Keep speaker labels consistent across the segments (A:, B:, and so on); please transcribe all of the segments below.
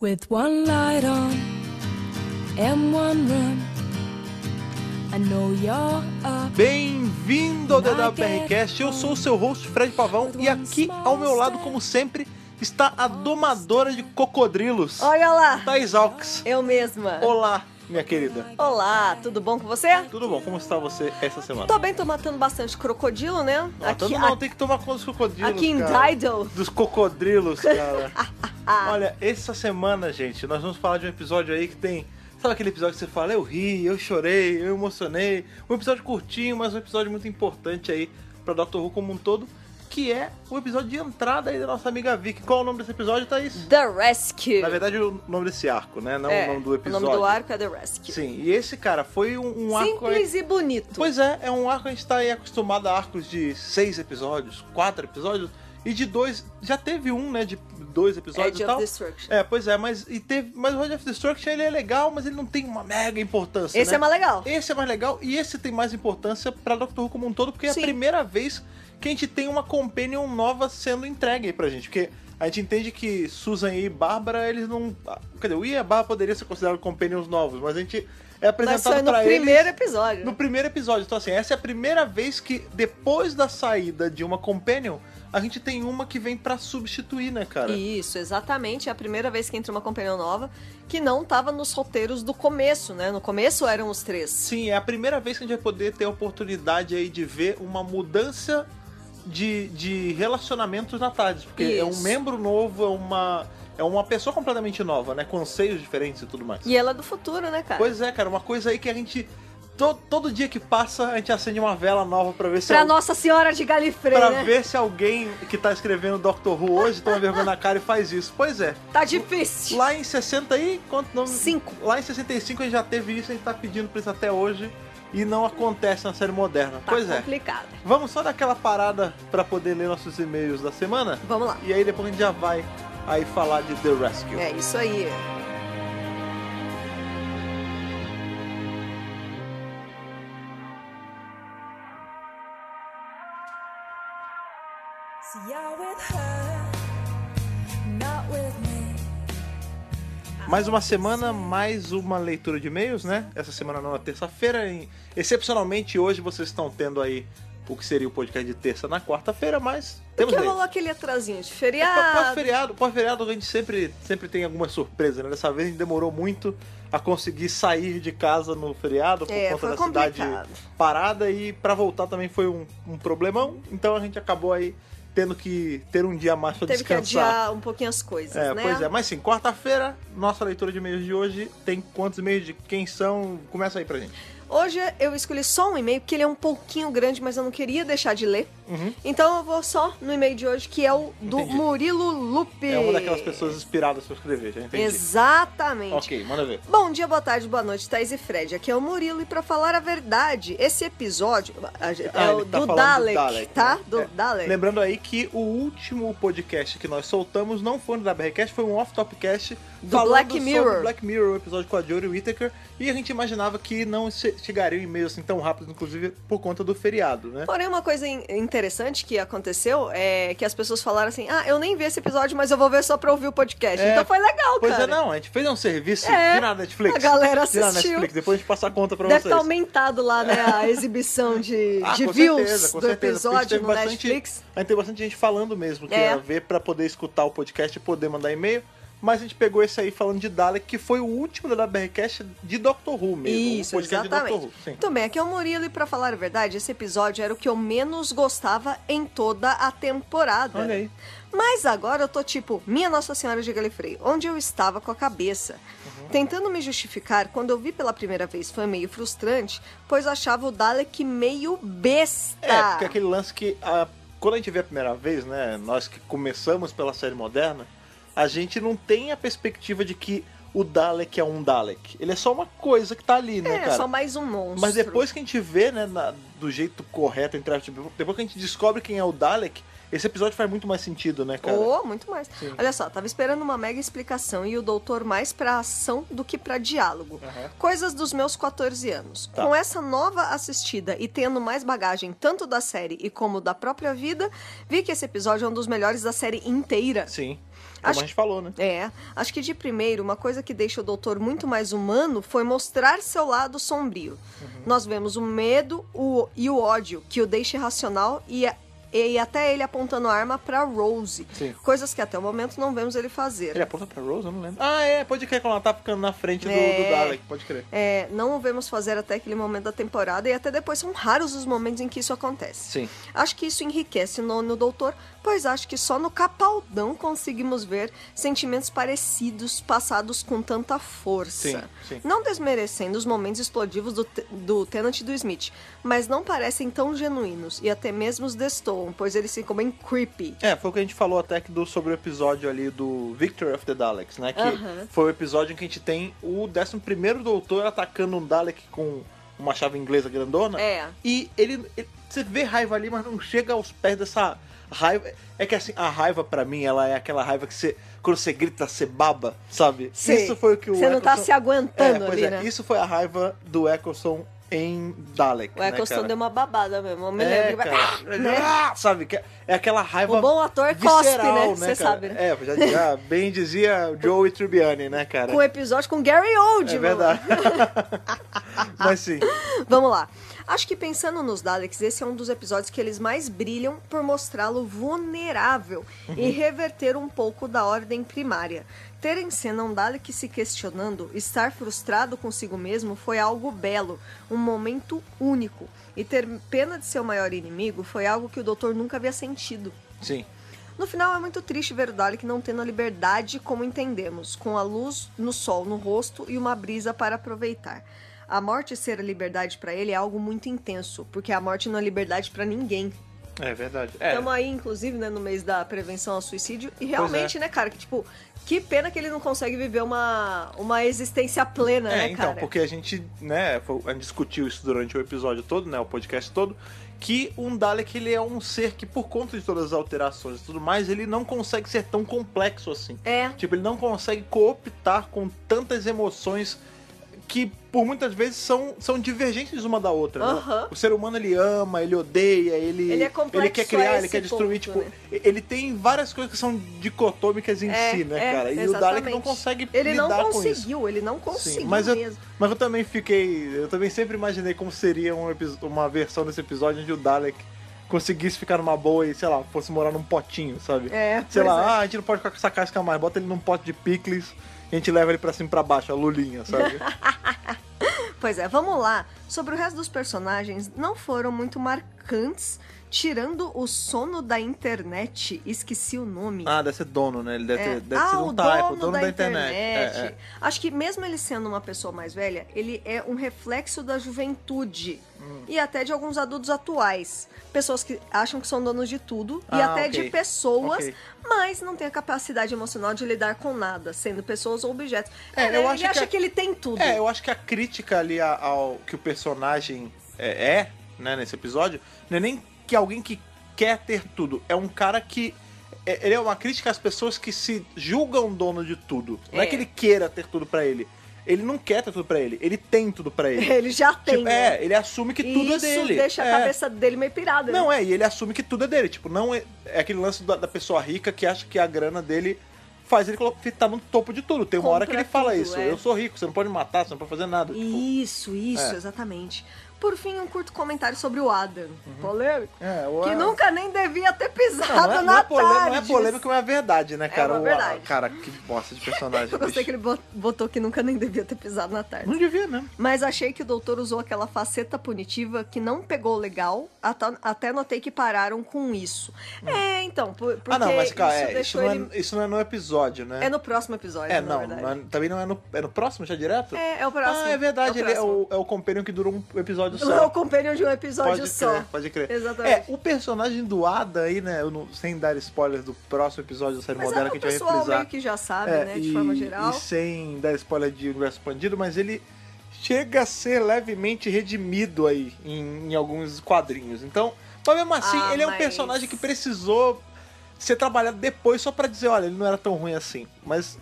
A: With one light on and one room, I know you're up.
B: Bem-vindo ao DWRcast, eu sou o seu host Fred Pavão e aqui ao meu lado, como sempre, está a domadora de cocodrilos,
C: Olha lá,
B: Thais Alks.
C: eu mesma.
B: Olá, minha querida.
C: Olá, tudo bom com você?
B: Tudo bom? Como está você essa semana?
C: Tô bem, tô matando bastante crocodilo, né?
B: Ah, todo mundo tem que tomar conta dos
C: a-
B: crocodilos,
C: aqui em
B: cara.
C: Dido.
B: Dos cocodrilos, cara. Olha, essa semana, gente, nós vamos falar de um episódio aí que tem. Sabe aquele episódio que você fala, eu ri, eu chorei, eu emocionei? Um episódio curtinho, mas um episódio muito importante aí pra Doctor Who como um todo, que é o episódio de entrada aí da nossa amiga Vicky. Qual é o nome desse episódio, Thaís?
C: The Rescue.
B: Na verdade, o nome desse arco, né? Não
C: É,
B: o nome do episódio.
C: nome do arco é The Rescue.
B: Sim, e esse, cara, foi um, um arco aí.
C: Simples e bonito.
B: Pois é, é um arco que a gente tá aí acostumado a arcos de seis episódios, quatro episódios, e de dois. Já teve um, né? De dois episódios
C: Edge
B: e tal.
C: of Destruction.
B: É, pois é, mas e teve, mas o Road of Destruction ele é legal, mas ele não tem uma mega importância.
C: Esse
B: né?
C: é mais legal.
B: Esse é mais legal e esse tem mais importância pra Doctor Who como um todo, porque é
C: Sim.
B: a primeira vez que a gente tem uma companion nova sendo entregue aí pra gente, porque a gente entende que Susan e Bárbara, eles não, ah, cadê? O Ian e a Bárbara poderiam ser considerados companions novos, mas a gente é
C: Mas foi
B: apresentado
C: no
B: pra eles
C: primeiro episódio.
B: no primeiro episódio. Então, assim, essa é a primeira vez que, depois da saída de uma Companion, a gente tem uma que vem pra substituir, né, cara?
C: Isso, exatamente. É a primeira vez que entra uma companhia nova que não tava nos roteiros do começo, né? No começo eram os três.
B: Sim, é a primeira vez que a gente vai poder ter a oportunidade aí de ver uma mudança de, de relacionamentos na TARDIS. Porque é um
C: Isso.
B: membro novo, é uma, é uma pessoa completamente nova, né? Com seios diferentes e tudo mais.
C: E ela é do futuro, né, cara?
B: Pois é, cara, uma coisa aí que a gente. to- todo dia que passa, a gente acende uma vela nova pra ver se
C: pra
B: al-
C: Nossa Senhora de Galifrey,
B: é. pra
C: né?
B: ver se alguém que tá escrevendo Doctor Who hoje toma vergonha na cara e faz isso. Pois é.
C: Tá difícil.
B: Lá em 60 e quanto não?
C: Cinco.
B: Lá em 65 a gente já teve isso, a gente tá pedindo pra isso até hoje e não acontece na série moderna.
C: Tá
B: pois é.
C: complicado.
B: Vamos só dar aquela parada pra poder ler nossos e-mails da semana
C: Vamos lá.
B: e aí depois a gente já vai aí falar de The Rescue.
C: É isso aí.
A: So you're with her, not with me.
B: Mais uma semana, mais uma leitura de e-mails, né? Essa semana não é terça-feira. e, Excepcionalmente hoje vocês estão tendo aí o que seria o podcast de terça na quarta-feira, mas temos É,
C: Porque
B: e-mails.
C: rolou aquele atrasinho de
B: Pô-
C: feriado.
B: Pós-feriado, pós-feriado a gente sempre, sempre tem alguma surpresa, né? Dessa vez a gente demorou muito a conseguir sair de casa no feriado por
C: É,
B: conta
C: foi
B: da
C: complicado.
B: cidade parada e pra voltar também foi um, um problemão, então a gente acabou aí tendo que ter um dia a mais pra
C: Teve que
B: descansar.
C: adiar um pouquinho as coisas,
B: é,
C: né?
B: pois é, mas sim, quarta-feira, nossa leitura de e-mails de hoje tem quantos e-mails de quem são? Começa aí pra gente.
C: Hoje eu escolhi só um e-mail, porque ele é um pouquinho grande, mas eu não queria deixar de ler. Então eu vou só no e-mail de hoje, que é o do
B: Uhum. Entendi.
C: Murilo Lupe.
B: É uma daquelas pessoas inspiradas pra escrever, já entendi.
C: Exatamente.
B: Ok, manda ver.
C: Bom dia, boa tarde, boa noite, Thaís e Fred. Aqui é o Murilo e pra falar a verdade, esse episódio a gente-
B: Ah,
C: é
B: ele
C: o
B: tá falando
C: do
B: do
C: Dalek,
B: Dalek,
C: tá?
B: né?
C: Do
B: É.
C: Dalek.
B: Lembrando aí que o último podcast que nós soltamos não foi no WRcast, foi um off-topcast
C: Do
B: falando
C: Black
B: sobre
C: Mirror.
B: Black Mirror, o episódio com a Jodie Whittaker, e a gente imaginava que não che- chegaria um e-mail assim tão rápido, inclusive por conta do feriado, né?
C: Porém, uma coisa in- interessante que aconteceu é que as pessoas falaram assim: ah, eu nem vi esse episódio, mas eu vou ver só pra ouvir o podcast.
B: É.
C: Então foi legal,
B: Pois
C: cara.
B: é, não, a gente fez um serviço
C: É,
B: de na Netflix.
C: a galera
B: De na
C: assistiu.
B: Netflix, depois a gente passa a conta pra
C: Deve tá
B: vocês.
C: ter aumentado lá, né, a exibição de,
B: Ah,
C: de
B: com
C: views
B: certeza, com
C: do
B: certeza, porque a gente
C: episódio
B: teve
C: no
B: bastante-
C: Netflix.
B: A gente tem bastante gente falando mesmo, que
C: É.
B: ia ver pra poder escutar o podcast e poder mandar e-mail. Mas a gente pegou esse aí falando de Dalek, que foi o último da WRcast de Doctor Who mesmo. o
C: Isso,
B: Um podcast de
C: exatamente.
B: Doctor Who. Sim.
C: Muito bem, aqui é o Murilo e pra falar a verdade, esse episódio era o que eu menos gostava em toda a temporada.
B: Olha aí.
C: Mas agora eu tô tipo, minha Nossa Senhora de Galifrey, onde eu estava com a cabeça.
B: Uhum.
C: Tentando me justificar, quando eu vi pela primeira vez foi meio frustrante, pois eu achava o Dalek meio besta.
B: É, porque aquele lance que a- quando a gente vê a primeira vez, né? Nós que começamos pela série moderna, a gente não tem a perspectiva de que o Dalek é um Dalek. Ele é só uma coisa que tá ali, né,
C: É,
B: cara?
C: só mais um monstro.
B: Mas depois que a gente vê, né, na- do jeito correto, entre aspas, tipo, depois que a gente descobre quem é o Dalek, Esse episódio faz muito mais sentido, né, cara?
C: Oh, muito mais. Olha só, tava esperando uma mega explicação e o doutor mais pra ação do que pra diálogo.
B: Aham.
C: Coisas dos meus 14 anos.
B: Tá.
C: Com essa nova assistida e tendo mais bagagem tanto da série e como da própria vida, vi que esse episódio é um dos melhores da série inteira.
B: Sim. É Como
C: Acho-
B: a gente falou, né?
C: É, acho que de primeiro, uma coisa que deixa o doutor muito mais humano foi mostrar seu lado sombrio.
B: Uhum.
C: Nós vemos o medo o- e o ódio que o deixa irracional e, a- e até ele apontando a arma pra Rose.
B: Sim.
C: Coisas que até o momento não vemos ele fazer.
B: Ele aponta pra Rose? Eu não lembro. Ah, é, pode crer que ela tá ficando na frente do,
C: É.
B: do Dalek, pode crer.
C: É, não o vemos fazer até aquele momento da temporada e até depois são raros os momentos em que isso acontece.
B: Sim.
C: Acho que isso enriquece o nono doutor, pois acho que só no Capaldão conseguimos ver sentimentos parecidos passados com tanta força.
B: Sim, sim.
C: Não desmerecendo os momentos explodivos do, Te- do Tennant e do Smith, mas não parecem tão genuínos e até mesmo os destoam, pois eles ficam bem creepy.
B: É, foi o que a gente falou até que do, sobre o episódio ali do Victory of the Daleks, né? Que
C: Aham.
B: foi o episódio em que a gente tem o 11 Doutor atacando um Dalek com uma chave inglesa grandona.
C: É.
B: E ele, ele- Você vê raiva ali, mas não chega aos pés dessa raiva. É que assim, a raiva pra mim, ela é aquela raiva que você. Quando você grita, você baba, sabe?
C: Sei.
B: Isso foi o que o.
C: Você não tá
B: Eccleston-
C: se aguentando
B: é, pois
C: ali,
B: é.
C: né?
B: Isso foi a raiva do Eccleston em Dalek.
C: O
B: né,
C: Eccleston
B: cara?
C: deu uma babada mesmo, eu me
B: É,
C: lembro.
B: cara.
C: Né?
B: Ah, Sabe, que é aquela raiva.
C: O bom ator
B: visceral,
C: cospe, né? Você
B: cara?
C: sabe, né?
B: É, já, já bem dizia o Joey Tribbiani, né, cara?
C: Com o episódio com Gary Old,
B: é
C: meu amor.
B: verdade. Mas sim,
C: Vamos lá. Acho que pensando nos Daleks, esse é um dos episódios que eles mais brilham por mostrá-lo vulnerável e reverter um pouco da ordem primária. Ter em cena um Dalek se questionando, estar frustrado consigo mesmo foi algo belo, um momento único. E ter pena de seu maior inimigo foi algo que o doutor nunca havia sentido.
B: sim.
C: No final é muito triste ver o Dalek não tendo a liberdade como entendemos, com a luz no sol no rosto e uma brisa para aproveitar. A morte ser a liberdade para ele é algo muito intenso, porque a morte não é liberdade para ninguém.
B: É verdade. É,
C: Estamos aí, inclusive, né, no mês da prevenção ao suicídio. E
B: é.
C: realmente, né, cara, que tipo, que pena que ele não consegue viver uma, uma existência plena,
B: é,
C: né,
B: então,
C: cara?
B: porque a gente, né, foi- a gente discutiu isso durante o episódio todo, né, o podcast todo, que um Dalek ele é um ser que por conta de todas as alterações e tudo mais, ele não consegue ser tão complexo assim.
C: É.
B: Tipo, ele não consegue cooptar com tantas emoções que por muitas vezes são, são divergentes uma da outra. né?
C: Aham.
B: O ser humano ele ama, ele odeia, ele,
C: Ele é complexo
B: quer
C: a
B: criar,
C: esse
B: ele quer destruir. tipo,
C: ponto, né?
B: ele tem várias coisas que são dicotômicas em
C: É,
B: si, né,
C: é,
B: cara? E o Dalek
C: exatamente.
B: não consegue
C: Ele não
B: lidar com isso.
C: conseguiu, ele não conseguiu
B: Sim, mas, eu,
C: mesmo.
B: mas eu também fiquei. Eu também sempre imaginei como seria um epi- uma versão desse episódio onde o Dalek conseguisse ficar numa boa e, sei lá, fosse morar num potinho, sabe?
C: É,
B: sei
C: pois
B: lá,
C: é.
B: ah, a gente não pode ficar com essa casca mais, bota ele num pote de picles e a gente leva ele pra cima e pra baixo, a lulinha, sabe?
C: Pois é, vamos lá. Sobre o resto dos personagens, não foram muito marcantes, tirando o sono da internet, esqueci o nome.
B: ah, deve ser dono, né? Ele deve,
C: É.
B: ter, deve ser
C: Ah,
B: um
C: o
B: typo,
C: dono, da, internet.
B: É, é.
C: Acho que mesmo ele sendo uma pessoa mais velha, ele é um reflexo da juventude
B: Hum.
C: e até de alguns adultos atuais. Pessoas que acham que são donos de tudo e
B: Ah,
C: até
B: ok.
C: de pessoas,
B: Ok.
C: mas não tem a capacidade emocional de lidar com nada, sendo pessoas ou objetos.
B: É,
C: ele
B: eu
C: ele
B: acho que
C: acha
B: a-
C: que... ele tem tudo.
B: É, eu acho que a crítica ali a- ao que o personagem é, é, né, nesse episódio, não é nem que alguém que quer ter tudo, é um cara que. é- Ele é uma crítica às pessoas que se julgam dono de tudo. Não é,
C: É.
B: que ele queira ter tudo pra ele. Ele não quer ter tudo pra ele, ele tem tudo pra ele.
C: Ele já tem.
B: Tipo,
C: né?
B: É, ele assume que
C: E
B: tudo é
C: isso
B: dele.
C: deixa a
B: É.
C: cabeça dele meio pirada. né?
B: Não, é, e ele assume que tudo é dele. Tipo, não é, é aquele lance da, da pessoa rica que acha que a grana dele faz ele colo- ficar no topo de tudo. Tem uma hora que
C: Compra
B: ele fala
C: tudo,
B: isso.
C: é.
B: Eu sou rico, você não pode me matar, você não pode fazer nada. Tipo,
C: Isso, isso,
B: É.
C: exatamente. Por fim, um curto comentário sobre o Adam. Polêmico.
B: É, o
C: que
B: Adam-
C: nunca nem devia ter pisado
B: não, não é, não,
C: na
B: é polêmico, não é
C: tarde.
B: polêmico, mas é verdade, né, cara?
C: uma
B: O-
C: verdade.
B: a- cara, que bosta de personagem.
C: Eu gostei que
B: bicho.
C: ele bot- botou que nunca nem devia ter pisado na tarde.
B: Não devia, né?
C: Mas achei que o doutor usou aquela faceta punitiva que não pegou legal. Até, até notei que pararam com isso. É, então, por- porque
B: Hum. ah, não, mas cara,
C: isso
B: é, isso,
C: deixou
B: não é,
C: ele.
B: isso não é no episódio, né?
C: É no próximo episódio,
B: É,
C: na
B: não,
C: verdade.
B: não é- também não é no, é no próximo já direto?
C: É, é o próximo.
B: Ah, é verdade,
C: É o
B: ele é o,
C: próximo.
B: é o companion que durou um episódio
C: Não é
B: só.
C: o companion de um episódio
B: Pode
C: só.
B: crer, pode crer.
C: Exatamente.
B: É, o personagem do Ada aí, né? eu não- sem dar spoilers do próximo episódio da série
C: Mas
B: moderna
C: é,
B: que
C: o
B: a gente vai
C: pessoal
B: reprisar.
C: meio que já sabe,
B: É,
C: né? De
B: e-
C: forma geral.
B: E sem dar spoiler de universo expandido, mas ele chega a ser levemente redimido aí em, em alguns quadrinhos. Então, Mas mesmo assim,
C: Ah,
B: ele é um
C: mas-
B: personagem que precisou ser trabalhado depois só pra dizer, olha, ele não era tão ruim assim. Mas,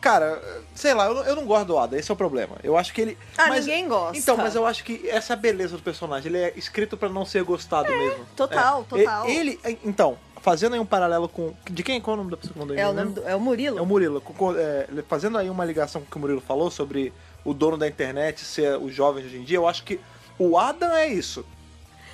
B: cara, sei lá, eu, não- eu não gosto do Ada, esse é o problema. Eu acho que ele.
C: Ah,
B: mas-
C: ninguém gosta.
B: Então, mas eu acho que essa é a beleza do personagem. Ele é escrito pra não ser gostado mesmo.
C: total,
B: É.
C: total.
B: E- Ele, então, fazendo aí um paralelo com. De quem? Qual é o nome da pessoa que mandou
C: É
B: e-mail
C: o, nome
B: mesmo?
C: do, é o Murilo.
B: É o Murilo. Co- co- é, fazendo aí uma ligação com o que o Murilo falou sobre o dono da internet ser os jovens hoje em dia, eu acho que o Adam é isso.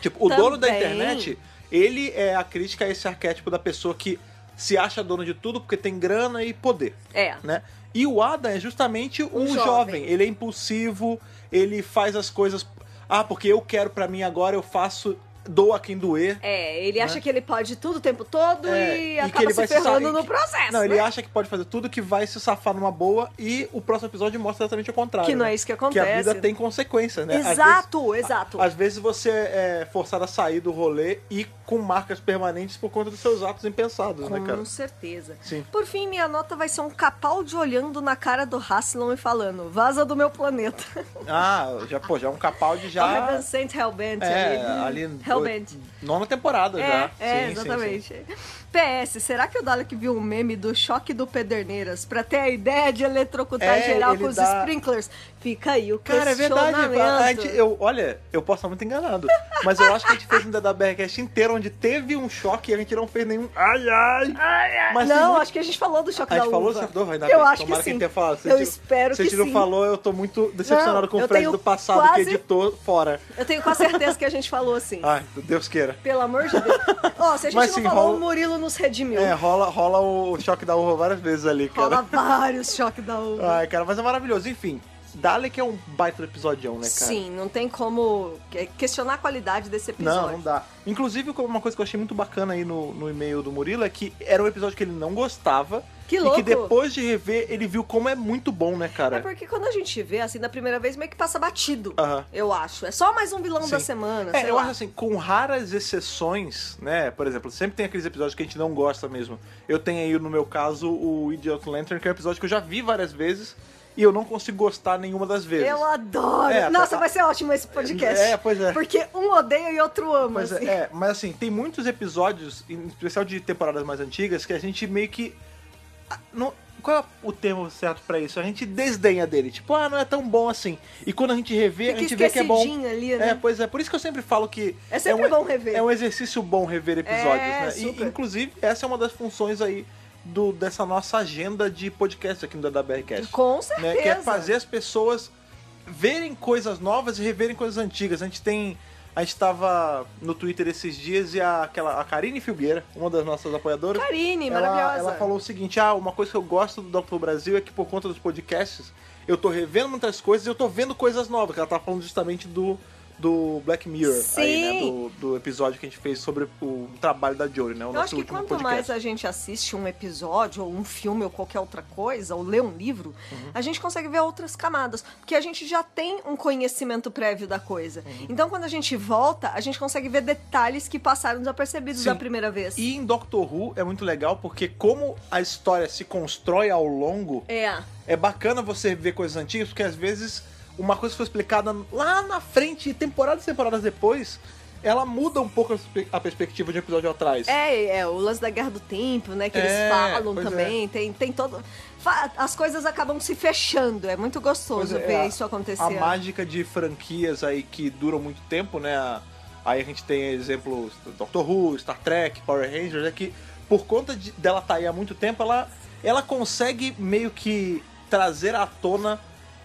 B: Tipo, o dono da
C: Também.
B: internet, ele é a crítica a esse arquétipo da pessoa que se acha dono de tudo porque tem grana e poder,
C: É.
B: né? E o Adam é justamente um,
C: jovem.
B: jovem. Ele é impulsivo, ele faz as coisas. Ah, porque eu quero pra mim agora, eu faço, dou a quem doer.
C: É, ele acha que ele pode tudo o tempo todo
B: Né? É,
C: e,
B: e
C: acaba
B: que ele
C: se
B: vai se
C: ferrando
B: sair-
C: no processo.
B: Não, ele
C: né?
B: acha que pode fazer tudo, que vai se safar numa boa, e o próximo episódio mostra exatamente o contrário.
C: Que não
B: né?
C: é isso que
B: Que a
C: acontece.
B: vida tem consequências, né? Às
C: Exato,
B: vezes-
C: exato.
B: Às vezes você é forçado a sair do rolê e com marcas permanentes por conta dos seus atos impensados, né, cara?
C: Com certeza.
B: Sim.
C: Por fim, minha nota vai ser um capaldi olhando na cara do Haslam e falando: vaza do meu planeta.
B: Ah, já, pô, já é um capaldi já.
C: Omega Saint Hellbent
B: É,
C: ali.
B: ali.
C: Hellbent.
B: Nona temporada já.
C: É, é,
B: Sim, sim, sim.
C: exatamente. PS, será que o Dalek viu um meme do choque do Pederneiras pra ter a ideia de eletrocutar
B: É,
C: geral
B: ele
C: com os
B: dá-
C: sprinklers? Fica aí o
B: Cara, é verdade. a
C: questionamento.
B: gente- eu, olha, eu posso estar muito enganado. mas eu acho que a gente fez um DWRcast inteiro onde teve um choque e a gente não fez nenhum. Ai, ai! Mas tem
C: não,
B: muito-
C: acho que a gente falou do choque
B: A
C: da
B: gente
C: uva.
B: falou do Sardor, vai dar
C: Eu
B: bem.
C: acho
B: Tomara
C: que sim.
B: tenha falado. Se
C: eu
B: a gente-
C: espero
B: se
C: que
B: a gente não
C: sim.
B: falou, eu tô muito decepcionado
C: Não,
B: com
C: eu
B: o Fred
C: tenho
B: do passado
C: quase-
B: que editou fora.
C: Eu tenho quase certeza que a gente falou assim.
B: Ai, Deus queira.
C: Pelo amor de Deus. Ó, se a gente
B: Ah. Mas
C: não
B: sim,
C: falou,
B: rola-
C: o Murilo nos redimiu.
B: É, rola, rola o choque da uva várias vezes ali, cara.
C: Rola vários choques da uva.
B: Ai, cara, mas é maravilhoso. Enfim, Dalek é um baita do episodião, né, cara?
C: Sim, não tem como que- questionar a qualidade desse episódio.
B: Não, não dá. Inclusive, uma coisa que eu achei muito bacana aí no, no e-mail do Murilo é que era um episódio que ele não gostava.
C: Que
B: E
C: louco.
B: que depois de rever, ele viu como é muito bom, né, cara?
C: É porque quando a gente vê, assim, da primeira vez, meio que passa batido.
B: Aham.
C: Eu acho. É só mais um vilão da
B: Sim.
C: semana.
B: É,
C: sei
B: eu
C: lá.
B: acho assim, com raras exceções, né? Por exemplo, sempre tem aqueles episódios que a gente não gosta mesmo. Eu tenho aí, no meu caso, o Idiot Lantern, que é um episódio que eu já vi várias vezes e eu não consigo gostar nenhuma das vezes.
C: Eu adoro.
B: É,
C: Nossa,
B: a-
C: vai ser ótimo esse podcast.
B: É, pois é.
C: Porque um odeia e outro ama.
B: Mas,
C: assim.
B: é, mas assim, tem muitos episódios, em especial de temporadas mais antigas, que a gente meio que. ah, Não, qual é o termo certo pra isso? A gente desdenha dele. Tipo, ah, não é tão bom assim. E quando a gente revê,
C: Fica
B: a gente vê que é bom.
C: esquecidinho ali, né?
B: É, pois é. Por isso que eu sempre falo que.
C: É sempre
B: um,
C: bom rever.
B: É um exercício bom rever episódios,
C: É,
B: né? E,
C: super.
B: inclusive, essa é uma das funções aí do, dessa nossa agenda de podcast aqui no DWRcast.
C: Com certeza.
B: Né? Que é fazer as pessoas verem coisas novas e reverem coisas antigas. A gente tem. A gente tava no Twitter esses dias e a, aquela, a Karine Filgueira, uma das nossas apoiadoras.
C: Karine,
B: Ela,
C: maravilhosa.
B: ela falou o seguinte: ah, uma coisa que eu gosto do Dr. Brasil é que por conta dos podcasts, eu tô revendo muitas coisas e eu tô vendo coisas novas. que Ela tava falando justamente do, do Black Mirror, aí, né?
C: Sim.
B: Do, do episódio que a gente fez sobre o trabalho da Jory, né? O
C: Eu
B: nosso
C: acho que
B: último
C: quanto
B: podcast.
C: mais a gente assiste um episódio, ou um filme, ou qualquer outra coisa, ou lê um livro,
B: Uhum.
C: a gente consegue ver outras camadas. Porque a gente já tem um conhecimento prévio da coisa.
B: Uhum.
C: Então, quando a gente volta, a gente consegue ver detalhes que passaram desapercebidos
B: Sim.
C: da primeira vez.
B: E em Doctor Who é muito legal porque como a história se constrói ao longo,
C: É.
B: é bacana você ver coisas antigas, porque às vezes uma coisa que foi explicada lá na frente, temporadas e temporadas depois, ela muda um pouco a perspe- a perspectiva de um episódio atrás.
C: É, é, o lance da Guerra do Tempo, né? Que eles
B: É,
C: falam
B: pois
C: também. Tem, tem todo. fa- As coisas acabam se fechando. É muito gostoso
B: Pois é,
C: ver
B: a-
C: isso acontecer.
B: A mágica de franquias aí que duram muito tempo, né? A- Aí a gente tem exemplos do Doctor Who, Star Trek, Power Rangers, é que por conta de- dela estar aí há muito tempo, ela, ela consegue meio que trazer à tona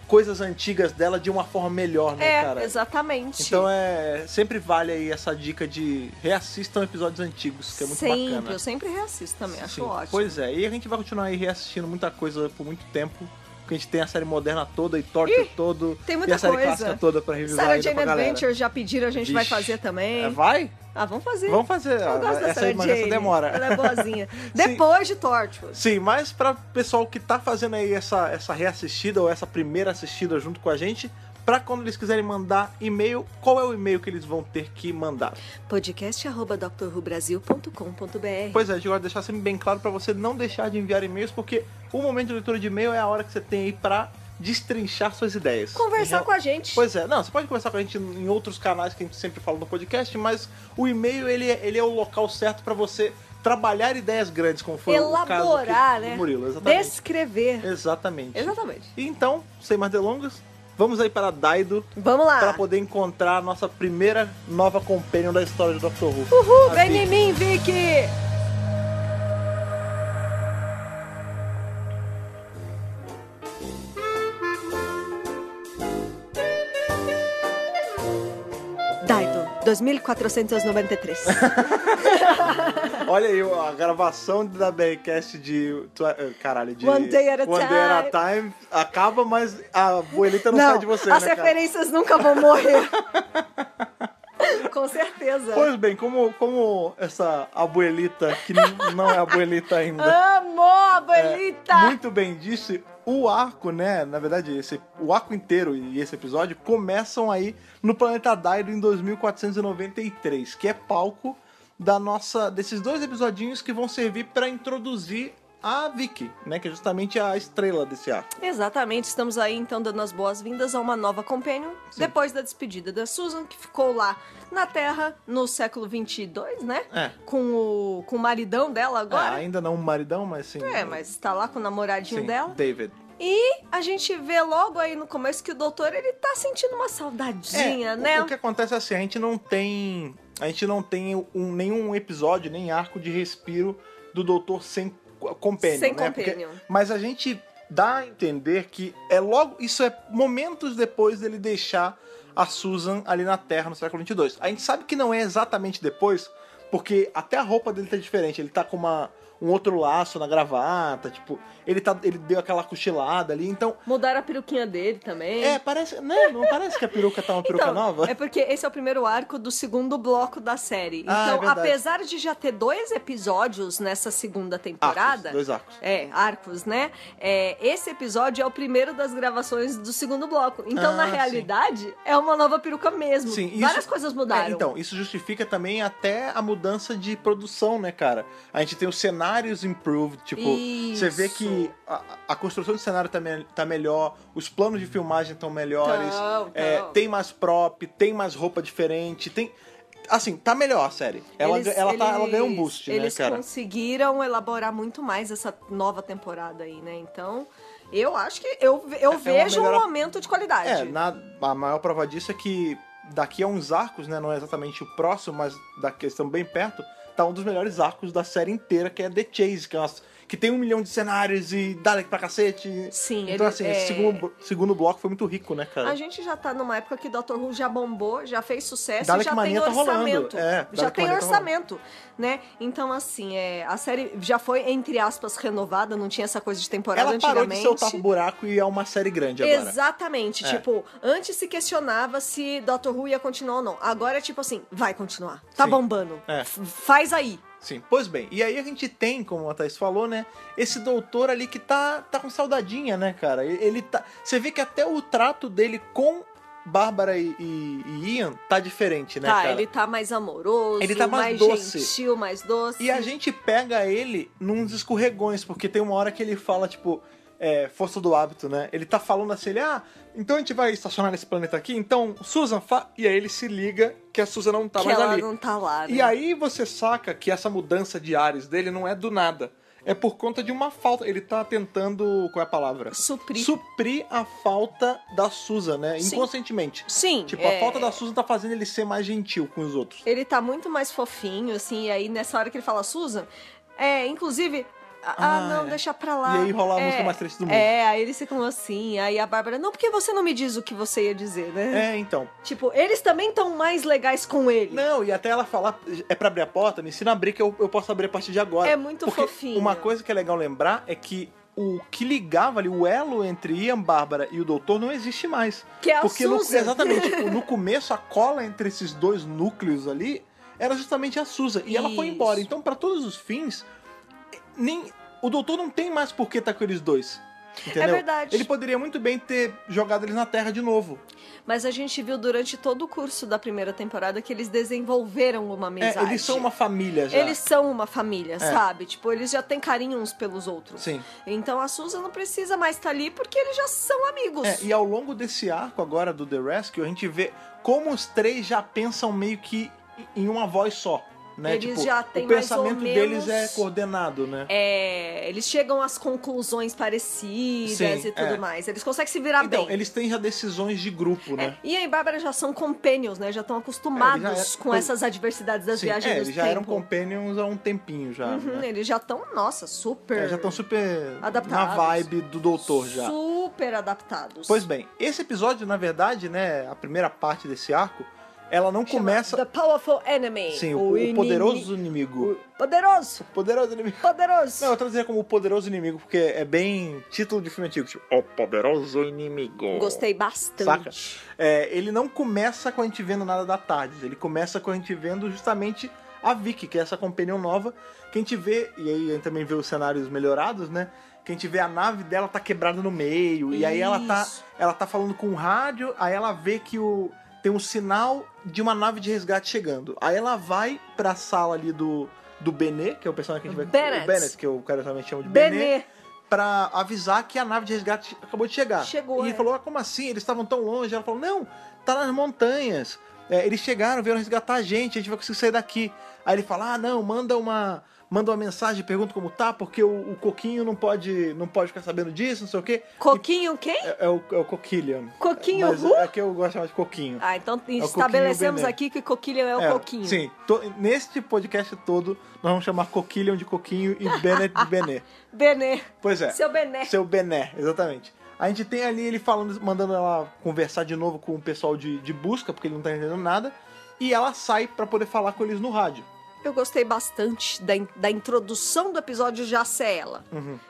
B: coisas antigas dela de uma forma melhor, né,
C: é,
B: cara?
C: exatamente.
B: Então é. Sempre vale aí essa dica de reassistam episódios antigos, que é muito
C: sempre,
B: bacana.
C: eu sempre reassisto também, acho
B: Sim.
C: ótimo.
B: Pois é, e a gente vai continuar aí reassistindo muita coisa por muito tempo. Porque a gente tem a série moderna toda e Torture todo.
C: tem muita
B: e a série
C: coisa.
B: clássica toda pra revisar
C: Sarah
B: ainda
C: Jane
B: pra galera.
C: Adventure já pediram, a gente vai
B: Vixe.
C: fazer também.
B: É, vai?
C: Ah, vamos fazer.
B: Vamos fazer. ó,
C: Eu gosto da
B: essa aí,
C: Sarah
B: mas
C: Jane.
B: essa demora.
C: Ela é boazinha. Depois de Torchwood.
B: Sim, mas pra pessoal que tá fazendo aí essa, essa reassistida ou essa primeira assistida junto com a gente, pra quando eles quiserem mandar e-mail, qual é o e-mail que eles vão ter que mandar?
C: Podcast arroba drrubrasil.com.br
B: Pois é, a gente gosta de deixar sempre bem claro pra você não deixar de enviar e-mails, porque o momento de leitura de e-mail é a hora que você tem aí pra destrinchar suas ideias.
C: Conversar
B: Em
C: com a gente.
B: Pois é, não, você pode conversar com a gente em outros canais que a gente sempre fala no podcast, mas o e-mail ele, é- ele é o local certo pra você trabalhar ideias grandes, como foi o caso aqui
C: Elaborar,
B: do
C: né?
B: Murilo, é, exatamente.
C: Descrever.
B: Exatamente.
C: Exatamente.
B: Então, sem mais delongas, vamos aí para Daido
C: Vamos
B: pra
C: lá.
B: poder encontrar a nossa primeira nova companion da história do Dr. Who.
C: Uhul,
B: A
C: vem
B: Vicky.
C: em mim, Vicky! Daido, 2493.
B: Olha aí a gravação da BRCast de. tu- eh, Caralho, de.
C: One Day at a
B: One Day at a Time acaba, mas a boelita não, sai de você,
C: as
B: né? cara?
C: referências nunca vão morrer. Com certeza.
B: Pois é. bem, como, como essa abuelita, que n- não é abuelita ainda,
C: Amo, abuelita!
B: É, muito bem disse, o arco, né? Na verdade, esse, o arco inteiro e esse episódio começam aí no planeta Daido em 2493, que é palco da nossa desses dois episodinhos que vão servir pra introduzir a Vicky, né? Que é justamente a estrela desse arco.
C: Exatamente, estamos aí então dando as boas-vindas a uma nova companion, depois da despedida da Susan, que ficou lá na Terra no século 22, né?
B: É.
C: Com o, com o maridão dela
B: É,
C: agora.
B: ainda não um maridão, mas sim.
C: É, mas está lá com o namoradinho
B: sim,
C: dela.
B: David.
C: E a gente vê logo aí no começo que o doutor, ele tá sentindo uma saudadinha,
B: É, o-
C: né?
B: O que acontece é assim, a gente não tem. A gente não tem um- nenhum episódio, nem arco de respiro do doutor sem co- companion.
C: Sem
B: né? Porque-
C: companion.
B: mas a gente dá a entender que é logo. Isso é momentos depois dele deixar a Susan ali na Terra no século 22. A gente sabe que não é exatamente depois, porque até a roupa dele tá diferente. Ele tá com uma. Um outro laço na gravata, tipo, ele, tá, ele deu aquela cochilada ali, então.
C: Mudaram a peruquinha dele também.
B: É, parece. Né? Não parece que a peruca tá uma peruca
C: Então,
B: nova?
C: É porque esse é o primeiro arco do segundo bloco da série.
B: Ah, é
C: então,
B: verdade.
C: apesar de já ter dois episódios nessa segunda temporada.
B: Arcos, dois arcos.
C: É, arcos, né? É, esse episódio é o primeiro das gravações do segundo bloco. Então,
B: Ah,
C: na
B: sim.
C: realidade, é uma nova peruca mesmo.
B: Sim, isso-
C: Várias coisas mudaram.
B: É, então, isso justifica também até a mudança de produção, né, cara? A gente tem os cenários improved, tipo, você vê
C: Isso.
B: que a, a construção de cenário tá, me- tá melhor, os planos de filmagem estão melhores,
C: Tão,
B: é,
C: tão.
B: tem mais prop, tem mais roupa diferente, tem. Assim, tá melhor a série. Ela,
C: Eles-
B: ela, tá, ela
C: eles-
B: ganhou um boost, né,
C: Eles
B: cara?
C: conseguiram elaborar muito mais essa nova temporada aí, né? Então, eu acho que eu,
B: É
C: eu
B: uma
C: vejo
B: melhora-
C: um aumento de qualidade.
B: É, na, a maior prova disso é que daqui a uns arcos, né? Não é exatamente o próximo, mas daqui estão bem perto, tá um dos melhores arcos da série inteira, que é The Chase, que, é uma- que tem um milhão de cenários e dá daqui pra cacete.
C: Sim,
B: então,
C: ele-
B: assim,
C: é.
B: esse segundo, blo- segundo bloco foi muito rico, né, cara?
C: A gente já tá numa época que Dr. Who já bombou, já fez sucesso
B: Dalek
C: e já tem
B: Mania tá rolando,
C: orçamento.
B: é,
C: já
B: Dalek
C: tem
B: Mania tá
C: orçamento, né? Então, assim, é, a série já foi, entre aspas, renovada, não tinha essa coisa de temporada
B: Ela parou de
C: antigamente.
B: ser o tapa-buraco e é uma série grande agora.
C: Exatamente.
B: É.
C: Tipo, antes se questionava se Dr. Who ia continuar ou não. Agora é tipo assim, vai continuar. Tá
B: Sim.
C: bombando.
B: É.
C: F- Faz aí.
B: Sim, pois bem. E aí a gente tem, como a Thaís falou, né? Esse doutor ali que tá, tá com saudadinha, né, cara? E- Ele tá. Você vê que até o trato dele com Bárbara e, e- e Ian tá diferente, né,
C: tá,
B: cara?
C: ele tá mais amoroso,
B: Ele tá mais doce.
C: gentil, mais doce.
B: E a gente pega ele nos escorregões, porque tem uma hora que ele fala, tipo, é, força do hábito, né? Ele tá falando assim, ele, ah, então a gente vai estacionar nesse planeta aqui, então, Susan, fa... e aí ele se liga que a Susan não tá
C: que
B: mais
C: ela
B: ali.
C: não tá lá, né?
B: E aí você saca que essa mudança de ares dele não é do nada. É por conta de uma falta. Ele tá tentando. Qual é a palavra?
C: Suprir.
B: Suprir a falta da Susan, né?
C: Sim.
B: Inconscientemente.
C: Sim.
B: Tipo,
C: é.
B: a falta da Susan tá fazendo ele ser mais gentil com os outros.
C: Ele tá muito mais fofinho, assim, e aí nessa hora que ele fala, Susan, é, inclusive. Ah,
B: Ah,
C: não,
B: é.
C: deixa pra lá.
B: E aí rola a
C: É,
B: música mais triste do mundo.
C: É, aí eles ficam assim, aí a Bárbara, não, porque você não me diz o que você ia dizer, né?
B: É, então.
C: Tipo, eles também estão mais legais com ele.
B: Não, e até ela falar, é pra abrir a porta, me ensina a abrir que eu, eu posso abrir a partir de agora.
C: É muito
B: Porque
C: fofinho.
B: Uma coisa que é legal lembrar é que o que ligava ali, o elo entre Ian, Bárbara e o doutor não existe mais.
C: Que é a
B: Porque no,
C: Susan.
B: exatamente, o- no começo a cola entre esses dois núcleos ali era justamente a Susan. E ela foi
C: Isso.
B: embora. Então, pra todos os fins, nem o doutor não tem mais por que estar tá com eles dois. Entendeu?
C: É verdade.
B: Ele poderia muito bem ter jogado eles na Terra de novo.
C: Mas a gente viu durante todo o curso da primeira temporada que eles desenvolveram uma
B: É,
C: amizade.
B: eles são uma família já.
C: Eles são uma família, sabe? Tipo, eles já têm carinho uns pelos outros.
B: Sim.
C: Então a Susan não precisa mais estar ali porque eles já são amigos.
B: É, e ao longo desse arco agora do The Rescue, a gente vê como os três já pensam meio que em uma voz só. Né?
C: Eles
B: tipo,
C: já têm
B: o
C: mais ou
B: pensamento deles é
C: menos-
B: coordenado, né?
C: É, eles chegam às conclusões parecidas
B: Sim,
C: e tudo
B: é.
C: mais. Eles conseguem se virar
B: então,
C: Tá bem.
B: eles têm já decisões de grupo,
C: É,
B: né?
C: E aí, Bárbara já são companions, né? Já estão acostumados
B: É, eles já é-
C: com essas adversidades das
B: Sim,
C: viagens
B: é,
C: do
B: eles já
C: tempo.
B: eram companions há um tempinho já.
C: Uhum,
B: né?
C: Eles já estão, nossa, super.
B: É, já estão super
C: Adaptados.
B: na vibe do doutor já.
C: Super adaptados.
B: Pois bem, esse episódio, na verdade, né, a primeira parte desse arco, ela não
C: Chama
B: começa.
C: The Powerful Enemy.
B: Sim, o, o
C: inimi-
B: poderoso inimigo.
C: o Poderoso!
B: Poderoso inimigo.
C: Poderoso!
B: Não, eu traduziria como o poderoso inimigo, porque é bem título de filme antigo. Tipo,
D: O poderoso inimigo.
C: Gostei bastante.
B: Saca? é, ele não começa com a gente vendo nada da tarde, ele começa com a gente vendo justamente a Vicky, que é essa companion nova, que a gente vê, e aí a gente também vê os cenários melhorados, né? Que a gente vê a nave dela tá quebrada no meio, e aí ela tá,
C: Isso.
B: ela tá falando com o rádio, aí ela vê que o, tem um sinal de uma nave de resgate chegando. Aí ela vai pra sala ali do, do Benê, que é o personagem que a gente vai...
C: Bennett.
B: O Bennett, que eu carinhosamente chamo de Benê
C: Benê.
B: pra avisar que a nave de resgate acabou de chegar.
C: Chegou,
B: E ele
C: é.
B: falou: ah, como assim? Eles estavam tão longe. Ela falou: não, tá nas montanhas. É, eles chegaram, vieram resgatar a gente, a gente vai conseguir sair daqui. Aí ele fala: ah, não, manda uma. Manda uma mensagem, pergunta como tá, porque o, o Coquinho não pode, não pode ficar sabendo disso, não sei o quê.
C: Coquinho quem?
B: É, é o, é o Coquillian.
C: Coquinho
B: Mas
C: Ru?
B: é que eu gosto mais de Coquinho.
C: Ah, então
B: o
C: estabelecemos
B: Coquinho
C: aqui que Coquilho é o Coquinho.
B: Sim. To- neste podcast todo, nós vamos chamar Coquillian de Coquinho e Bennett de Benê.
C: Benê.
B: Pois é.
C: Seu Bené.
B: Seu Bené, exatamente. A gente tem ali ele falando, mandando ela conversar de novo com o pessoal de, de busca, porque ele não tá entendendo nada. E ela sai pra poder falar com eles no rádio.
C: Eu gostei bastante da, in- da introdução do episódio já ser ela.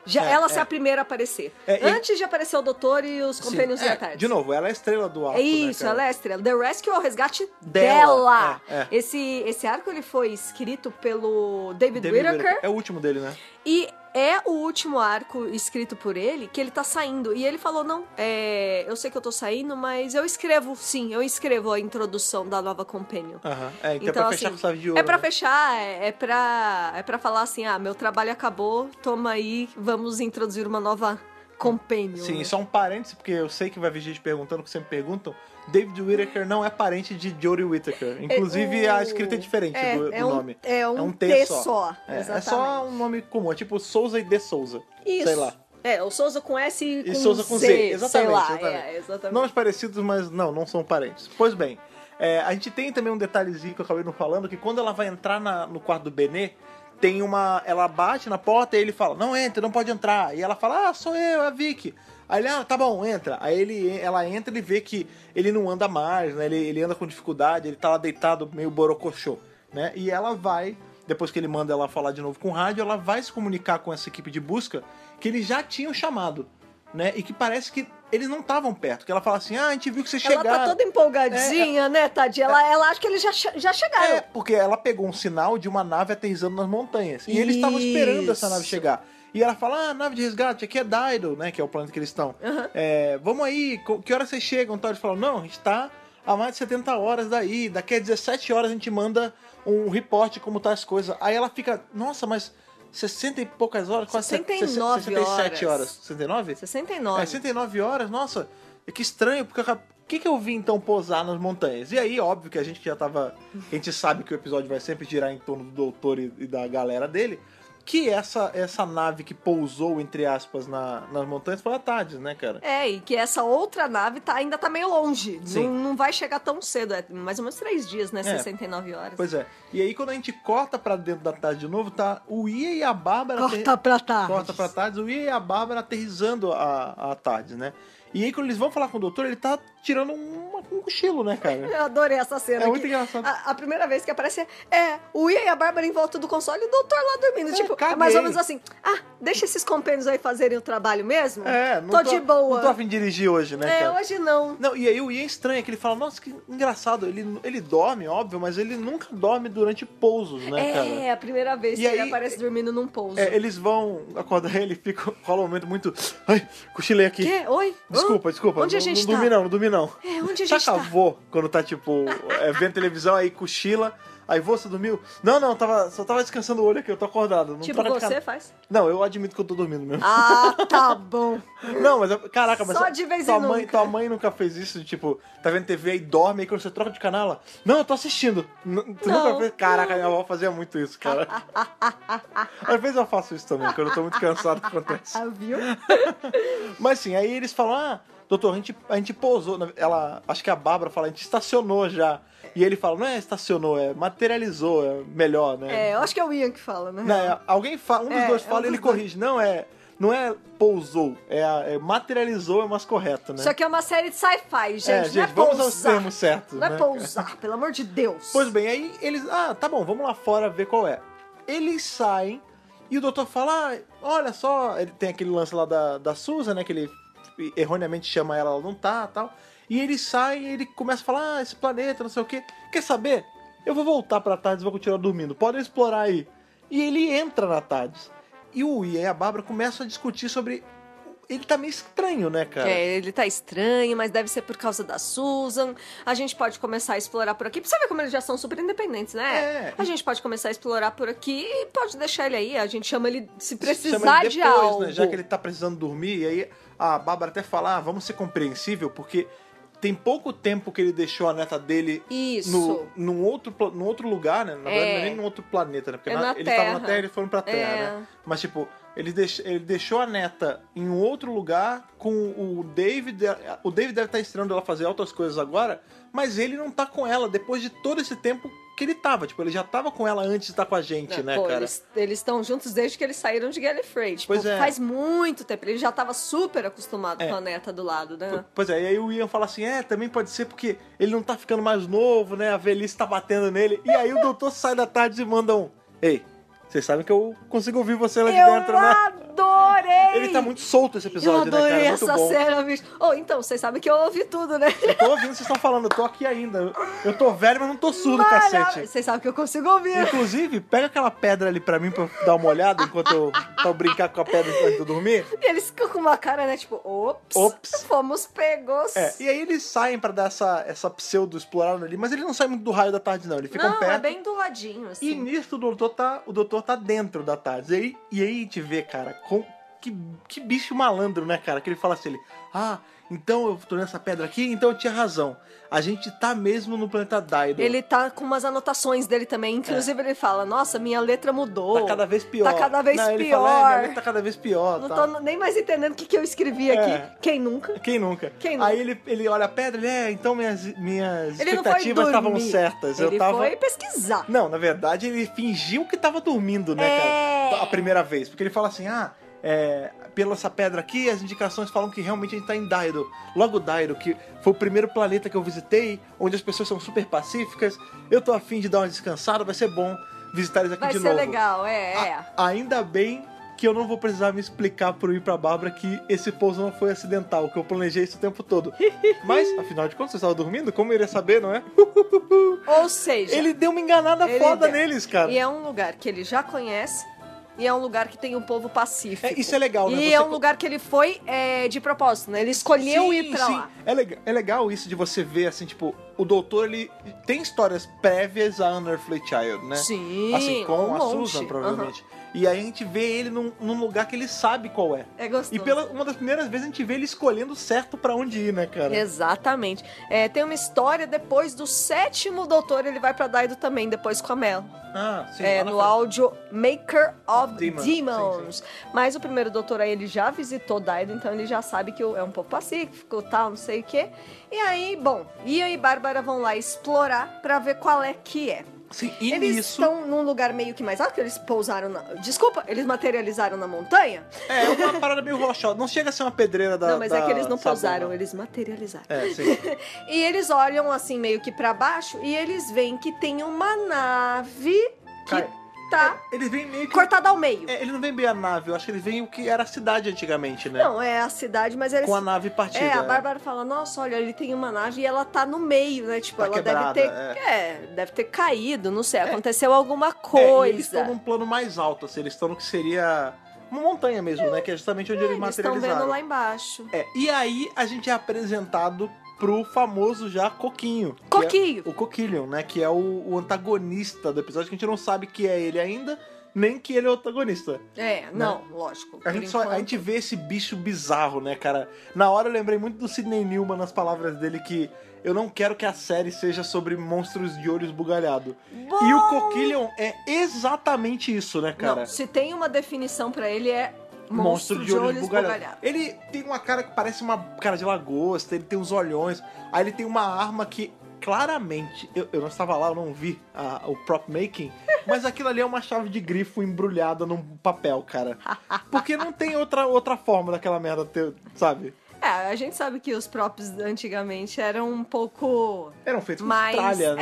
C: Já
B: É,
C: ela
B: é.
C: ser a primeira a aparecer.
B: É, e-
C: Antes de aparecer o doutor e os companheiros da
B: É,
C: tarde.
B: de novo, ela é a estrela do arco,
C: É isso,
B: né, cara?
C: ela é a estrela. The Rescue é o resgate dela.
B: Dela, é, é.
C: Esse, esse arco ele foi escrito pelo David,
B: David
C: Whittaker,
B: Whittaker. É o último dele, né?
C: e é o último arco escrito por ele que ele tá saindo. E ele falou: Não, é, eu sei que eu tô saindo, mas eu escrevo, sim, eu escrevo a introdução da nova Companion.
B: Aham. É, então, é pra fechar
C: assim,
B: com chave de ouro.
C: É pra
B: né?
C: fechar, é, é pra. É pra falar assim, ah, meu trabalho acabou, toma aí, vamos introduzir uma nova companion.
B: Sim,
C: né?
B: só um parêntese, porque eu sei que vai vir gente perguntando, que sempre perguntam. David Whittaker não é parente de Jodie Whittaker. Inclusive,
C: o-
B: a escrita é diferente
C: é,
B: do,
C: é
B: do
C: um,
B: nome.
C: É um,
B: É um
C: T,
B: T
C: só.
B: só. É, é
C: exatamente.
B: só um nome comum, é tipo Souza e De Souza.
C: Isso.
B: Sei lá.
C: É, o Souza com S e com
B: E Souza com Z,
C: Sei
B: exatamente,
C: lá,
B: exatamente.
C: é, exatamente.
B: Nomes parecidos, mas não, não são parentes. Pois bem, é, a gente tem também um detalhezinho que eu acabei não falando, que quando ela vai entrar na- no quarto do Benê, tem uma. Ela bate na porta e ele fala, não entra, não pode entrar. E ela fala, ah, sou eu, é a Vicky. Aí ele, ah, tá bom, entra. Aí ele, ela entra e ele vê que ele não anda mais, né? Ele, ele anda com dificuldade, ele tá lá deitado, meio borocochô, né? E ela vai, depois que ele manda ela falar de novo com o rádio, ela vai se comunicar com essa equipe de busca que eles já tinham chamado, né? E que parece que eles não estavam perto. Que ela fala assim, ah, a gente viu que vocês
C: ela
B: chegaram.
C: tá toda empolgadinha, né, Tadinha? Ela, ela acha que eles já, che- já chegaram.
B: É, porque ela pegou um sinal de uma nave aterrissando nas montanhas. E eles estavam esperando essa nave
C: Isso.
B: chegar. E ela fala, ah, nave de resgate, aqui é Dido, né? Que é o planeta que eles estão.
C: Aham.
B: É, vamos aí, co- que horas vocês chegam? Então eles falam, não, a gente tá há mais de 70 horas daí. Daqui a 17 horas a gente manda um reporte como tá as coisas. Aí ela fica, nossa, mas 60 e poucas horas? Quase
C: 69
B: 67
C: horas.
B: horas. 69?
C: 69.
B: É, 69 horas, nossa, é que estranho, porque eu- por que, que eu vim então pousar nas montanhas? E aí, óbvio que a gente já tava. A gente sabe que o episódio vai sempre girar em torno do doutor e, e da galera dele. Que essa, essa nave que pousou, entre aspas, na- nas montanhas foi a Tades, né, cara?
C: É, e que essa outra nave tá, ainda tá meio longe.
B: Sim.
C: Não, não vai chegar tão cedo. É mais ou menos três dias, né?
B: É.
C: 69 horas.
B: Pois é. E aí, quando a gente corta pra dentro da Tades de novo, tá o Ia e a Bárbara.
C: Corta pra tarde.
B: Corta pra Tardes, o Ian e a Bárbara aterrizando a, a Tardes, né? E aí, quando eles vão falar com o doutor, ele tá tirando um, um cochilo, né, cara?
C: Eu adorei essa cena.
B: É
C: aqui.
B: muito engraçado.
C: A, a primeira vez que aparece é o Ian e a Bárbara em volta do console e o doutor lá dormindo. Tipo, É mais ou menos assim, ah, deixa esses compêndios aí fazerem o trabalho mesmo.
B: É, não
C: tô, de boa.
B: Não tô a fim de dirigir hoje, né,
C: é,
B: cara?
C: hoje não.
B: Não, e aí o Ian é estranho, que ele fala, nossa, que engraçado, ele, ele dorme, óbvio, mas ele nunca dorme durante pousos, né, cara?
C: É, a primeira vez
B: E
C: que ele
B: aí-
C: aparece dormindo num pouso.
B: É, eles vão acordar ele, fica, rola um momento muito. Ai, cochilei aqui.
C: Quê? Oi?
B: Desculpa,
C: Hã?
B: desculpa.
C: Onde a
B: não-
C: gente
B: não
C: tá?
B: dormi não, não dormi não.
C: É, onde a gente
B: Saca
C: tá?
B: avô, quando tá, tipo, é, vendo televisão, aí cochila. Aí, vô, você dormiu? Não, não, tava, só tava descansando o olho aqui, eu tô acordado. Não
C: Tipo
B: troca de
C: você
B: cara.
C: faz?
B: Não, eu admito que eu tô dormindo mesmo.
C: Ah, tá bom.
B: Não, mas, eu- caraca, mas...
C: Só de vez
B: tua
C: em
B: mãe,
C: nunca.
B: Tua mãe nunca fez isso, tipo, tá vendo TV e dorme, aí quando você troca de canal, ela... Não, eu tô assistindo. N- Tu
C: Não,
B: nunca fez... Caraca, minha avó fazia muito isso, cara. Às vezes eu faço isso também, quando eu tô muito cansado, acontece.
C: Ah, viu?
B: Mas sim, aí eles falam, ah, doutor, a gente, a gente pousou. na- Ela, acho que a Bárbara fala, a gente estacionou já. E ele fala, não é estacionou, é materializou, é melhor, né?
C: É, eu acho que é o Ian que fala, né?
B: Não, é, alguém fala, um dos
C: É,
B: dois
C: é
B: fala
C: um
B: e ele
C: dos dois.
B: corrige. Não, é. Não é pousou, é, é materializou, é mais correto, né?
C: Isso aqui é uma série de sci-fi, gente.
B: é,
C: não é
B: gente, vamos aos
C: pousar.
B: termos certos.
C: Não
B: né?
C: é pousar, pelo amor de Deus.
B: Pois bem, aí eles. Ah, tá bom, vamos lá fora ver qual é. Eles saem e o doutor fala: ah, olha só, ele tem aquele lance lá da, da Susan, né? Que ele erroneamente chama ela, ela não tá tal. E ele sai e ele começa a falar: ah, esse planeta, não sei o quê. Quer saber? Eu vou voltar pra tarde vou continuar dormindo. Podem explorar aí. E ele entra na tarde. E o Ian e a Bárbara começam a discutir sobre. Ele tá meio estranho, né, cara?
C: É, ele tá estranho, mas deve ser por causa da Susan. A gente pode começar a explorar por aqui. Pra você ver como eles já são super independentes, né?
B: É.
C: A gente pode começar a explorar por aqui e pode deixar ele aí. A gente chama ele se precisar
B: Chama ele
C: de
B: depois,
C: algo.
B: Né? Já que ele tá precisando dormir, e aí a Bárbara até fala, ah, vamos ser compreensível, porque tem pouco tempo que ele deixou a neta dele
C: Isso.
B: no, num, outro, pla- num outro lugar, né? Na
C: É.
B: verdade, não é nem num outro planeta, né? Porque
C: É
B: na-
C: na
B: ele tava na
C: Terra.
B: Terra e eles foram pra Terra,
C: É.
B: né? Mas, tipo, ele, deix- ele deixou a neta em um outro lugar com o David. O David deve estar ensinando ela a fazer outras coisas agora, mas ele não tá com ela depois de todo esse tempo que ele tava. Tipo, ele já tava com ela antes de estar com a gente,
C: Não,
B: né,
C: É, pô,
B: cara?
C: Eles estão juntos desde que eles saíram de Gallifrey. Tipo,
B: Pois é.
C: faz muito tempo. Ele já tava super acostumado
B: É.
C: com a neta do lado,
B: Po-
C: né?
B: Pois é, e aí o Ian fala assim: é, também pode ser porque ele não tá ficando mais novo, né? A velhice tá batendo nele. E aí o doutor sai da tarde e manda um: Ei, vocês sabem que eu consigo ouvir você lá de dentro,
C: Eu
B: né?
C: adorei!
B: Ele tá muito solto esse
C: Eu
B: episódio, né,
C: adorei
B: cara? Muito
C: essa
B: bom.
C: cena, bicho. Oh, então, vocês sabem que eu ouvi tudo, né?
B: Eu tô ouvindo, vocês estão falando, eu tô aqui ainda. Eu tô velho, mas não tô surdo,
C: Maravilha.
B: cacete.
C: Vocês sabem que eu consigo ouvir.
B: Inclusive, pega aquela pedra ali pra mim pra eu dar uma olhada enquanto eu, pra eu brincar com a pedra antes de eu dormir.
C: E eles ficam com uma cara, né? Tipo, ops,
B: Ops.
C: fomos pegos.
B: É, e aí eles saem pra dar essa, essa pseudo-explorada ali, mas ele não sai muito do raio da tarde, não. Ele fica
C: não,
B: perto.
C: é bem do ladinho,
B: E
C: assim.
B: nisso o doutor tá, o doutor tá dentro da Tardes. E, aí- e aí a gente vê, cara, com, que, que bicho malandro, né, cara? Que ele fala assim, ele, ah, então eu tô nessa pedra aqui, então eu tinha razão. A gente tá mesmo no planeta Daido.
C: Ele tá com umas anotações dele também. Inclusive, ele fala, nossa, minha letra mudou.
B: É. tá cada vez pior.
C: Tá cada vez
B: Não, ele
C: pior.
B: Fala, é, minha letra tá cada vez pior.
C: Não
B: tá.
C: tô nem mais entendendo o que, que eu escrevi
B: É.
C: aqui. Quem nunca?
B: Quem nunca?
C: Quem nunca?
B: Aí ele, ele olha a pedra, ele, é, então minhas, minhas
C: Ele não foi
B: expectativas estavam
C: dormir.
B: certas.
C: Ele
B: eu tava...
C: foi pesquisar.
B: Não, na verdade ele fingiu que tava dormindo, né,
C: É.
B: cara? A primeira vez. Porque ele fala assim: ah, é, pela essa pedra aqui, as indicações falam que realmente a gente tá em Dairo. Logo Dairo, que foi o primeiro planeta que eu visitei, onde as pessoas são super pacíficas. Eu tô afim de dar uma descansada, vai ser bom visitar eles aqui
C: Vai
B: de
C: ser
B: novo. Ah.
C: legal, é, é.
B: A- ainda bem que eu não vou precisar me explicar pro ir pra Bárbara que esse pouso não foi acidental, que eu planejei isso o tempo todo. Mas, afinal de contas, você estava dormindo? Como eu iria saber, não é?
C: é. Ou seja,
B: Ele deu uma enganada
C: Ele
B: foda
C: deu.
B: neles, cara.
C: e é um lugar que ele já conhece e é um lugar que tem um povo pacífico.
B: É, isso é legal, né?
C: E
B: Você-
C: é um lugar que ele foi é, de propósito, né? Ele escolheu
B: Sim,
C: ir pra
B: sim.
C: lá.
B: É, lega- é legal isso de você ver, assim, tipo, o doutor, ele tem histórias prévias a Unearthly Child, né?
C: Sim,
B: Assim, com
C: um
B: a
C: monte.
B: Susan, provavelmente. E aí a gente vê ele num, num lugar que ele sabe qual é.
C: É gostoso.
B: E pela uma das primeiras vezes a gente vê ele escolhendo certo pra onde ir, né, cara?
C: Exatamente. É, tem uma história depois do sétimo doutor, ele vai pra Daido também, depois com a Mel.
B: Ah, sim.
C: é,
B: lá na
C: no
B: frente.
C: áudio Maker of
B: Demon,
C: Demons.
B: sim,
C: Mas o primeiro doutor aí, ele já visitou Daido, então ele já sabe que é um pouco pacífico, tal, não sei o quê. E aí, bom, Ian e Bárbara vão lá explorar pra ver qual é que é.
B: Sim, e
C: eles
B: nisso...
C: estão num lugar meio que mais alto, que eles pousaram na... Desculpa, eles materializaram na montanha?
B: É, é uma parada meio rochosa. Não chega a ser uma pedreira da...
C: não, mas é
B: da
C: que eles não
B: Sabana.
C: pousaram, eles materializaram.
B: É, sim.
C: E eles olham assim meio que pra baixo e eles veem que tem uma nave que
B: Cai-
C: tá
B: Ele vem É, meio que.
C: cortada ao meio.
B: É, ele não vem bem a nave, eu acho que ele vem o que era a cidade antigamente, né?
C: Não, é a cidade, mas era
B: Com a
C: esse-
B: nave partida.
C: É, a
B: né?
C: Bárbara fala, nossa, olha, ele tem uma nave e ela tá no meio, né? Tipo,
B: Tá
C: ela
B: quebrada,
C: deve ter. É. deve ter caído, não sei, aconteceu
B: É,
C: alguma
B: e eles
C: coisa.
B: estão num plano mais alto, assim, eles estão no que seria uma montanha mesmo, né? Que é justamente onde eles
C: eles estão vendo
B: materializaram.
C: lá embaixo.
B: É, e aí a gente é apresentado pro famoso já Coquinho. que é-
C: Coquinho!
B: o Coquillion, né? Que é o, o antagonista do episódio, que a gente não sabe que é ele ainda, nem que ele é o antagonista.
C: É, não, lógico.
B: Né? A
C: por
B: gente, só, a
C: enquanto.
B: gente vê esse bicho bizarro, né, cara? Na hora eu lembrei muito do Sidney Newman nas palavras dele que eu não quero que a série seja sobre monstros de olhos bugalhado. E o Coquillion é exatamente isso, né, cara?
C: Não, se tem uma definição pra ele é monstro,
B: monstro de olhos, bugalhados.
C: bugalhados.
B: Ele tem uma cara que parece uma cara de lagosta, ele tem uns olhões, aí ele tem uma arma que claramente, eu, eu não estava lá, eu não vi a- o prop making, mas aquilo ali é uma chave de grifo embrulhada num papel, cara. Porque não tem outra, outra forma daquela merda ter, sabe?
C: É, a gente sabe que os próprios antigamente eram um pouco
B: Eram feitos com
C: mais.
B: tralha, né?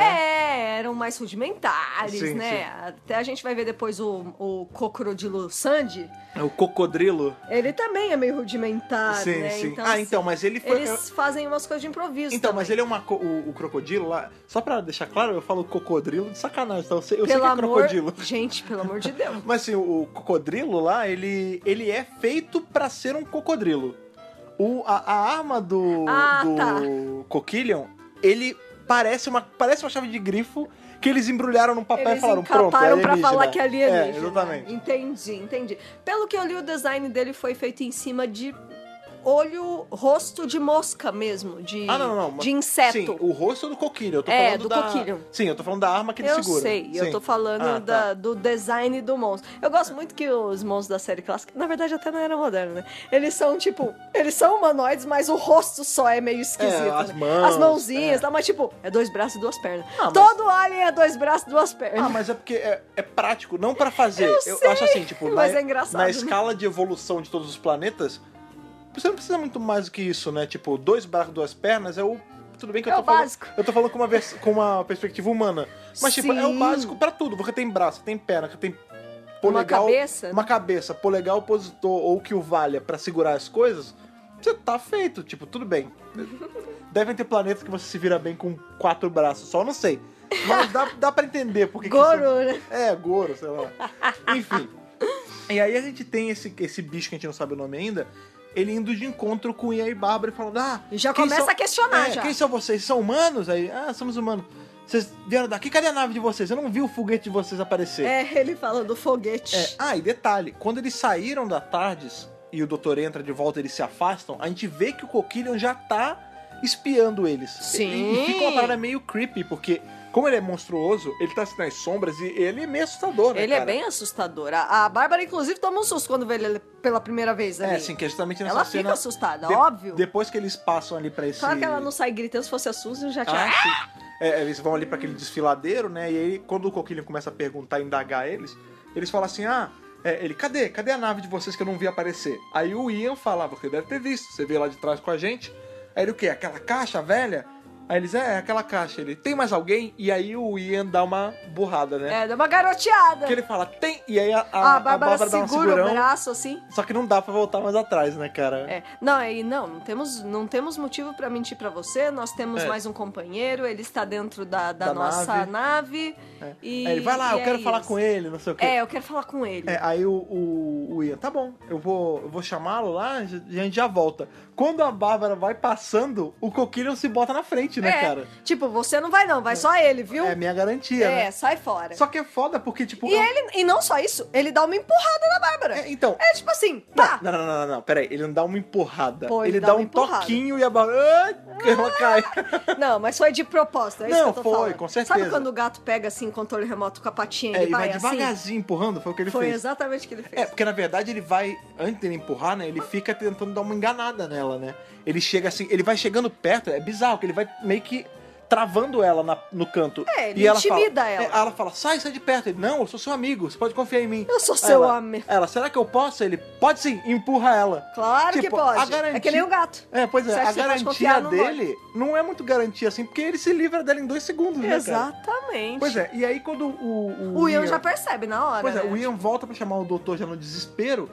C: É, eram mais rudimentares,
B: Sim,
C: né? Até a gente vai ver depois o, o Cocrodilo Sandy.
B: É O cocodrilo.
C: Ele também é meio rudimentar,
B: sim,
C: né?
B: sim.
C: Então,
B: ah,
C: assim,
B: então, mas ele foi...
C: Eles fazem umas coisas de improviso.
B: Então, mas
C: também.
B: ele é uma co- o, o crocodilo lá. Só pra deixar claro, eu falo cocodrilo de sacanagem. Então eu sei, eu sei
C: pelo
B: que é
C: amor...
B: crocodilo.
C: Gente, pelo amor de Deus.
B: Mas assim, o cocodrilo lá, ele, ele é feito pra ser um cocodrilo. O, a, a arma do,
C: Ah,
B: do
C: tá.
B: Coquillion, ele parece uma, parece uma chave de grifo que eles embrulharam num papel
C: Eles
B: e falaram, pronto, é
C: encaparam pra
B: alienígena."
C: falar que é alienígena.
B: É, exatamente.
C: Entendi, entendi. Pelo que eu li, o design dele foi feito em cima de olho, rosto de mosca mesmo, de,
B: Ah, não, não, não.
C: de inseto.
B: Sim, o rosto é do Coquillion. Eu tô
C: É,
B: falando
C: do
B: da...
C: Coquillion.
B: Sim, eu tô falando da arma que ele
C: eu
B: segura.
C: sei, eu
B: Sim.
C: tô falando
B: Ah, tá.
C: da- do design do monstro. Eu gosto muito que os monstros da série clássica, na verdade até na era moderna, né? Eles são tipo, eles são humanoides, mas o rosto só é meio esquisito.
B: É, as
C: né?
B: mãos,
C: As
B: é.
C: mãozinhas, tá? mas tipo, é dois braços e duas pernas.
B: Ah, mas-
C: Todo alien é dois braços e duas pernas.
B: Ah, mas é porque é, é prático, não pra fazer.
C: Eu sei,
B: acho assim, tipo,
C: mas
B: na,
C: é engraçado,
B: na
C: né?
B: escala de evolução de todos os planetas, você não precisa muito mais do que isso, né? Tipo, dois braços, duas pernas é o. Tudo bem que
C: É
B: eu tô
C: o
B: falando.
C: básico.
B: Eu tô falando com uma, vers- com uma perspectiva humana. Mas, tipo, é o
C: Sim.
B: básico pra tudo. Você tem braço, tem perna, você tem polegar.
C: cabeça, né?
B: Uma cabeça, polegar opositor ou que o valha pra segurar as coisas. Você tá feito, tipo, tudo bem. Devem ter planetas que você se vira bem com quatro braços, só eu não sei. Mas dá, dá pra entender porque que isso-
C: Goro, né?
B: é, Goro, sei lá. Enfim. E aí a gente tem esse, esse bicho que a gente não sabe o nome ainda, ele indo de encontro com Ian e Bárbara e falando, ah...
C: Já
B: quem
C: começa
B: são-
C: a questionar,
B: é,
C: já.
B: Quem são vocês? São humanos? Aí, ah, somos humanos. Vocês vieram daqui? Cadê a nave de vocês? Eu não vi o foguete de vocês aparecer.
C: É, ele falando do foguete.
B: É, Ah, e detalhe, quando eles saíram da Tardes e o doutor entra de volta e eles se afastam, a gente vê que o Coquillion já tá espiando eles.
C: Sim.
B: E, e fica uma parada meio creepy, porque como ele é monstruoso, ele tá assim, nas sombras e ele é meio assustador, né,
C: ele é
B: cara?
C: bem assustador. A, a Bárbara, inclusive, toma um susto quando vê ele pela primeira vez ali.
B: É, assim, que é justamente nessa
C: Ela
B: cena...
C: fica assustada,
B: de-
C: óbvio.
B: Depois que eles passam ali pra esse...
C: Claro que ela não sai gritando, se fosse a Susan, já tinha...
B: Ah, sim. É, eles vão ali pra aquele desfiladeiro, né? E aí, quando o Coquilho começa a perguntar, indagar eles, eles falam assim: ah, é, ele, cadê? Cadê a nave de vocês que eu não vi aparecer? Aí o Ian fala: você deve ter visto, você veio lá de trás com a gente. Aí ele, o quê? Aquela caixa velha? Aí eles, é, é aquela caixa. Ele, tem mais alguém? E aí o Ian dá uma burrada, né?
C: É, dá uma garoteada.
B: Porque ele fala, tem. E aí a, a,
C: Ah,
B: a Bárbara, dá um
C: segura
B: segurão.
C: o braço, assim.
B: Só que não dá pra voltar mais atrás, né, cara?
C: É. Não, aí não, não temos, não temos motivo pra mentir pra você. Nós temos
B: É.
C: mais um companheiro, ele está dentro da, da
B: Da
C: nossa nave.
B: É.
C: E,
B: Aí ele, vai lá,
C: e
B: eu quero
C: é
B: falar
C: isso.
B: com ele, não sei o quê.
C: É, eu quero falar com ele.
B: É, aí o, o, o Ian, tá bom, eu vou, eu vou chamá-lo lá e a gente já volta. Quando a Bárbara vai passando, o Coquillion se bota na frente, né,
C: É,
B: cara?
C: Tipo, você não vai não, vai só ele, viu?
B: É a minha garantia,
C: É,
B: né?
C: sai fora.
B: Só que é foda porque, tipo...
C: E
B: é-
C: ele, e não só isso, ele dá uma empurrada na Bárbara.
B: é, então...
C: É tipo assim, pá!
B: Não, não, não, não, não, peraí, ele não dá uma empurrada.
C: Pô,
B: ele,
C: ele
B: dá,
C: dá
B: um
C: uma empurrada.
B: toquinho e a Bárbara... Ai, ela cai.
C: Não, mas foi de propósito, é isso
B: Não,
C: que eu tô
B: foi,
C: falando.
B: com certeza.
C: Sabe quando o gato pega assim, controle remoto com a patinha,
B: É,
C: ele
B: e vai
C: assim?
B: devagarzinho empurrando, foi o que ele
C: Foi
B: fez.
C: exatamente o que ele fez.
B: É, porque na verdade ele vai, antes dele empurrar, né? Ele fica tentando dar uma enganada nela, né? Ele chega assim, ele vai chegando perto, é bizarro, que ele vai meio que travando ela na- no canto.
C: É, ele
B: e ela
C: intimida
B: fala,
C: ela.
B: é, Ela fala, sai, sai de perto. Ele, não, eu sou seu amigo, você pode confiar em mim.
C: Eu sou
B: Aí
C: seu
B: ela-
C: homem.
B: Ela, será que eu posso? Ele, pode sim, e empurra ela.
C: Claro que
B: Tipo,
C: pode.
B: a garantia-
C: É que nem o gato.
B: É, pois é,
C: Você acha
B: a
C: que pode
B: garantia
C: confiar, não pode.
B: dele não é muito garantia, assim, porque ele se livra dela em dois segundos, né, cara?
C: Exatamente.
B: Pois é, e aí quando o.
C: O Ian já percebe na hora.
B: Pois é,
C: né?
B: o Ian volta pra chamar o doutor já no desespero.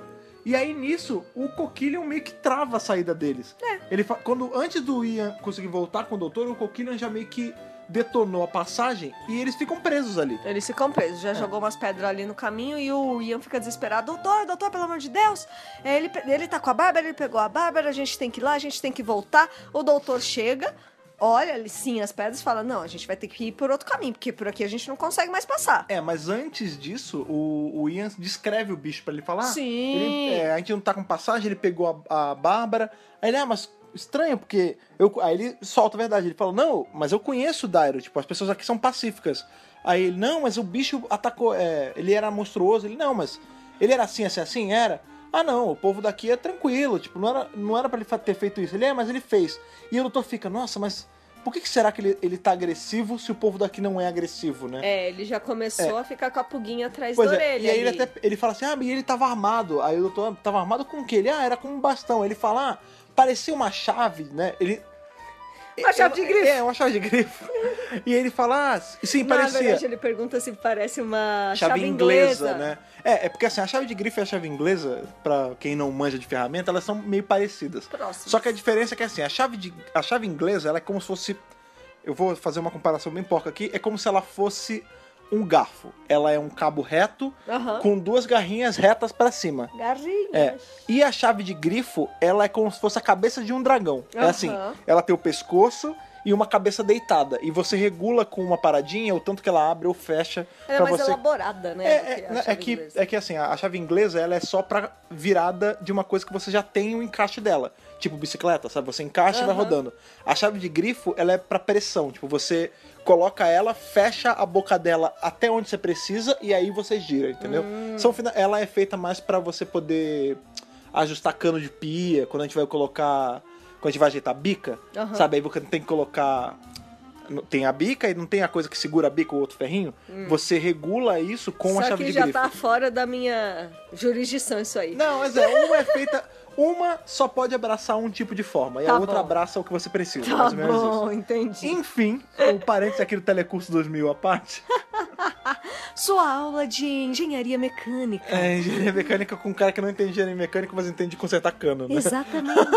B: E aí, nisso, o Coquillion meio que trava a saída deles. É. Ele fa- quando Antes do Ian conseguir voltar com o doutor, o Coquillion já meio que detonou a passagem e eles ficam presos ali.
C: Eles ficam presos.
B: É.
C: Já jogou umas pedras ali no caminho e o Ian fica desesperado. Doutor, doutor, pelo amor de Deus. É, Ele, pe- ele tá com a Bárbara, ele pegou a Bárbara, a gente tem que ir lá, a gente tem que voltar. O doutor chega, olha ali sim as pedras e fala: Não, a gente vai ter que ir por outro caminho, porque por aqui a gente não consegue mais passar.
B: É, mas antes disso, o, o Ian descreve o bicho pra ele falar.
C: Sim.
B: ele, é, a gente não tá com passagem, ele pegou a, a Bárbara. Aí ele, ah, mas estranho, porque. Eu, aí ele solta a verdade. Ele fala, não, mas eu conheço o Dairo, tipo, as pessoas aqui são pacíficas. Aí ele, não, mas o bicho atacou. é, ele era monstruoso. Ele, não, mas ele era assim, assim, assim, era. Ah, não, o povo daqui é tranquilo, tipo, não era, não era pra ele fa- ter feito isso. Ele é, mas ele fez. E o doutor fica, nossa, mas por que, que será que ele, ele tá agressivo se o povo daqui não é agressivo, né?
C: É, ele já começou a ficar com a puguinha atrás
B: Pois é, e aí ele até ele fala assim: ah, e ele tava armado. Aí o doutor tava armado com o quê? Ele, ah, era com um bastão. Ele fala, ah, parecia uma chave, né? Ele.
C: Uma chave de
B: Ela-
C: grifo.
B: É, uma chave de grifo. e ele fala, ah, sim, parecia.
C: ele pergunta se parece uma
B: chave, inglesa, né? É, é porque assim, a chave de grifo e a chave inglesa, pra quem não manja de ferramenta, elas são meio parecidas.
C: Próximo.
B: Só que a diferença é que assim, a chave, de, a chave inglesa, ela é como se fosse. Eu vou fazer uma comparação bem porca aqui. É como se ela fosse um garfo. Ela é um cabo reto
C: Aham.
B: com duas garrinhas retas pra cima. É. E a chave de grifo, ela é como se fosse a cabeça de um dragão. É
C: Aham.
B: assim, ela tem o pescoço e uma cabeça deitada. E você regula com uma paradinha o tanto que ela abre ou fecha
C: Ela é
B: pra
C: mais
B: você.
C: elaborada, né? do
B: É,
C: que
B: é,
C: a
B: né, é
C: chave
B: que,
C: inglesa.
B: é que assim, a a chave inglesa ela é só pra virada de uma coisa que você já tem o encaixe dela. Tipo bicicleta, sabe? Você encaixa e vai
C: Aham.
B: rodando. A chave de grifo, ela é pra pressão. Tipo, você coloca ela, fecha a boca dela até onde você precisa e aí você gira, entendeu?
C: Hum.
B: São fina- ela é feita mais pra você poder ajustar cano de pia, quando a gente vai colocar... Quando a gente vai ajeitar a bica,
C: Aham.
B: sabe? Aí você tem que colocar não- tem a bica e não tem a coisa que segura a bica ou outro ferrinho, você regula isso com
C: Hum. Só
B: a chave
C: que
B: de
C: já
B: grifo.
C: tá fora da minha jurisdição isso aí.
B: Não, mas é, uma é feita. Uma só pode abraçar um tipo de forma, e a
C: Tá
B: outra
C: bom.
B: abraça o que você precisa.
C: tá
B: mais ou menos
C: bom,
B: isso.
C: entendi.
B: Enfim, o parênteses aqui do Telecurso 2000 à parte,
C: Sua aula de engenharia mecânica.
B: é engenharia mecânica com um cara que não entende engenharia mecânica, mas entende consertar cano, né?
C: Exatamente.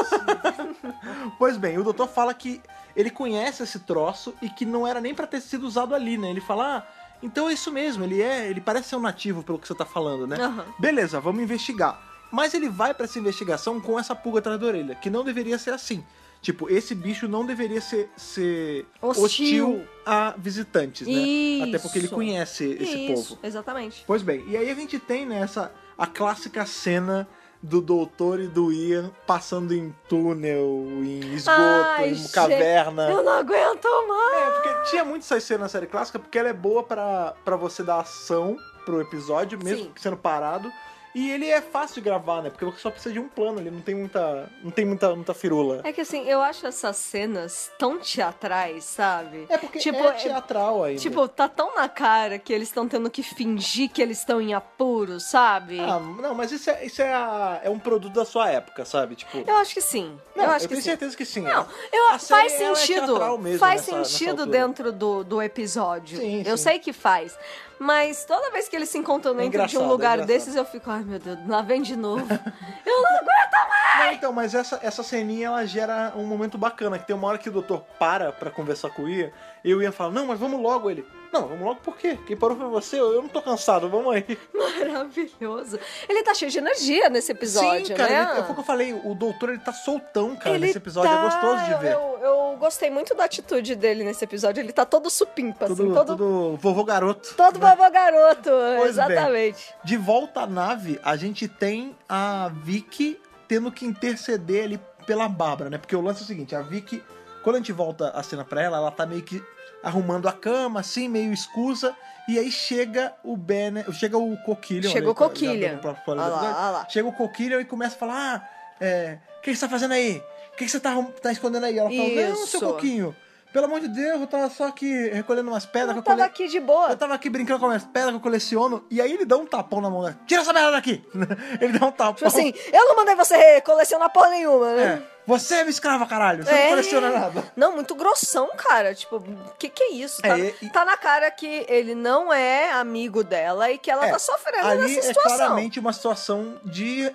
B: Pois bem, o doutor fala que ele conhece esse troço e que não era nem pra ter sido usado ali, né? Ele fala, ah, então é isso mesmo, ele é, ele parece ser um nativo pelo que você tá falando, né?
C: Aham.
B: Beleza, vamos investigar. Mas ele vai pra essa investigação com essa pulga atrás da orelha, que não deveria ser assim. Tipo, esse bicho não deveria ser, ser
C: Hostil.
B: a visitantes, né? Até porque ele
C: Isso.
B: conhece esse
C: Isso,
B: povo.
C: exatamente.
B: Pois bem, e aí a gente tem nessa a clássica cena do doutor e do Ian passando em túnel, em esgoto,
C: Ai,
B: em
C: gente,
B: caverna.
C: Eu não aguento mais.
B: É, porque tinha muito essas cenas na série clássica, porque ela é boa pra, pra você dar ação pro episódio, mesmo
C: Sim.
B: sendo parado. E ele é fácil de gravar, né? Porque você só precisa de um plano, ele não tem muita. não tem muita, muita firula.
C: É que assim, eu acho essas cenas tão teatrais, sabe?
B: É porque
C: Tipo,
B: é
C: é-
B: teatral ainda.
C: Tipo, tá tão na cara que eles estão tendo que fingir que eles estão em apuro, sabe?
B: Ah, não, mas isso, é, isso é, a- é um produto da sua época, sabe? Tipo.
C: Eu acho que sim.
B: não,
C: eu acho que
B: tenho
C: sim.
B: certeza que sim.
C: Não,
B: né?
C: eu,
B: A série,
C: faz
B: ela é
C: sentido.
B: teatral mesmo
C: faz
B: nessa- nessa
C: sentido
B: altura.
C: dentro do, do episódio.
B: Sim,
C: eu
B: sim.
C: sei que faz. Mas toda vez que eles se encontram dentro de
B: engraçado,
C: um
B: é
C: lugar
B: engraçado.
C: desses, eu fico, ai meu Deus, lá vem de novo. eu não
B: Não, então, mas essa, essa ceninha ela gera um momento bacana, que tem uma hora que o doutor para pra conversar com o Ian, e o Ian fala, não, mas vamos logo ele. Não, vamos logo por quê? Quem parou foi você, eu eu não tô cansado, vamos aí.
C: Maravilhoso. Ele tá cheio de energia nesse episódio,
B: Sim, cara,
C: né?
B: ele, foi o que eu falei, o doutor ele tá soltão, cara,
C: Ele
B: nesse episódio,
C: tá-
B: é gostoso de ver.
C: Eu, eu gostei muito da atitude dele nesse episódio. Ele tá todo supimpa,
B: Tudo,
C: assim, todo, todo,
B: tudo vovô garoto.
C: vovô garoto.
B: Né? bem.
C: exatamente.
B: De volta à nave, a gente tem a Vicky tendo que interceder ali pela Bárbara, né? Porque o lance é o seguinte, a Vicky, quando a gente volta a cena pra ela, ela tá meio que arrumando a cama, assim, meio escusa, e aí chega o Banner, chega o né, Coquilho.
C: Chega o Coquillion.
B: tá
C: Olha lá, olha lá.
B: Chega o Coquilho e começa a falar, ah, é, o que que você tá fazendo aí? O que que você tá, arrum- tá escondendo aí? Ela fala, não,
C: Isso.
B: seu Coquinho, Pelo amor de Deus, eu tava só aqui recolhendo umas pedras
C: Eu
B: que eu
C: tava
B: cole...
C: aqui de boa.
B: Eu tava aqui brincando com as pedras que eu coleciono, e aí ele dá um tapão na mão dela. Tira essa merda daqui! ele dá um tapão.
C: Tipo assim, eu não mandei você colecionar porra nenhuma,
B: É,
C: né?
B: você é minha escrava, caralho. Você não coleciona nada.
C: Não, muito grossão, cara. Tipo, que que é isso? Tá,
B: É, e-
C: tá na cara que ele não é amigo dela e que ela
B: É,
C: tá sofrendo
B: Ali
C: nessa
B: é
C: situação.
B: claramente uma situação de...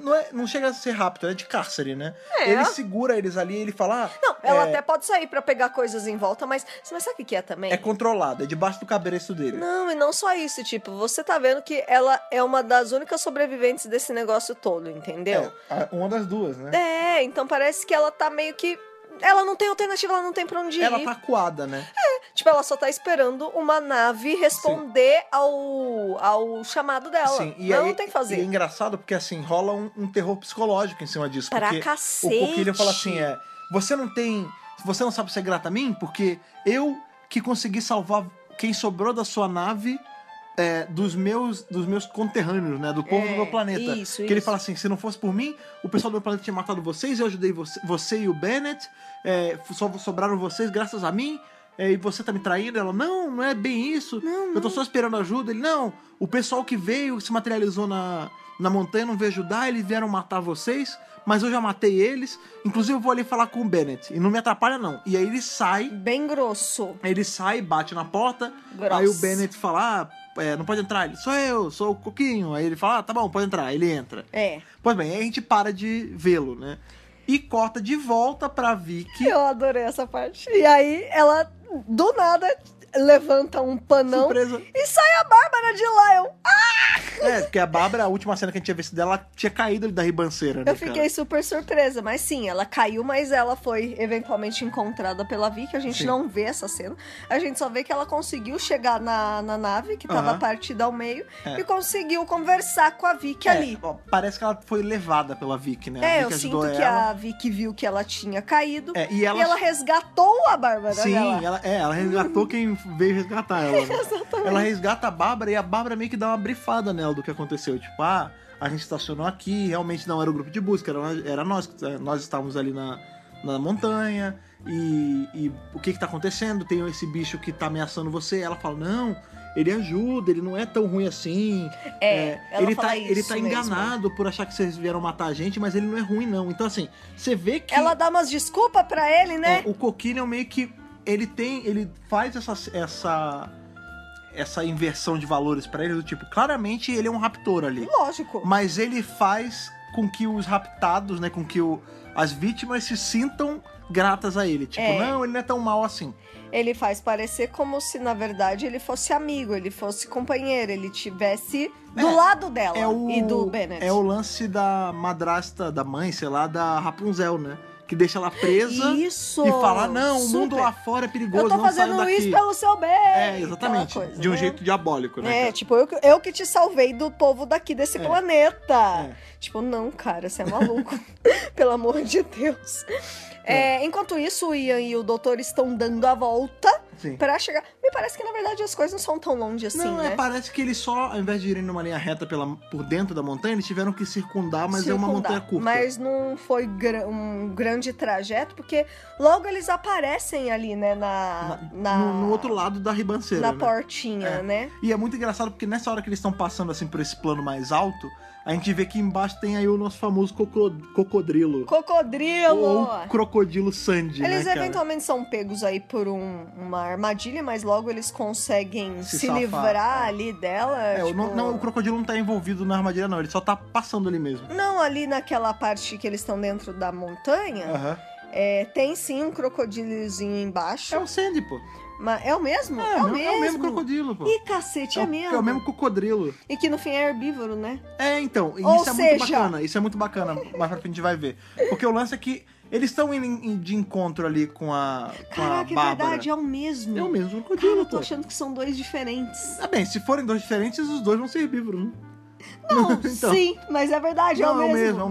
B: Não, é- não chega a ser rápido, é de cárcere, né?
C: É.
B: Ele segura eles ali, ele fala... ah,
C: Não, ela
B: é,
C: até pode sair pra pegar coisas em volta, mas, mas sabe o que que é também?
B: É controlado, é debaixo do cabresto dele.
C: Não, e não só isso, tipo, você tá vendo que ela é uma das únicas sobreviventes desse negócio todo, entendeu?
B: É, a- uma das duas, né?
C: É, então parece que ela tá meio que. Ela não tem alternativa, ela não tem pra onde
B: Ela
C: ir.
B: tá coada, né?
C: Tipo, ela só tá esperando uma nave responder ao, ao chamado dela.
B: Sim, e
C: ela
B: aí,
C: não tem o que
B: E é
C: fazer.
B: engraçado porque assim, rola um, um terror psicológico em cima disso.
C: Pra
B: porque
C: cacete.
B: o Coquilho fala assim: é. Você não tem. Você não sabe ser grata a mim? Porque eu que consegui salvar quem sobrou da sua nave. é, dos meus dos meus conterrâneos, né? Do povo
C: É,
B: do meu planeta.
C: isso,
B: que ele
C: isso.
B: fala assim: se não fosse por mim, o pessoal do meu planeta tinha matado vocês, eu ajudei você, você e o Bennett, é, só sobraram vocês graças a mim, é, e você tá me traindo. Ela, não, não é bem isso. Eu tô só esperando ajuda. Ele, não, o pessoal que veio, se materializou na, na montanha, não veio ajudar, eles vieram matar vocês, mas eu já matei eles. Inclusive, eu vou ali falar com o Bennett. E não me atrapalha, não. E aí ele sai,
C: Bem grosso.
B: ele sai, bate na porta.
C: Grosso.
B: Aí o Bennett fala: ah, é, não pode entrar. Ele, sou eu, sou o Coquinho. Aí ele fala: ah, tá bom, pode entrar. Ele entra.
C: É.
B: Pois bem, aí a gente para de vê-lo, né? E corta de volta pra Vicky.
C: Eu adorei essa parte. E aí ela, do nada, levanta um panão
B: Surpresa.
C: e sai a Bárbara de lá. Eu,
B: É, porque a Bárbara, a última cena que a gente tinha visto dela, ela tinha caído ali da ribanceira, né?
C: Eu
B: cara?
C: fiquei super surpresa, mas sim, ela caiu, mas ela foi eventualmente encontrada pela Vicky. A gente
B: Sim.
C: não vê essa cena. A gente só vê que ela conseguiu chegar na, na nave, que tava
B: Aham.
C: partida ao meio,
B: É.
C: e conseguiu conversar com a Vicky
B: É,
C: assim, ali.
B: ó, Parece que ela foi levada pela Vicky, né? a
C: É, eu
B: Vicky
C: sinto
B: ajudou
C: que
B: ela.
C: a Vicky viu que ela tinha caído.
B: É, e ela-
C: E ela resgatou a Bárbara
B: Sim,
C: dela.
B: ela, é, ela resgatou quem veio resgatar ela. né? Ela resgata a Bárbara e a Bárbara meio que dá uma brifada nela do que aconteceu. Tipo, ah, a gente estacionou aqui, realmente não era o grupo de busca, era, era nós. que- é, Nós estávamos ali na, na montanha e, e o que que tá acontecendo? Tem esse bicho que tá ameaçando você. Ela fala, não, ele ajuda, ele não é tão ruim assim.
C: É, ela
B: ele,
C: fala
B: tá, ele
C: isso
B: tá
C: mesmo.
B: enganado por achar que vocês vieram matar a gente, mas ele não é ruim, não. Então, assim, você vê que.
C: Ela dá umas desculpas pra ele, né?
B: É, o Coquinho é um meio que ele tem, ele faz essa essa essa inversão de valores pra ele do tipo, claramente ele é um raptor ali,
C: Lógico.
B: mas ele faz com que os raptados, né, com que o, as vítimas se sintam gratas a ele, tipo,
C: É.
B: não, ele não é tão mal assim.
C: Ele faz parecer como se, na verdade, ele fosse amigo, ele fosse companheiro, ele tivesse do
B: É,
C: lado dela
B: É o
C: e do Bennett.
B: é o lance da madrasta da mãe, sei lá, da Rapunzel, né, que deixa ela presa
C: Isso!
B: e fala, não, o mundo
C: super.
B: lá fora é perigoso,
C: Eu tô
B: não sai
C: fazendo
B: daqui.
C: isso pelo seu bem!
B: é,
C: aquela
B: exatamente.
C: coisa,
B: de um
C: né?
B: jeito diabólico, né?
C: É,
B: cara?
C: tipo, eu, que- eu que te salvei do povo daqui desse
B: É.
C: planeta. Tipo, não, cara, você é maluco. Pelo amor de Deus. É, enquanto isso, o Ian e o doutor estão dando a volta
B: Sim.
C: pra chegar. Me parece que, na verdade, as coisas não são tão longe assim,
B: Não,
C: né?
B: é, parece que eles só, ao invés de irem numa linha reta pela, por dentro da montanha, eles tiveram que circundar, mas é uma
C: circundar.
B: montanha curta.
C: Mas não foi gra- um grande trajeto, porque logo eles aparecem ali, né? Na.
B: Na-
C: na
B: no, no outro lado da ribanceira.
C: Na
B: né?
C: portinha,
B: É.
C: né?
B: E é muito engraçado porque nessa hora que eles estão passando assim por esse plano mais alto, a gente vê que embaixo tem aí o nosso famoso cocro, cocodrilo.
C: Cocodrilo!
B: Ou crocodilo Sandy,
C: Eles
B: né, cara?
C: eventualmente são pegos aí por um- uma armadilha, mas logo eles conseguem se,
B: Se safar,
C: livrar
B: é.
C: ali dela.
B: É, o-
C: tipo-
B: não, não, o crocodilo não tá envolvido na armadilha, não. Ele só tá passando ali mesmo.
C: Não, ali naquela parte que eles estão dentro da montanha,
B: Aham.
C: é, tem sim um crocodilozinho embaixo.
B: É o Sandy, pô.
C: Mas é o mesmo?
B: É, o mesmo, é o mesmo crocodilo, pô.
C: Ih, cacete, é,
B: o-
C: mesmo.
B: É o mesmo cocodrilo.
C: E que no fim é herbívoro, né?
B: É, então, e
C: Ou
B: isso é muito
C: seja-
B: bacana, isso é muito bacana, mais pra frente a gente vai ver. Porque o lance é que eles estão indo em- de encontro ali com a, com
C: Caraca,
B: a
C: é
B: Bárbara.
C: verdade, é o mesmo.
B: É o mesmo
C: Cara,
B: crocodilo,
C: eu tô
B: pô.
C: achando que são dois diferentes.
B: Tá bem, se forem dois diferentes, os dois vão ser herbívoros, né?
C: Não,
B: Então.
C: sim, mas é verdade,
B: Não,
C: é o mesmo. É o mesmo, é o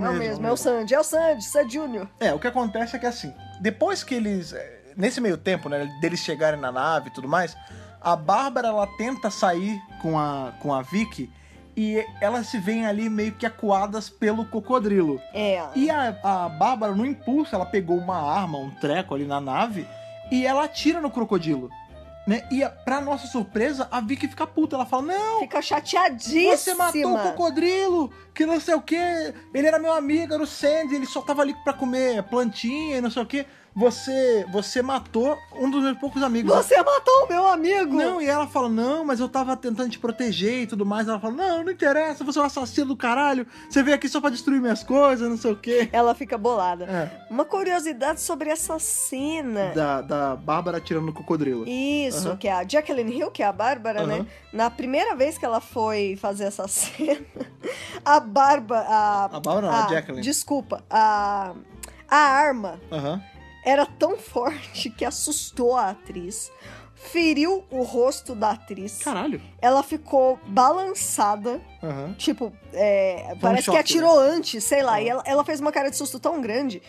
B: mesmo.
C: Sandy, é o Sandy, Sandy Júnior.
B: É, o que acontece é que assim, depois que eles. eh, Nesse meio tempo, né, deles chegarem na nave e tudo mais, a Bárbara ela tenta sair com a, com a Vicky e elas se veem ali meio que acuadas pelo cocodrilo.
C: É.
B: E a, a Bárbara, no impulso, ela pegou uma arma, um treco ali na nave e ela atira no crocodilo. Né? E a- pra nossa surpresa, a Vicky fica puta. Ela fala: Não,
C: Fica chateadíssima.
B: você matou o crocodilo, que não sei o que. Ele era meu amigo, era o Sandy, ele só tava ali pra comer plantinha e não sei o que. Você, você matou um dos meus poucos amigos.
C: Você matou o meu amigo.
B: Não, e ela fala, não, mas eu tava tentando te proteger e tudo mais. Ela fala, não, não interessa, você é um assassino do caralho. Você veio aqui só pra destruir minhas coisas, não sei o quê.
C: Ela fica bolada.
B: É,
C: Uma curiosidade sobre essa cena.
B: da, da Bárbara atirando no crocodilo.
C: Isso,
B: Aham.
C: que é a Jacqueline Hill, que é a Bárbara,
B: Aham.
C: né? Na primeira vez que ela foi fazer essa cena, a Bárbara. A,
B: A Bárbara não, a Jacqueline.
C: Desculpa, a, a arma
B: Aham.
C: era tão forte que assustou a atriz, feriu o rosto da atriz.
B: Caralho.
C: Ela ficou balançada,
B: Aham.
C: tipo, é,
B: um
C: parece
B: choque, É.
C: que atirou antes, sei lá. E ela, ela fez uma cara de susto tão grande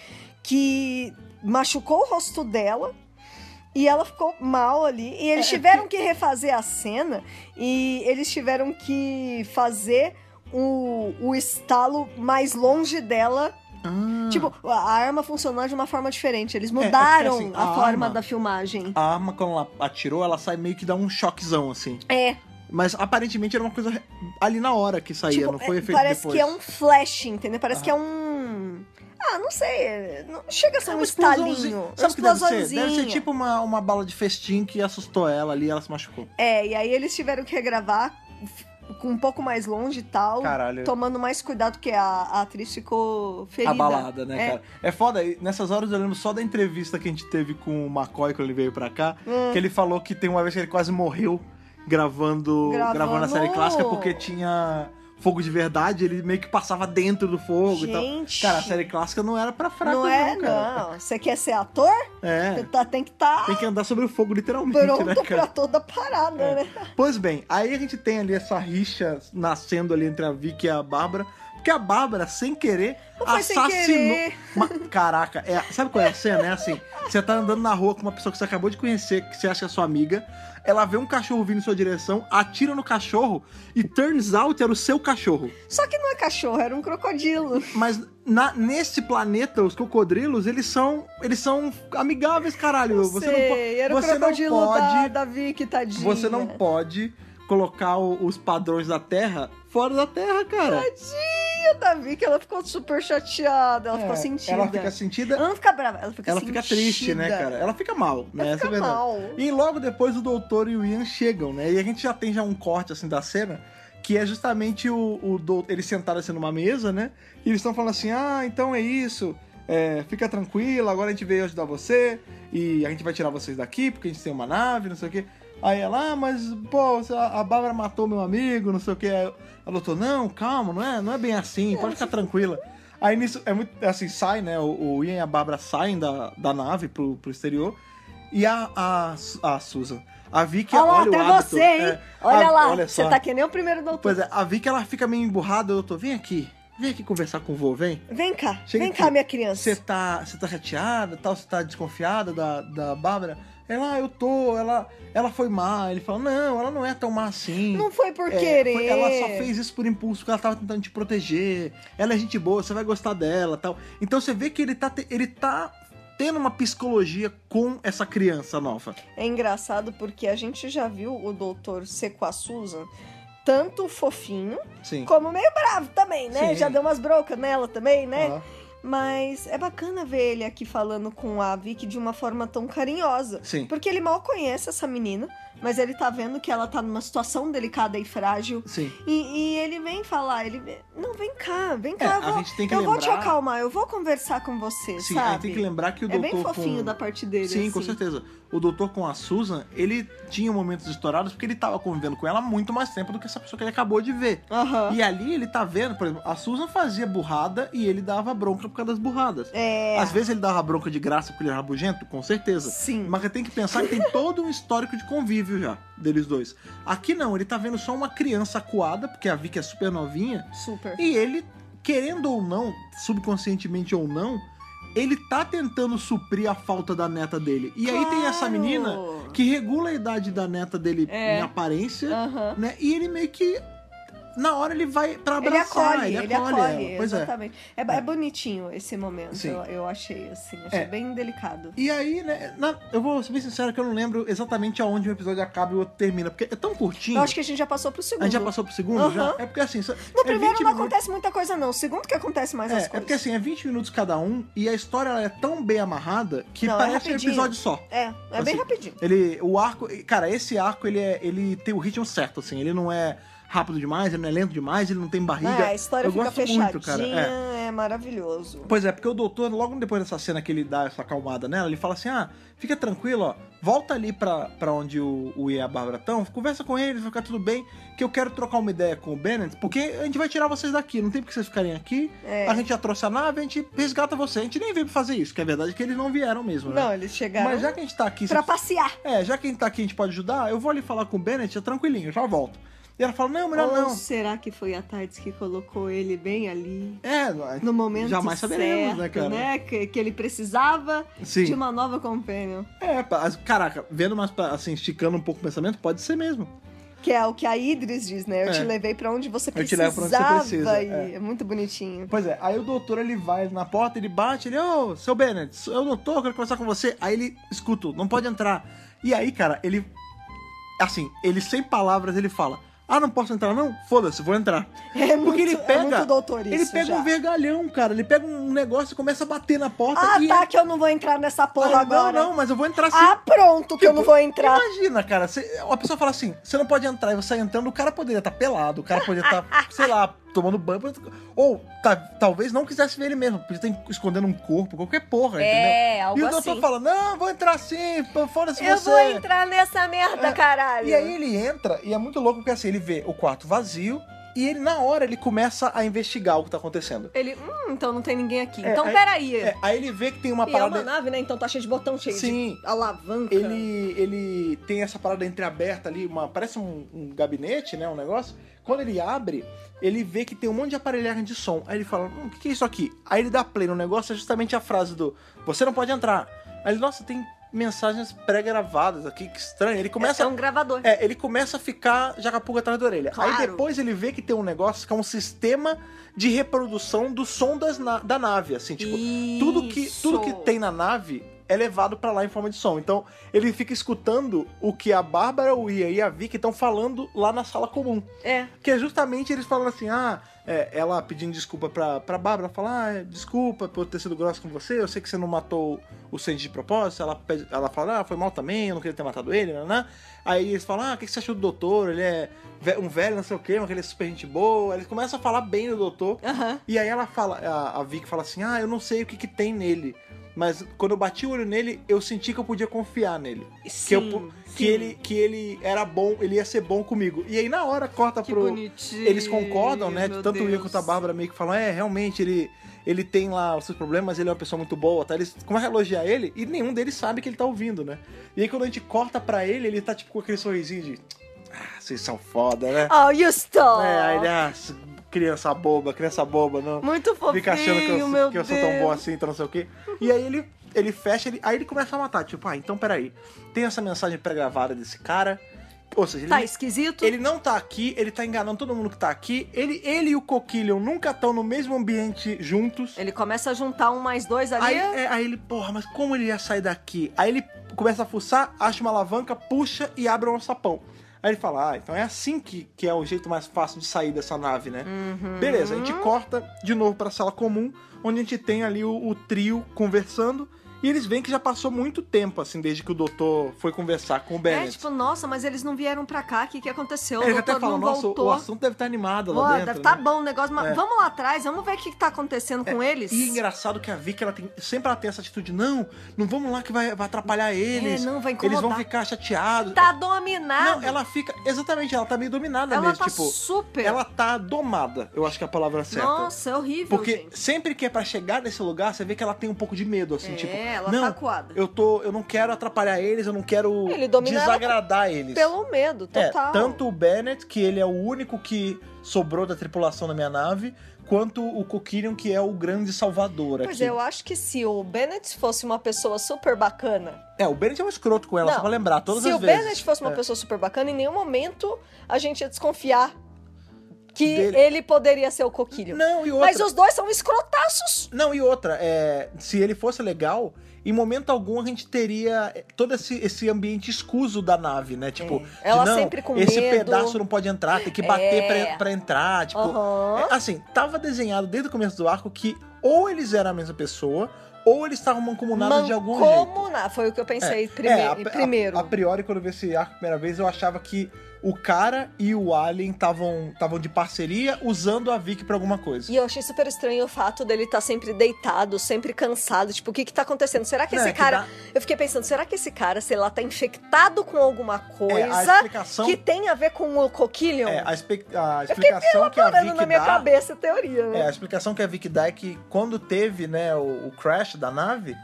C: que machucou o rosto dela. E ela ficou mal ali. E
B: É,
C: eles tiveram que refazer a cena. E eles tiveram que fazer o, o estalo mais longe dela.
B: Ah.
C: Tipo, a a arma funcionou de uma forma diferente. Eles
B: porque,
C: mudaram
B: assim,
C: a,
B: a
C: forma
B: arma-
C: da filmagem.
B: A arma, quando ela atirou, ela sai meio que dá um choquezão, assim.
C: É,
B: Mas aparentemente era uma coisa ali na hora que saía,
C: tipo,
B: não foi
C: é,
B: efeito
C: parece
B: depois.
C: que é um flash, entendeu? Parece
B: Aham.
C: que é um. Ah, não sei. é- Não chega a ser
B: É
C: um,
B: explosãozinho.
C: estalinho.
B: Sabe o que deve ser? Deve ser
C: explosãozinho.
B: tipo uma, uma bala de festim que assustou ela ali e ela se machucou.
C: É, e aí eles tiveram que regravar f- com um pouco mais longe e tal.
B: Caralho.
C: Tomando mais cuidado, porque a, a atriz ficou ferida.
B: A balada, né,
C: É.
B: cara? É foda, e nessas horas eu lembro só da entrevista que a gente teve com o McCoy quando ele veio pra cá,
C: É.
B: que ele falou que tem uma vez que ele quase morreu gravando, gravando.
C: Gravando-
B: a série clássica porque tinha fogo de verdade, ele meio que passava dentro do fogo e tal.
C: Gente.
B: Cara, a série clássica não era pra fraco,
C: não é,
B: cara.
C: não. Você quer ser ator? Você
B: É.
C: tá- tem que estar
B: Tem que andar sobre o fogo, literalmente, né,
C: pronto
B: cara?
C: pra toda parada,
B: É.
C: né?
B: Pois bem, aí a gente tem ali essa rixa nascendo ali entre a Vicky e a Bárbara. Porque a Bárbara, sem querer,
C: Não foi sem
B: assassinou.
C: querer.
B: Ma- Caraca, é- sabe qual é a cena? É assim: você tá andando na rua com uma pessoa que você acabou de conhecer, que você acha que é sua amiga. Ela vê um cachorro vindo em sua direção, atira no cachorro e turns out era o seu cachorro.
C: Só que não é cachorro, era um crocodilo.
B: Mas na- nesse planeta, os crocodilos, eles são. Eles são amigáveis, caralho. você
C: Sei,
B: não pode.
C: era o
B: você não
C: crocodilo da,
B: pode-
C: da Vicky, tadinha.
B: Você não pode colocar o- os padrões da Terra fora da Terra, cara.
C: Tadinha da Vicky, ela ficou super chateada, ela ficou
B: É,
C: sentida.
B: Ela fica sentida,
C: Ela não fica brava, ela fica
B: ela
C: sentida.
B: fica triste, né, cara? Ela fica mal, né? Essa
C: Ela
B: é a
C: fica
B: verdade.
C: mal.
B: E logo depois o doutor e o Ian chegam, né? E a gente já tem já um corte, assim, da cena, que é justamente o, o doutor... Eles sentaram, assim, numa mesa, né? E eles estão falando assim, ah, então é isso, é, fica tranquila, agora a gente veio ajudar você, e a gente vai tirar vocês daqui, porque a gente tem uma nave, não sei o quê. Aí ela, ah, mas, pô, a a Bárbara matou meu amigo, não sei o quê. Aí o doutor, não, calma, não é, não é bem assim, pode ficar tranquila. Aí nisso, é muito, assim, sai, né? O, o Ian e a Bárbara saem da, da nave pro, pro exterior. E a, a, Su- a Susan, a Vicky,
C: Olha lá,
B: olha o
C: até
B: hábito,
C: você, hein?
B: é,
C: olha
B: a-
C: lá,
B: olha
C: você
B: só.
C: tá que nem o primeiro doutor.
B: Pois é, a Vicky, ela fica meio emburrada. Eu tô, vem aqui, vem aqui conversar com o vô, vem.
C: Vem cá,
B: é. Chega
C: vem
B: aqui.
C: cá, minha criança.
B: Você tá, você tá chateada, e tal, você tá desconfiada da, da Bárbara? Ela, "Ah, eu tô, ela, ela foi má. Ele fala, não, ela não é tão má assim.
C: Não foi por
B: É,
C: querer.
B: foi- ela só fez isso por impulso, porque ela tava tentando te proteger. Ela é gente boa, você vai gostar dela tal. Então você vê que ele tá, te- ele tá tendo uma psicologia com essa criança nova.
C: É engraçado porque a gente já viu o doutor ser com a Susan tanto fofinho
B: Sim.
C: como meio bravo também, né?
B: Sim. Ah.
C: Já deu umas broncas nela também, né?
B: Aham.
C: Mas é bacana ver ele aqui falando com a Vicky de uma forma tão carinhosa.
B: Sim.
C: Porque ele mal conhece essa menina, mas ele tá vendo que ela tá numa situação delicada e frágil.
B: Sim.
C: E, e ele vem falar, ele. Não, vem cá, vem
B: É,
C: cá, eu
B: a
C: vou,
B: gente tem que
C: eu
B: lembrar.
C: vou te acalmar, eu vou conversar com você,
B: Sim, a gente
C: sabe?
B: tem que lembrar que o
C: é
B: doutor.
C: bem fofinho
B: com...
C: da parte dele.
B: Sim, com
C: assim.
B: certeza. O doutor com a Susan, ele tinha momentos estourados porque ele tava convivendo com ela há muito mais tempo do que essa pessoa que ele acabou de ver.
C: Aham.
B: E ali ele tá vendo, por exemplo, a Susan fazia burrada e ele dava bronca por causa das burradas.
C: É.
B: Às vezes ele dava bronca de graça porque ele era rabugento, com certeza.
C: Sim.
B: Mas tem que pensar que tem todo um histórico de convívio já, deles dois. Aqui não, ele tá vendo só uma criança acuada, porque a Vicky é super novinha,
C: Super.
B: e ele, querendo ou não, subconscientemente ou não, ele tá tentando suprir a falta da neta dele. E aí tem essa
C: Claro.
B: menina que regula a idade da neta dele
C: É.
B: em aparência,
C: Aham.
B: né? E ele meio que na hora ele vai pra
C: Ele
B: abraçar,
C: acolhe, ele acolhe,
B: ela. Pois é.
C: exatamente. É. ba- é bonitinho esse momento,
B: Sim.
C: eu, eu achei, assim. Achei
B: É.
C: bem delicado.
B: E aí, né, na- eu vou ser bem sincero que eu não lembro exatamente aonde um episódio acaba e o outro termina, porque é tão curtinho.
C: Eu acho que a gente já passou pro segundo.
B: A gente já passou pro segundo
C: Aham.
B: já? É porque assim. só-
C: No
B: é 20
C: primeiro não
B: minutos-
C: acontece muita coisa, não. O segundo que acontece mais
B: É,
C: as
B: é
C: coisas.
B: porque assim, é 20 minutos cada um e a história ela é tão bem amarrada que
C: Não, é
B: parece um
C: rapidinho.
B: episódio só.
C: É, é bem
B: Assim,
C: rapidinho.
B: Ele, o arco, cara, esse arco ele, é, ele tem o ritmo certo, assim, ele não é rápido demais, ele não é lento demais, ele não tem barriga.
C: Ah, a história
B: eu
C: fica
B: gosto
C: fechadinha,
B: muito, cara. É.
C: é maravilhoso.
B: Pois é, porque o doutor, logo depois dessa cena que ele dá essa acalmada nela, ele fala assim: ah, fica tranquilo, ó, volta ali pra, pra onde o, o Ian e a Bárbara estão, conversa com eles, vai ficar tudo bem, que eu quero trocar uma ideia com o Bennett, porque a gente vai tirar vocês daqui, não tem por que vocês ficarem aqui,
C: É.
B: a gente já trouxe a nave, a gente resgata você, a gente nem veio pra fazer isso, que a verdade é que eles não vieram mesmo, né?
C: Não, eles chegaram
B: Mas já que a gente tá aqui,
C: pra passear.
B: é, já que a gente tá aqui, a gente pode ajudar, eu vou ali falar com o Bennett, é tranquilinho, eu já volto. E ela fala: não, melhor
C: Ou
B: não.
C: será que foi a Tides que colocou ele bem ali?
B: É,
C: No momento
B: Jamais saberemos,
C: certo,
B: né, cara?
C: Que, que ele precisava
B: Sim.
C: de uma nova companion.
B: É, pa- as- caraca, vendo mais pra- assim, esticando um pouco o pensamento, pode ser mesmo.
C: Que é o que a Idris diz, né? Eu
B: É.
C: te levei pra onde você
B: Eu
C: precisava.
B: te levo pra onde você precisa,
C: e
B: é.
C: é. muito bonitinho.
B: Pois é, aí o doutor ele vai na porta, ele bate, ele, ô, seu Bennett, sou- eu doutor, quero conversar com você. Aí ele escuta, não pode entrar. E aí, cara, ele. Assim, ele sem palavras, ele fala: Ah, não posso entrar, não? Foda-se, vou entrar.
C: É muito,
B: Porque ele pega.
C: é muito doutor isso
B: ele pega
C: já.
B: um vergalhão, cara. Ele pega um negócio e começa a bater na porta.
C: Ah,
B: e
C: tá, que eu não vou entrar nessa porra
B: é. Ah, Não,
C: agora.
B: não, mas eu vou entrar sim.
C: Ah, pronto, que eu não vou entrar.
B: Imagina, cara, você, uma pessoa fala assim, você não pode entrar e você entrando, o cara poderia estar pelado, o cara poderia estar, sei lá, tomando banho, poderia tá- ou tá- talvez não quisesse ver ele mesmo, podia estar escondendo um corpo, qualquer porra,
A: É,
B: entendeu?
A: algo
B: E o doutor
A: assim.
B: fala, não, vou entrar sim, pô, foda-se
A: Eu
B: você. É.
A: vou entrar nessa merda, caralho.
B: E aí ele entra, e é muito louco porque assim, ele vê o quarto vazio, e ele na hora ele começa a investigar o que tá acontecendo.
C: Ele, hum, então não tem ninguém aqui.
B: É,
C: então
B: aí-
C: peraí.
B: É, aí ele vê que tem uma
C: E é uma
B: parada...
C: nave, né? Então tá cheio de botão, cheio
B: Sim,
C: de alavanca.
B: ele, ele tem essa parada entreaberta ali, uma, parece um, um gabinete, né? Um negócio. Quando ele abre, ele vê que tem um monte de aparelhagem de som. Aí ele fala: hum, o que, que é isso aqui? Aí ele dá play no negócio, é justamente a frase do Você não pode entrar. Aí ele, nossa, tem mensagens pré-gravadas aqui, que estranho. Ele
C: É
B: começa.
C: um gravador.
B: É, ele começa a ficar já com a pulga atrás da orelha. Aí
C: Claro.
B: depois ele vê que tem um negócio que é um sistema de reprodução do som das na- da nave, assim, tipo, tudo que, tudo que tem na nave é levado pra lá em forma de som. Então, ele fica escutando o que a Bárbara, o Ian e a Vicky estão falando lá na sala comum.
C: É.
B: Que é justamente eles falando assim, ah, é, ela pedindo desculpa pra, pra Bárbara, fala, ah, é, desculpa por eu ter sido grossa com você, eu sei que você não matou o Sandy de propósito, ela, pede- ela fala, ah, foi mal também, eu não queria ter matado ele, né? Aí eles falam, ah, o que que você achou do doutor? Ele é ve- um velho, não sei o quê, mas ele é super gente boa. Eles começam a falar bem do doutor.
C: Aham.
B: E aí ela fala, a, a Vic fala assim, ah, eu não sei o que que tem nele, mas quando eu bati o olho nele, eu senti que eu podia confiar nele. que, eu pu- que ele que ele era bom, ele ia ser bom comigo. E aí na hora corta
C: Que
B: pro
C: bonitinho.
B: eles concordam, né?
C: meu
B: Tanto o Ian
C: Deus.
B: quanto a Bárbara meio que falam, é, realmente, ele, ele tem lá os seus problemas, ele é uma pessoa muito boa, tá? Eles começam a elogiar ele e nenhum deles sabe que ele tá ouvindo, né? E aí quando a gente corta pra ele, ele tá tipo com aquele sorrisinho de, ah, vocês são foda, né?
C: Oh, you stole.
B: É, aí ele, ah, criança boba, criança boba, não
C: Muito fofinho,
B: fica achando que eu,
C: meu
B: que eu sou
C: Deus.
B: tão bom assim, então não sei o quê. E aí ele, ele fecha, ele, aí ele começa a matar. Tipo, ah, então peraí. Tem essa mensagem pré-gravada desse cara. Ou seja, ele,
C: Tá esquisito?
B: ele não tá aqui, ele tá enganando todo mundo que tá aqui. Ele, ele e o Coquillion nunca estão no mesmo ambiente juntos.
C: Ele começa a juntar um mais dois
B: Aí,
C: ali.
B: é, aí ele, porra, mas como ele ia sair daqui? Aí ele começa a fuçar, acha uma alavanca, puxa e abre um sapão. Aí ele fala, ah, então é assim que, que é o jeito mais fácil de sair dessa nave, né?
C: Uhum.
B: Beleza, a gente corta de novo pra sala comum, onde a gente tem ali o, o trio conversando. E eles veem que já passou muito tempo, assim, desde que o doutor foi conversar com o
C: É,
B: Bennett.
C: tipo, nossa, mas eles não vieram pra cá, o que, que aconteceu?
B: Eles
C: o doutor
B: até falam,
C: não
B: nossa,
C: voltou.
B: o assunto deve estar animado lá
C: Ó,
B: dentro.
C: deve tá
B: né?
C: bom o negócio, mas
B: É.
C: vamos lá atrás, vamos ver o que, que tá acontecendo com eles.
B: E engraçado que a Vicky, ela tem, sempre ela tem essa atitude, não, não vamos lá que vai, vai atrapalhar eles.
C: É, não, vai
B: Eles vão
C: incomodar."
B: ficar chateados.
C: Tá dominado.
B: Não, ela fica. Exatamente, ela tá meio dominada
C: Ela
B: mesmo.
C: tá
B: tipo,
C: super.
B: ela tá domada, eu acho que é a palavra certa.
C: Nossa, é horrível,
B: Porque
C: gente.
B: sempre que é pra chegar nesse lugar, você vê que ela tem um pouco de medo, assim,
C: É,
B: tipo.
C: ela
B: não,
C: tá acuada."
B: Eu, tô, eu não quero atrapalhar eles, eu não quero
C: Ele domina ela
B: desagradar eles.
C: Pelo medo,
B: É,
C: total.
B: tanto o Bennett, que ele é o único que sobrou da tripulação da minha nave, quanto o Coquillion, que é o grande salvador
C: Pois
B: aqui.
C: é, eu acho que se o Bennett fosse uma pessoa super bacana.
B: É, o Bennett é um escroto com ela,
C: Não,
B: só pra lembrar, todas
C: se
B: as
C: o
B: vezes.
C: Bennett fosse uma
B: É.
C: pessoa super bacana, em nenhum momento a gente ia desconfiar que
B: Dele.
C: ele poderia ser o coquilho.
B: Não, e outra.
C: Mas os dois são escrotaços.
B: Não, e outra, é, se ele fosse legal, em momento algum a gente teria é, todo esse, esse ambiente escuso da nave, né? Tipo, de,
C: É, Ela
B: não,
C: sempre com
B: esse
C: medo.
B: pedaço não pode entrar, tem que bater
C: É.
B: pra, pra entrar, tipo...
C: Aham.
B: É, assim, tava desenhado desde o começo do arco que ou eles eram a mesma pessoa, ou eles estavam mancomunados de algum jeito.
C: Mancomuna- Foi o que eu pensei prime-
B: É, a- a-
C: primeiro.
B: A, priori, quando eu vi esse arco a primeira vez, eu achava que o cara e o Alien estavam estavam de parceria usando a Vic pra alguma coisa.
C: E eu achei super estranho o fato dele estar sempre deitado, sempre cansado. Tipo, o que que tá acontecendo? Será que
B: Não,
C: esse
B: é que
C: cara...
B: dá-
C: Eu fiquei pensando, será que esse cara, sei lá, tá infectado com alguma
B: É, a
C: coisa
B: explicação
C: que tem a ver com o coquilho?
B: É, a, espe- a
C: eu fiquei
B: explicação que a
C: parando
B: Vic
C: na minha
B: dá...
C: cabeça a teoria, né?
B: É, a explicação que a Vic dá é que quando teve, né, o, o crash da nave,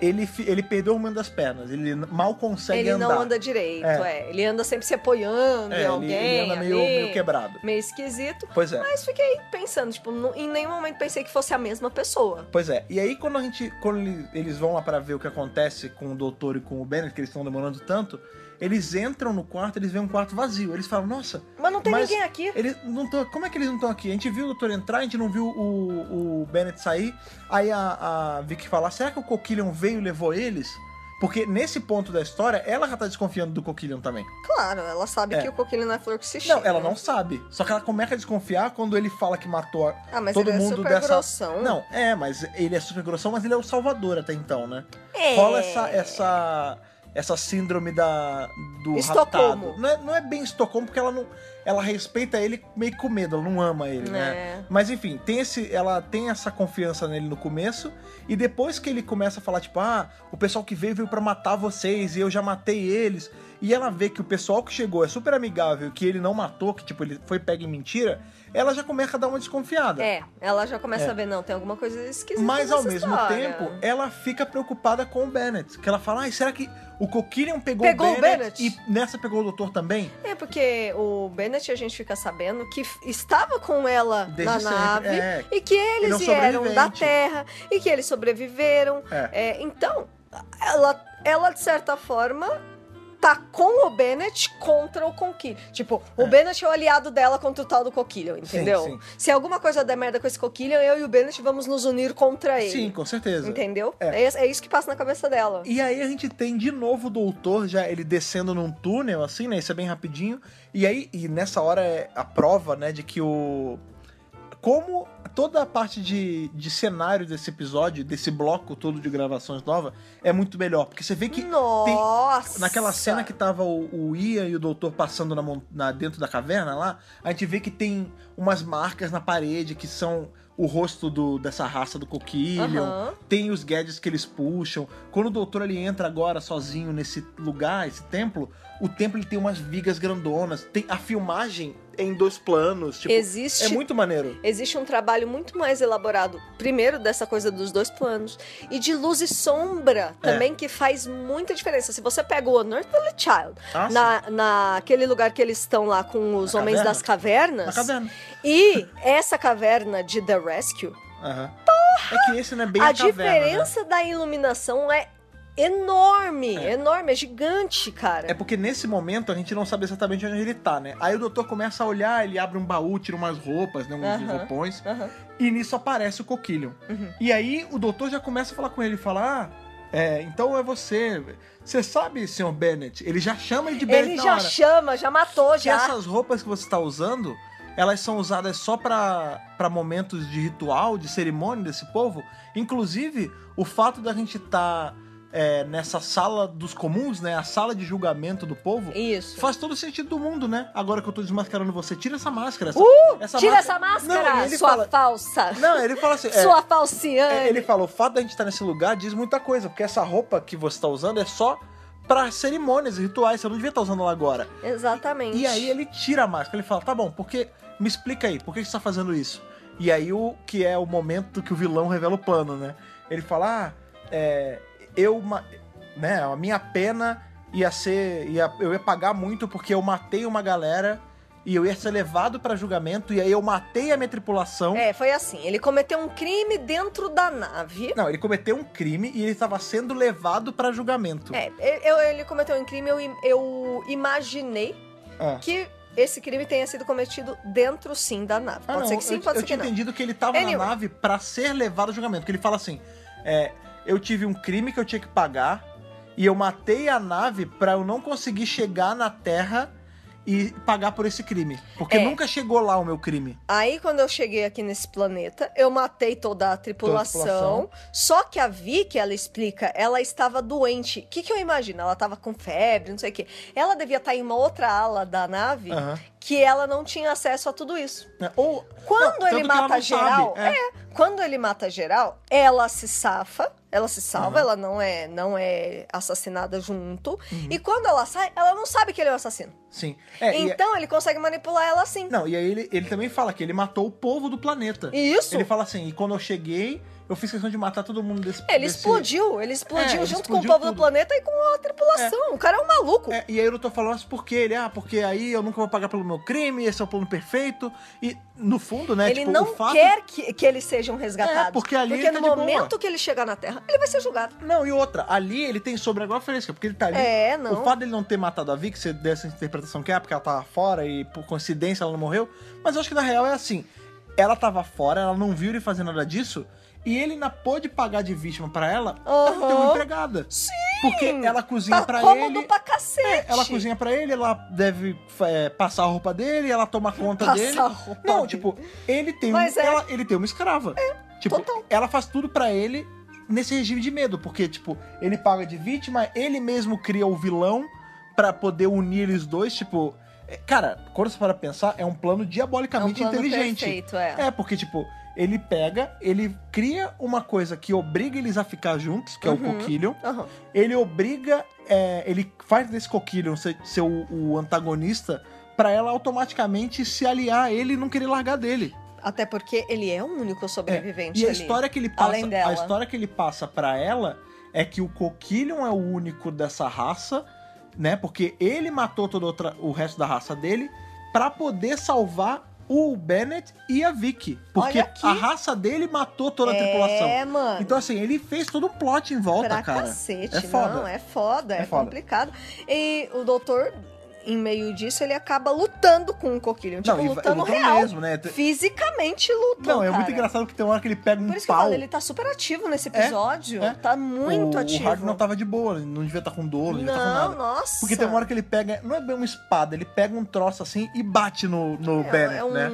B: ele, fi- ele perdeu o movimento das pernas. Ele n- mal consegue
C: Ele
B: andar.
C: não anda direito, é. Ele anda sempre se apoiando
B: é,
C: em
B: ele-
C: alguém.
B: ele anda meio,
C: ali,
B: meio é quebrado.
C: meio esquisito.
B: Pois é,
C: Mas fiquei pensando, tipo, nu- em nenhum momento pensei que fosse a mesma pessoa.
B: pois é. E aí quando a gente. Quando ele- eles vão lá pra ver o que acontece com o doutor e com o Bennett, que eles estão demorando tanto, eles entram no quarto, eles veem um quarto vazio. Eles falam, nossa,
C: Mas não tem
B: Mas-
C: ninguém aqui.
B: Eles não tão, como é que eles não estão aqui? A gente viu o doutor entrar, a gente não viu o, o Bennett sair. Aí a, a Vicky fala: será que o Coquillion veio e levou eles? Porque nesse ponto da história, ela já tá desconfiando do Coquillion também.
C: Claro, ela sabe
B: É.
C: que o coquilho não é flor que se cheira.
B: Não, ela não sabe. Só que ela começa a desconfiar quando ele fala que matou a.
C: Ah, mas
B: Todo
C: ele é
B: mundo
C: super
B: dessa-
C: grossão.
B: Não, é, mas ele é super grossão, mas ele é o salvador até então, né?
C: É.
B: Rola essa. essa... Essa síndrome da. do
C: Estocolmo.
B: raptado. Não é, não é bem Estocolmo, porque ela não. Ela respeita ele meio que com medo, ela não ama ele, né?
C: né?
B: Mas enfim, tem esse, ela tem essa confiança nele no começo, e depois que ele começa a falar, tipo, ah, o pessoal que veio veio pra matar vocês, e eu já matei eles, e ela vê que o pessoal que chegou é super amigável, que ele não matou, que tipo, ele foi pego em mentira, ela já começa a dar uma desconfiada.
C: É, ela já começa
B: É.
C: a ver, não, tem alguma coisa esquisita.
B: Mas ao
C: nessa
B: mesmo
C: história.
B: tempo, ela fica preocupada com o Bennett. Que ela fala, ai, será que o Coquillion pegou,
C: Pegou
B: o
C: o
B: Bennett?
C: Bennett?
B: E nessa pegou o doutor também?
C: É porque o Bennett a gente fica sabendo que f- estava com ela
B: Desde
C: na
B: sempre,
C: nave
B: é.
C: e que eles
B: Ele é um
C: vieram da
B: sobrevivente.
C: Terra e que eles sobreviveram.
B: É.
C: É, então, ela, ela de certa forma tá com o Bennett contra o Conquilho. Tipo, o
B: É.
C: Bennett é o aliado dela contra o tal do Coquilho, entendeu?
B: sim.
C: Se alguma coisa der merda com esse Coquilho, eu e o Bennett vamos nos unir contra ele.
B: É, Sim, com certeza.
C: Entendeu?
B: É.
C: É. é isso que passa na cabeça dela.
B: E aí a gente tem de novo o doutor, já ele descendo num túnel, assim, né? Isso é bem rapidinho. E aí, e nessa hora é a prova, né, de que o. Como toda a parte de, de cenário desse episódio, desse bloco todo de gravações nova, é muito melhor. Porque você vê que
C: Nossa!
B: naquela cena que tava o, o Ian e o doutor passando na, mon- na- dentro da caverna lá, a gente vê que tem umas marcas na parede que são o rosto do- dessa raça do coquilho.
C: Aham.
B: Tem os gadgets que eles puxam. Quando o doutor ele entra agora sozinho nesse lugar, esse templo, o templo ele tem umas vigas grandonas. Tem a filmagem é em dois planos, tipo,
C: Existe
B: é muito maneiro.
C: Existe um trabalho muito mais elaborado, primeiro dessa coisa dos dois planos, e de luz e sombra
B: É.
C: também, que faz muita diferença. Se você pega o Unearthly Child,
B: Nossa,
C: na, naquele lugar que eles estão lá com os
B: Ah, Na
C: homens
B: caverna?
C: das cavernas,
B: na caverna.
C: e essa caverna de The Rescue,
B: Aham. É que esse não é bem a,
C: a
B: caverna, né?
C: diferença da iluminação é enorme,
B: É.
C: enorme, é gigante, cara.
B: É porque nesse momento a gente não sabe exatamente onde ele tá, né? Aí o doutor começa a olhar, ele abre um baú, tira umas roupas, né? Uns
C: Aham.
B: roupões.
C: Aham.
B: E nisso aparece o Coquillion.
C: Uhum.
B: E aí o doutor já começa a falar com ele, fala... Ah, é, então é você. Você sabe, Sr. Bennett? Ele já chama ele de Bennett
C: Ele
B: na
C: já
B: hora.
C: chama, já matou,
B: que
C: já.
B: essas roupas que você tá usando, elas são usadas só pra pra momentos de ritual, de cerimônia desse povo. Inclusive, o fato da gente tá é, nessa sala dos comuns, né? A sala de julgamento do povo.
C: Isso.
B: Faz todo sentido do mundo, né? Agora que eu tô desmascarando você, tira essa máscara. Essa, essa
C: Uh! Tira
B: máscara-
C: essa máscara,
B: Não, ele
C: sua
B: fala-
C: falsa.
B: Não, ele fala assim. é,
C: Sua falciane.
B: é, ele falou, o fato da gente estar nesse lugar diz muita coisa, porque essa roupa que você tá usando é só pra cerimônias e rituais, você não devia estar usando ela agora.
C: Exatamente.
B: E aí ele tira a máscara, ele fala, tá bom, porque me explica aí, por que você tá fazendo isso? E aí o que é o momento que o vilão revela o plano, né? Ele fala, ah, é, eu, ma- né, a minha pena ia ser, ia, eu ia pagar muito porque eu matei uma galera e eu ia ser levado pra julgamento e aí eu matei a minha tripulação.
C: É, foi assim. Ele cometeu um crime dentro da nave.
B: Não, ele cometeu um crime e ele estava sendo levado pra julgamento.
C: É, eu- ele cometeu um crime, eu, im- eu imaginei
B: Ah.
C: que esse crime tenha sido cometido dentro sim da nave.
B: Ah,
C: pode
B: não,
C: ser que sim,
B: eu,
C: pode
B: eu
C: ser que
B: tinha
C: não.
B: entendido que ele tava
C: Anyway.
B: na nave pra ser levado ao julgamento. Que ele fala assim: é, eu tive um crime que eu tinha que pagar e eu matei a nave pra eu não conseguir chegar na Terra e pagar por esse crime. Porque
C: É.
B: nunca chegou lá o meu crime.
C: Aí, quando eu cheguei aqui nesse planeta, eu matei toda a tripulação.
B: tripulação.
C: Só que a Vicky, ela explica, ela estava doente. O que, que eu imagino? Ela estava com febre, não sei o quê. Ela devia estar em uma outra ala da nave
B: Aham.
C: que ela não tinha acesso a tudo isso.
B: Né? Ou.
C: Quando
B: Não, tanto
C: ele
B: que ela
C: mata
B: não
C: geral,
B: sabe,
C: é. Quando ele mata geral, ela se safa, ela se salva,
B: Uhum.
C: ela não é, não é assassinada junto. E quando ela sai, ela não sabe que ele é o assassino.
B: Sim. Uhum. É, e-
C: então ele consegue manipular ela assim.
B: Não, e aí ele, ele também fala que ele matou o povo do planeta.
C: E isso?
B: Ele fala assim, e quando eu cheguei, eu fiz questão de matar todo mundo desse
C: Ele
B: desse-
C: explodiu, ele explodiu
B: É, ele
C: junto com o
B: explodiu
C: povo do
B: tudo.
C: planeta e com a tripulação. O cara é um maluco.
B: É, e aí eu tô falando assim, por quê? Ele, ah, porque aí eu nunca vou pagar pelo meu crime, esse é o plano perfeito. E no fundo, né?
C: ele
B: tipo,
C: não
B: o fato...
C: quer que, que eles sejam resgatados.
B: É, porque ali ele
C: no
B: tá de boa.
C: momento que ele chegar na Terra, ele vai ser julgado.
B: Não, e outra, ali ele tem sobre água fresca, porque ele tá ali.
C: É, não.
B: O fato dele não ter matado a Vic, você deu essa interpretação que é, porque ela tava fora e por coincidência ela não morreu. Mas eu acho que na real é assim: ela tava fora, ela não viu ele fazer nada disso, e ele ainda pôde pagar de vítima pra ela pra não ter
C: Aham.
B: uma empregada. Sim! Porque ela cozinha
C: tá
B: pra ele.
C: cômodo
B: É,
C: pra cacete.
B: Ela cozinha pra ele, ela deve é, passar a roupa dele, ela toma conta
C: Passar
B: dele.
C: a roupa
B: não,
C: dele.
B: tipo, ele tem, um-
C: Mas é.
B: ela- ele tem uma escrava. tipo,
C: total.
B: ela faz tudo pra ele nesse regime de medo, porque tipo, ele paga de vítima, ele mesmo cria o vilão pra poder unir eles dois, tipo, é, cara, quando você para pensar, é um plano diabolicamente
C: É um plano
B: inteligente.
C: perfeito, é.
B: é, porque tipo, ele pega, ele cria uma coisa que obriga eles a ficar juntos, que
C: Uhum.
B: é o coquilho
C: Aham.
B: ele obriga, é, ele faz desse Coquillion ser, ser o, o antagonista pra ela automaticamente se aliar a ele e não querer largar dele.
C: Até porque ele é o único
B: É,
C: sobrevivente
B: E a
C: ali.
B: história que ele passa,
C: além dela.
B: a história que ele passa para ela é que o Coquillion é o único dessa raça, né? Porque ele matou todo outra, o resto da raça dele pra poder salvar o Bennett e a Vicky, porque
C: Olha aqui.
B: a raça dele matou toda a tripulação.
C: É, mano.
B: Então assim, ele fez todo um plot em volta,
C: pra
B: cara.
C: cacete,
B: é foda.
C: não, é foda, é,
B: É foda.
C: complicado. E o doutor, em meio disso, ele acaba lutando com o Coquillion, tipo,
B: Não, e vai-
C: lutando
B: lutam
C: real,
B: mesmo, né?
C: fisicamente lutando,
B: Não, é muito
C: cara.
B: engraçado que tem uma hora que ele pega um
C: Por isso que eu
B: pau.
C: falo, ele tá super ativo nesse episódio.
B: é.
C: Tá muito
B: o,
C: ativo.
B: O Harry não tava de boa, ele não devia estar com dor, não devia estar com
C: Não,
B: nada.
C: nossa.
B: Porque tem uma hora que ele pega, não é bem uma espada, ele pega um troço assim e bate no, no
C: é,
B: Bennett,
C: é um,
B: né?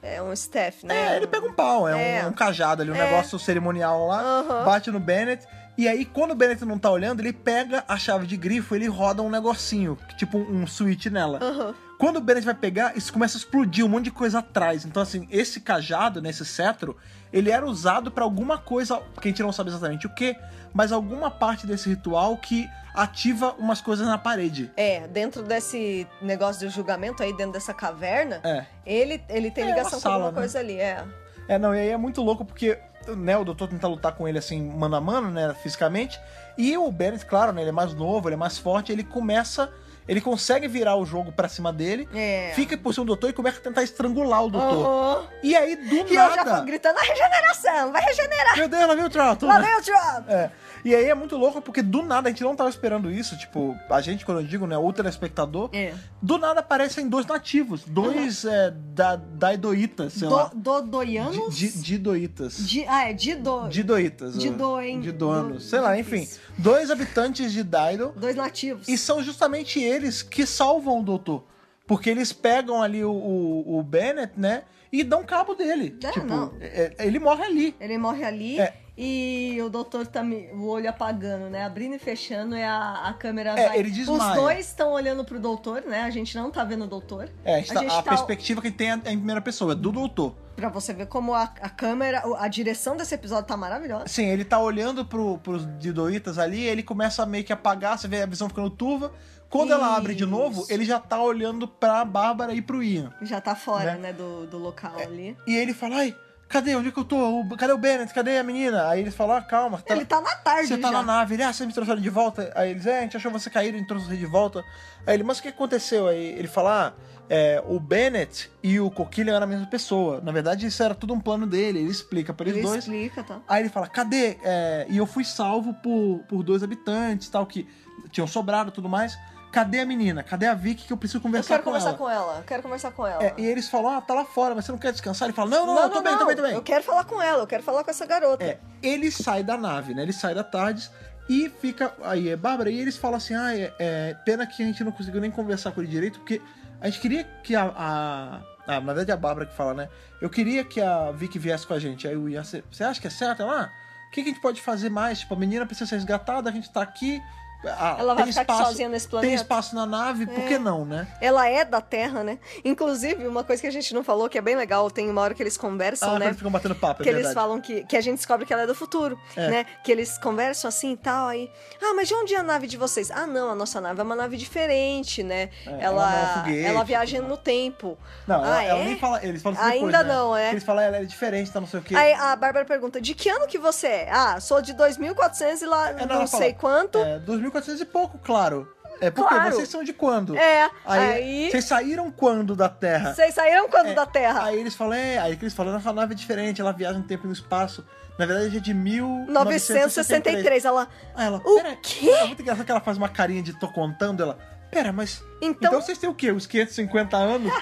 C: É um staff, né?
B: É, ele pega um pau, é, um-
C: É.
B: é Um, cajado ali, um
C: É.
B: negócio cerimonial lá,
C: Aham.
B: bate no Bennett. E aí, quando o Bennett não tá olhando, ele pega a chave de grifo, ele roda um negocinho, tipo um switch nela.
C: Aham.
B: Quando o Bennett vai pegar, isso começa a explodir um monte de coisa atrás. Então, assim, esse cajado, nesse cetro, ele era usado pra alguma coisa, que a gente não sabe exatamente o que, mas alguma parte desse ritual que ativa umas coisas na parede.
C: É, dentro desse negócio do julgamento aí, dentro dessa caverna,
B: É.
C: ele, ele tem
B: É,
C: ligação
B: uma
C: com
B: sala,
C: alguma
B: né?
C: coisa ali, é.
B: É, não, e aí é muito louco porque, né, o doutor tenta lutar com ele assim, mano a mano, né, fisicamente. E o Bennett, claro, né, ele é mais novo, ele é mais forte, ele começa, ele consegue virar o jogo pra cima dele,
C: É.
B: fica por cima do doutor e começa a tentar estrangular o doutor.
C: Aham.
B: E aí, do
C: E eu já
B: nada.
C: fui gritando, a regeneração, vai regenerar,
B: Meu Deus, lá vem o Troughton.
C: lá vem o Trump.
B: É. E aí é muito louco porque do nada a gente não tava esperando isso. Tipo, a gente, quando eu digo, né, o telespectador,
C: É.
B: do nada aparecem dois nativos, dois é, da, daidoítas, sei lá.
C: Dodoianos?
B: Di- di- Didoítas.
C: Di- Ah, é, Dido.
B: Didoítas. é.
C: Didoen.
B: Didoanos.
C: Do-
B: Sei lá,
C: difícil.
B: enfim. Dois habitantes de Daido
C: Dois nativos.
B: e são justamente eles que salvam o doutor. Porque eles pegam ali o, o, o Bennett, né? E dão cabo dele.
C: Ah,
B: tipo,
C: não.
B: é- é- ele morre ali.
C: Ele morre ali
B: É.
C: e o doutor tá me- o olho apagando, né? Abrindo e fechando e a, a câmera
B: É,
C: vai.
B: ele
C: Os
B: desmaia.
C: dois estão olhando pro doutor, né? A gente não tá vendo o doutor.
B: É, a, gente tá- a
C: tá-
B: perspectiva que tem é em primeira pessoa, é do doutor.
C: Pra você ver como a, a câmera, o- a direção desse episódio tá maravilhosa.
B: Sim, ele tá olhando pro, pros didoítas ali, ele começa a meio que apagar, você vê a visão ficando turva. Quando ela abre de novo,
C: Isso.
B: ele já tá olhando pra Bárbara e pro Ian.
C: Já tá fora, né,
B: Né?
C: do, do local ali.
B: E ele fala, ai, cadê? Onde é que eu tô? O- Cadê o Bennett? Cadê a menina? Aí eles falam, ah, calma.
C: Ele tá na tarde
B: Você tá
C: já.
B: na nave, ele, ah, vocês me trouxeram de volta? Aí eles, é, a gente achou você caíram e trouxe você de volta. Aí ele, mas o que aconteceu? Aí ele fala, ah, é, o Bennett e o Coquilha eram a mesma pessoa. Na verdade, isso era tudo um plano dele, ele explica pra eles
C: Ele
B: dois.
C: explica, tá?
B: Aí ele fala, cadê? É, e eu fui salvo por, por dois habitantes, tal, que tinham sobrado e tudo mais. cadê a menina? Cadê a Vicky que eu preciso
C: Eu
B: conversar
C: quero
B: tá com
C: conversar
B: ela?
C: com ela. eu Quero conversar com ela.
B: É, e eles falam, ah, tá lá fora, mas você não quer descansar? Ele fala, não, não, eu tô bem, tô bem, tô bem.
C: Eu quero falar com ela, eu quero falar com essa garota.
B: É, ele sai da nave, né? Ele sai da Tardes e fica. Aí é Bárbara, e eles falam assim: ah, é, é, pena que a gente não conseguiu nem conversar com ele direito, porque a gente queria que a. a- ah, na verdade é a Bárbara que fala, né? Eu queria que a Vicky viesse com a gente. Aí o Ian, você você acha que é certo? Ela, ah, o que, que a gente pode fazer mais? Tipo, a menina precisa ser resgatada, a gente tá aqui. ah,
C: Ela vai
B: tem
C: ficar aqui
B: espaço-
C: sozinha nesse
B: Tem
C: planeta?
B: espaço na nave, por que não, né?
C: Ela é da Terra, né? Inclusive, uma coisa que a gente não falou, que é bem legal, tem uma hora que eles conversam,
B: Ah, quando
C: né?
B: ficam batendo papo, é
C: que eles
B: verdade.
C: falam que, que a gente descobre que ela é do futuro,
B: É.
C: né? Que eles conversam assim e tal, aí... Ah, mas de onde é a nave de vocês? Ah, não, a nossa nave é uma nave diferente, né?
B: É, ela não é um
C: ela,
B: foguete,
C: ela viaja
B: tudo
C: no tempo.
B: Não,
C: Ah,
B: ela, ela
C: é?
B: nem fala. Eles falam isso
C: Ainda
B: depois, né?
C: não, é.
B: Eles falam, ela é diferente, tá não sei o quê.
C: Aí a Bárbara pergunta, de que ano que você é? Ah, sou de 2400 e lá
B: É,
C: não,
B: ela fala,
C: sei quanto.
B: É, 2400 e pouco, claro. É porque
C: Claro.
B: vocês são de quando?
C: É, aí-
B: Aí, vocês saíram quando da Terra?
C: Vocês saíram quando
B: É,
C: da Terra?
B: Aí eles falam, é, aí que eles falam, nossa nave é diferente, ela viaja no tempo e no espaço. Na verdade é de 1963.
C: 963. Ela.
B: Aí ela,
C: O
B: pera,
C: quê?
B: É muito engraçado que ela faz uma carinha de tô contando, ela, pera, mas...
C: Então.
B: Então, vocês têm o quê? Uns 550 anos?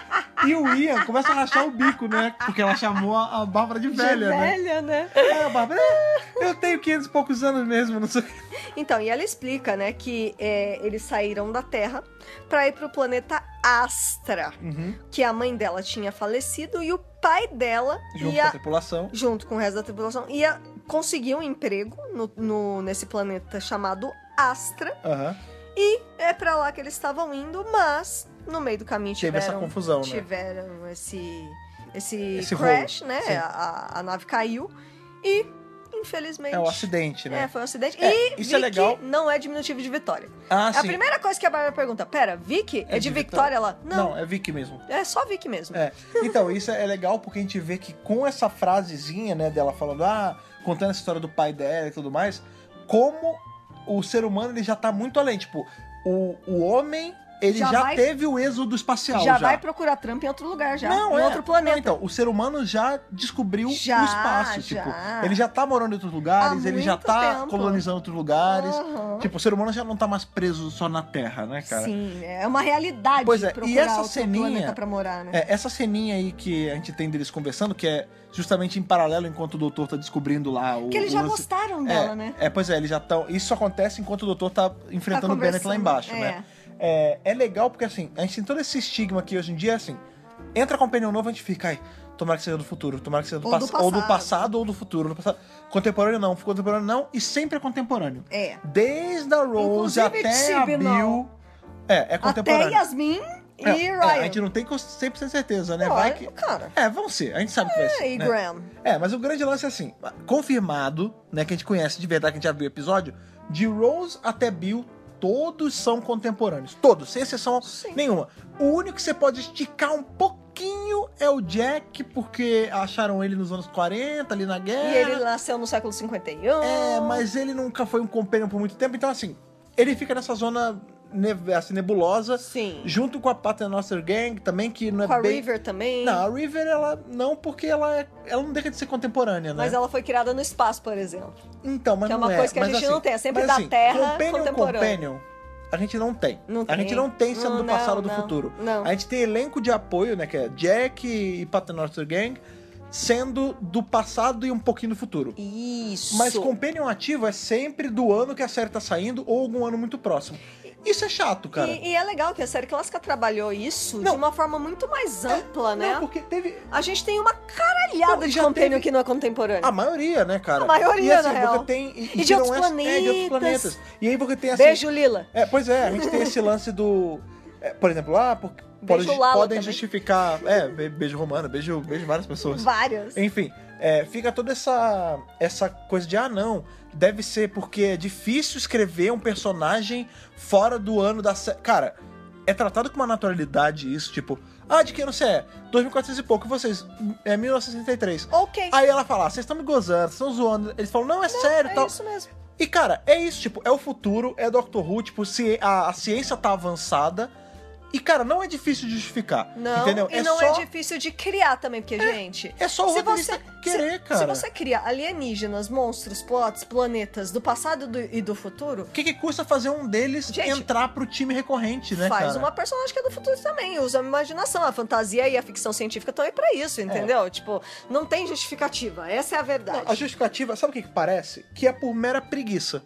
B: e o Ian começa a rachar o bico, né? Porque ela chamou a, a Bárbara de
C: de
B: velha, né?
C: velha, né?
B: Aí a Bárbara, é, eu tenho 500 e poucos anos mesmo, não sei o quê.
C: Então, e ela explica, né, que é, eles saíram da Terra pra ir pro planeta Astra,
B: Uhum.
C: que a mãe dela tinha falecido e o pai dela
B: Junto com
C: ia,
B: a tripulação.
C: junto com o resto da tripulação, ia conseguir um emprego no, no- nesse planeta chamado Astra.
B: Aham.
C: E é pra lá que eles estavam indo, mas no meio do caminho
B: Teve
C: tiveram,
B: essa confusão, né?
C: tiveram esse, esse,
B: Esse
C: crash, né?
B: sim.
C: A, a nave caiu e, infelizmente.
B: É o acidente, né?
C: É, foi um acidente.
B: É,
C: e
B: isso é
C: Vicky
B: legal.
C: não é diminutivo de vitória.
B: Ah,
C: É a primeira coisa que a Bárbara pergunta, pera, Vicky é,
B: É
C: de
B: de
C: Vitória? Ela, não,
B: Não, é Vicky mesmo.
C: é só Vicky mesmo.
B: É. Então, isso é legal porque a gente vê que com essa frasezinha, né, dela falando, ah, contando essa história do pai dela e tudo mais, como o ser humano ele já tá muito além. Tipo, o, o homem, ele
C: Já
B: já,
C: vai-
B: teve o êxodo espacial.
C: já,
B: então, Já,
C: vai procurar trampa em outro lugar, já,
B: Não,
C: em
B: é.
C: outro planeta.
B: Não, então, o ser humano já descobriu
C: Já,
B: o espaço.
C: já.
B: Tipo, ele já tá morando em outros lugares,
C: Há
B: ele já
C: muito
B: tá
C: tempo.
B: colonizando outros lugares.
C: Aham.
B: Tipo, o ser humano já não tá mais preso só na Terra, né, cara?
C: Sim, é uma realidade
B: Pois é, e
C: procurar
B: essa
C: outro
B: ceninha-
C: planeta pra morar, né?
B: É, essa ceninha aí que a gente tem deles conversando, que é justamente em paralelo enquanto o doutor tá descobrindo lá o.
C: Porque eles
B: o
C: já
B: lance-
C: gostaram
B: é,
C: dela, né?
B: É, pois é, eles já estão. Isso acontece enquanto o doutor tá enfrentando o Bennett lá embaixo,
C: conversando, é.
B: né? É, é legal porque assim, a gente tem todo esse estigma que hoje em dia é assim: entra companhia novo, a gente fica, ai, tomara que seja do futuro, tomara que seja do,
C: Ou do
B: pass- ou do
C: passado.
B: passado ou do futuro. Do passado. Contemporâneo não, contemporâneo não, e sempre é contemporâneo.
C: É.
B: Desde a Rose
C: Inclusive,
B: até a
C: Tibinall.
B: Bill. É, é
C: Até
B: contemporâneo.
C: Yasmin e
B: É, é,
C: Ryan.
B: a gente não tem co- 100% certeza, né?
C: Não,
B: Vai
C: é,
B: que.
C: cara.
B: É, vão ser. A gente sabe que vai
C: É, e
B: ser. né?
C: Graham.
B: É, mas o grande lance é assim: confirmado, né? Que a gente conhece de verdade, que a gente já viu o episódio, de Rose até Bill, todos são contemporâneos. Todos, sem exceção
C: Sim.
B: nenhuma. O único que você pode esticar um pouquinho é o Jack, porque acharam ele nos anos 40, ali na guerra.
C: E ele nasceu no século 51.
B: É, mas ele nunca foi um companion por muito tempo, então assim, ele fica nessa zona ne- assim, nebulosa.
C: Sim.
B: Junto com a Paternoster Gang também, que não é
C: Com a
B: bem...
C: River também.
B: Não, a River, ela não, porque ela, é- ela não deixa de ser contemporânea, né?
C: Mas ela foi criada no espaço, por exemplo.
B: Então, mas
C: que é uma
B: não
C: coisa que a
B: mas
C: gente
B: assim-
C: não tem, é sempre
B: mas
C: da
B: assim,
C: terra
B: companion,
C: contemporânea.
B: companion, a gente não tem.
C: Não
B: a
C: tem.
B: gente não tem sendo
C: Não,
B: do passado ou do
C: não,
B: futuro.
C: não.
B: A gente tem elenco de apoio, né, que é Jack e Paternoster Gang, sendo do passado e um pouquinho do futuro.
C: Isso.
B: Mas companion ativo é sempre do ano que a série tá saindo ou algum ano muito próximo. Isso é chato, cara.
C: E, e é legal que a série clássica trabalhou isso
B: Não. É.
C: de uma forma muito mais ampla, né?
B: Não, porque teve,
C: A gente tem uma caralhada
B: Não,
C: de
B: já
C: companion
B: teve-
C: que não é contemporâneo.
B: A maioria, né, cara?
C: A maioria,
B: e, assim,
C: na
B: você
C: real.
B: Tem, e,
C: de
B: que não
C: outros
B: é- É, de outros
C: planetas.
B: planetas. E aí você tem assim...
C: Beijo, Lila.
B: É, pois é, a gente tem esse lance do... é, por exemplo, lá, porque
C: Beijo
B: podem,
C: Lala
B: podem
C: também.
B: justificar... É, be- beijo romano, beijo, beijo várias pessoas.
C: Várias.
B: Enfim, é, fica toda essa, essa coisa de, ah, não, deve ser porque é difícil escrever um personagem fora do ano da série. Cara, é tratado com uma naturalidade isso, tipo, ah, de que ano você é? 2400 e pouco, e vocês? É 1963.
C: Ok.
B: Aí ela fala, "Ah, vocês estão me gozando, vocês estão zoando. Eles falam, não, é sério e
C: é
B: tal.
C: isso mesmo.
B: E, cara, é isso, tipo, é o futuro, é Doctor Who, tipo, se a, a ciência tá avançada. E, cara, não é difícil de justificar.
C: Não,
B: entendeu?
C: e não é difícil de criar também, porque, gente.
B: é só o
C: se
B: roteirista
C: você,
B: querer,
C: se,
B: cara.
C: Se você cria alienígenas, monstros, plots, planetas do passado do- e do futuro,
B: O que, que custa fazer um deles
C: Gente,
B: entrar pro time recorrente, né,
C: faz
B: cara?
C: uma personagem que é do futuro também. Usa a imaginação. A fantasia e a ficção científica estão aí pra isso, entendeu? Tipo, não tem justificativa. Essa é a verdade.
B: É. A justificativa, sabe o que, que parece? Que é por mera preguiça.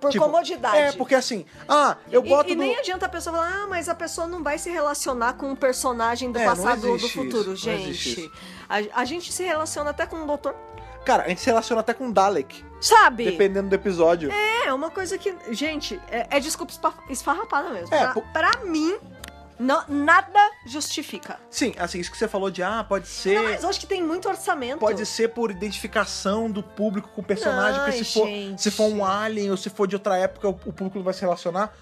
C: Por
B: Tipo,
C: comodidade.
B: É, porque assim, ah, eu
C: E-
B: boto
C: e,
B: no.
C: nem adianta a pessoa falar, ah, mas a pessoa não vai se relacionar com um personagem do
B: É, não
C: passado ou do
B: existe
C: futuro.
B: isso, não existe
C: gente, a, a gente se relaciona até com um doutor.
B: Cara, a gente se relaciona até com Dalek,
C: Sabe?
B: dependendo do episódio.
C: É, é uma coisa que. Gente, é, é desculpa espa- esfarrapada mesmo.
B: É,
C: pra,
B: po-
C: pra mim, não- nada justifica.
B: Sim, assim, isso que você falou de, ah, pode ser.
C: Não, é mas eu acho que tem muito orçamento.
B: Pode ser por identificação do público com o personagem,
C: Ai,
B: porque se for,
C: gente.
B: se for um alien ou se for de outra época, o, o público não vai se relacionar.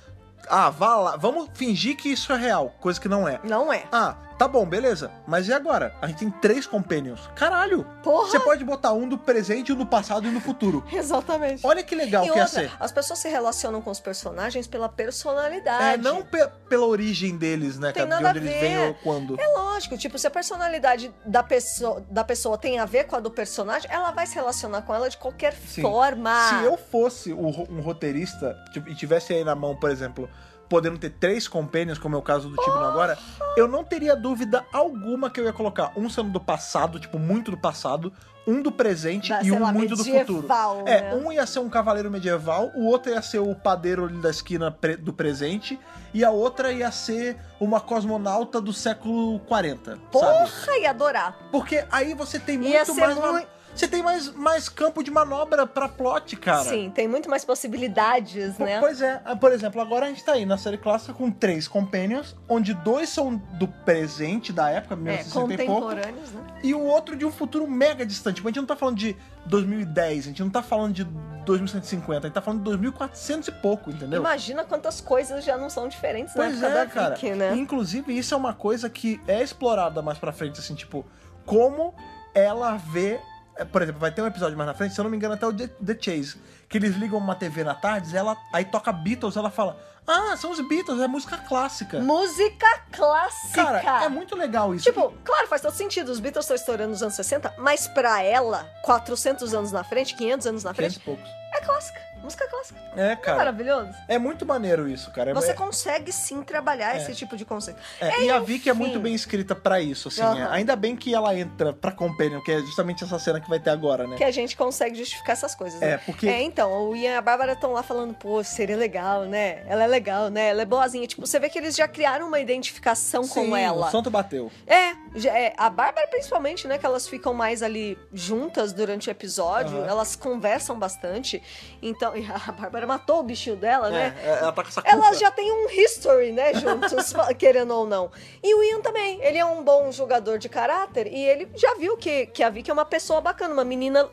B: Ah, vá lá, vamos fingir que isso é real, coisa que não é.
C: Não é.
B: Ah, tá bom, beleza. Mas e agora? A gente tem três companions. Caralho!
C: Porra!
B: Você pode botar um do presente, um do passado e um do futuro.
C: Exatamente.
B: Olha que legal
C: e
B: que
C: outra,
B: ia ser.
C: as pessoas se relacionam com os personagens pela personalidade.
B: É, não pe- pela origem deles, né,
C: Tem
B: cara? De
C: nada
B: onde
C: a
B: eles
C: ver.
B: vêm ou quando.
C: É lógico, tipo, se a personalidade da pessoa, da pessoa tem a ver com a do personagem, ela vai se relacionar com ela de qualquer
B: Sim.
C: forma.
B: Se eu fosse o ro- um roteirista tipo, e tivesse aí na mão, por exemplo, podendo ter três companions, como é o caso do Tibno agora, eu não teria dúvida alguma que eu ia colocar um sendo do passado, tipo, muito do passado, um do presente
C: Da-
B: e
C: sei
B: um
C: lá,
B: muito do futuro.
C: medieval, né?
B: É, um ia ser um cavaleiro medieval, o outro ia ser o padeiro ali da esquina pre- do presente, e a outra ia ser uma cosmonauta do século 40,
C: Porra,
B: sabe?
C: ia adorar.
B: Porque aí você tem muito
C: Ia ser
B: mais.
C: mui-
B: ma- Você tem mais, mais campo de manobra pra plot, cara.
C: Sim, tem muito mais possibilidades,
B: Po-
C: né?
B: Pois é, Ah, por exemplo, agora a gente tá aí na série clássica com três companions, onde dois são do presente da época,
C: É,
B: 1960 e assim, pouco,
C: contemporâneos, né?
B: e o outro de um futuro mega distante. Tipo, A gente não tá falando de 2010, a gente não tá falando de 2150, a gente tá falando de 2400 e pouco, entendeu?
C: Imagina quantas coisas já não são diferentes
B: Pois
C: na época
B: é,
C: da
B: cara.
C: Vicky, né?
B: Inclusive, isso é uma coisa que é explorada mais pra frente, assim, tipo, como ela vê. é, Por exemplo, vai ter um episódio mais na frente, se eu não me engano, até o The, The Chase. Que eles ligam uma TV na tarde, ela, aí toca Beatles, ela fala: Ah, são os Beatles, é música clássica.
C: Música clássica.
B: Cara, é muito legal isso.
C: Tipo, claro, faz todo sentido. Os Beatles estão estourando nos anos 60, mas pra ela, 400 anos na frente, 500 anos na
B: 500
C: frente,
B: e poucos.
C: é clássica. Música clássica.
B: É,
C: Não é
B: cara.
C: maravilhoso?
B: É muito maneiro isso, cara. É-
C: Você
B: é-
C: consegue sim trabalhar esse tipo de conceito.
B: É, e a Vicky é muito
C: enfim.
B: bem escrita pra isso, assim.
C: Aham.
B: é. Ainda bem que ela entra pra Companion, que é justamente essa cena que vai ter agora, né?
C: Que a gente consegue justificar essas coisas, né?
B: É, porque-
C: É, então, o Ian e a Bárbara estão lá falando, pô, seria legal, né? Ela é legal, né? Ela é boazinha. Tipo, você vê que eles já criaram uma identificação
B: Sim,
C: então, com ela.
B: O santo bateu.
C: É, já- é, a Bárbara principalmente, né? Que elas ficam mais ali juntas durante o episódio,
B: Aham.
C: elas conversam bastante. Então, e a Bárbara matou o bichinho dela, né?
B: É, ela tá com essa culpa.
C: Elas já têm um history, né, juntos, fa- querendo ou não. E o Ian também, ele é um bom jogador de caráter e ele já viu que, que a Vicky é uma pessoa bacana, uma menina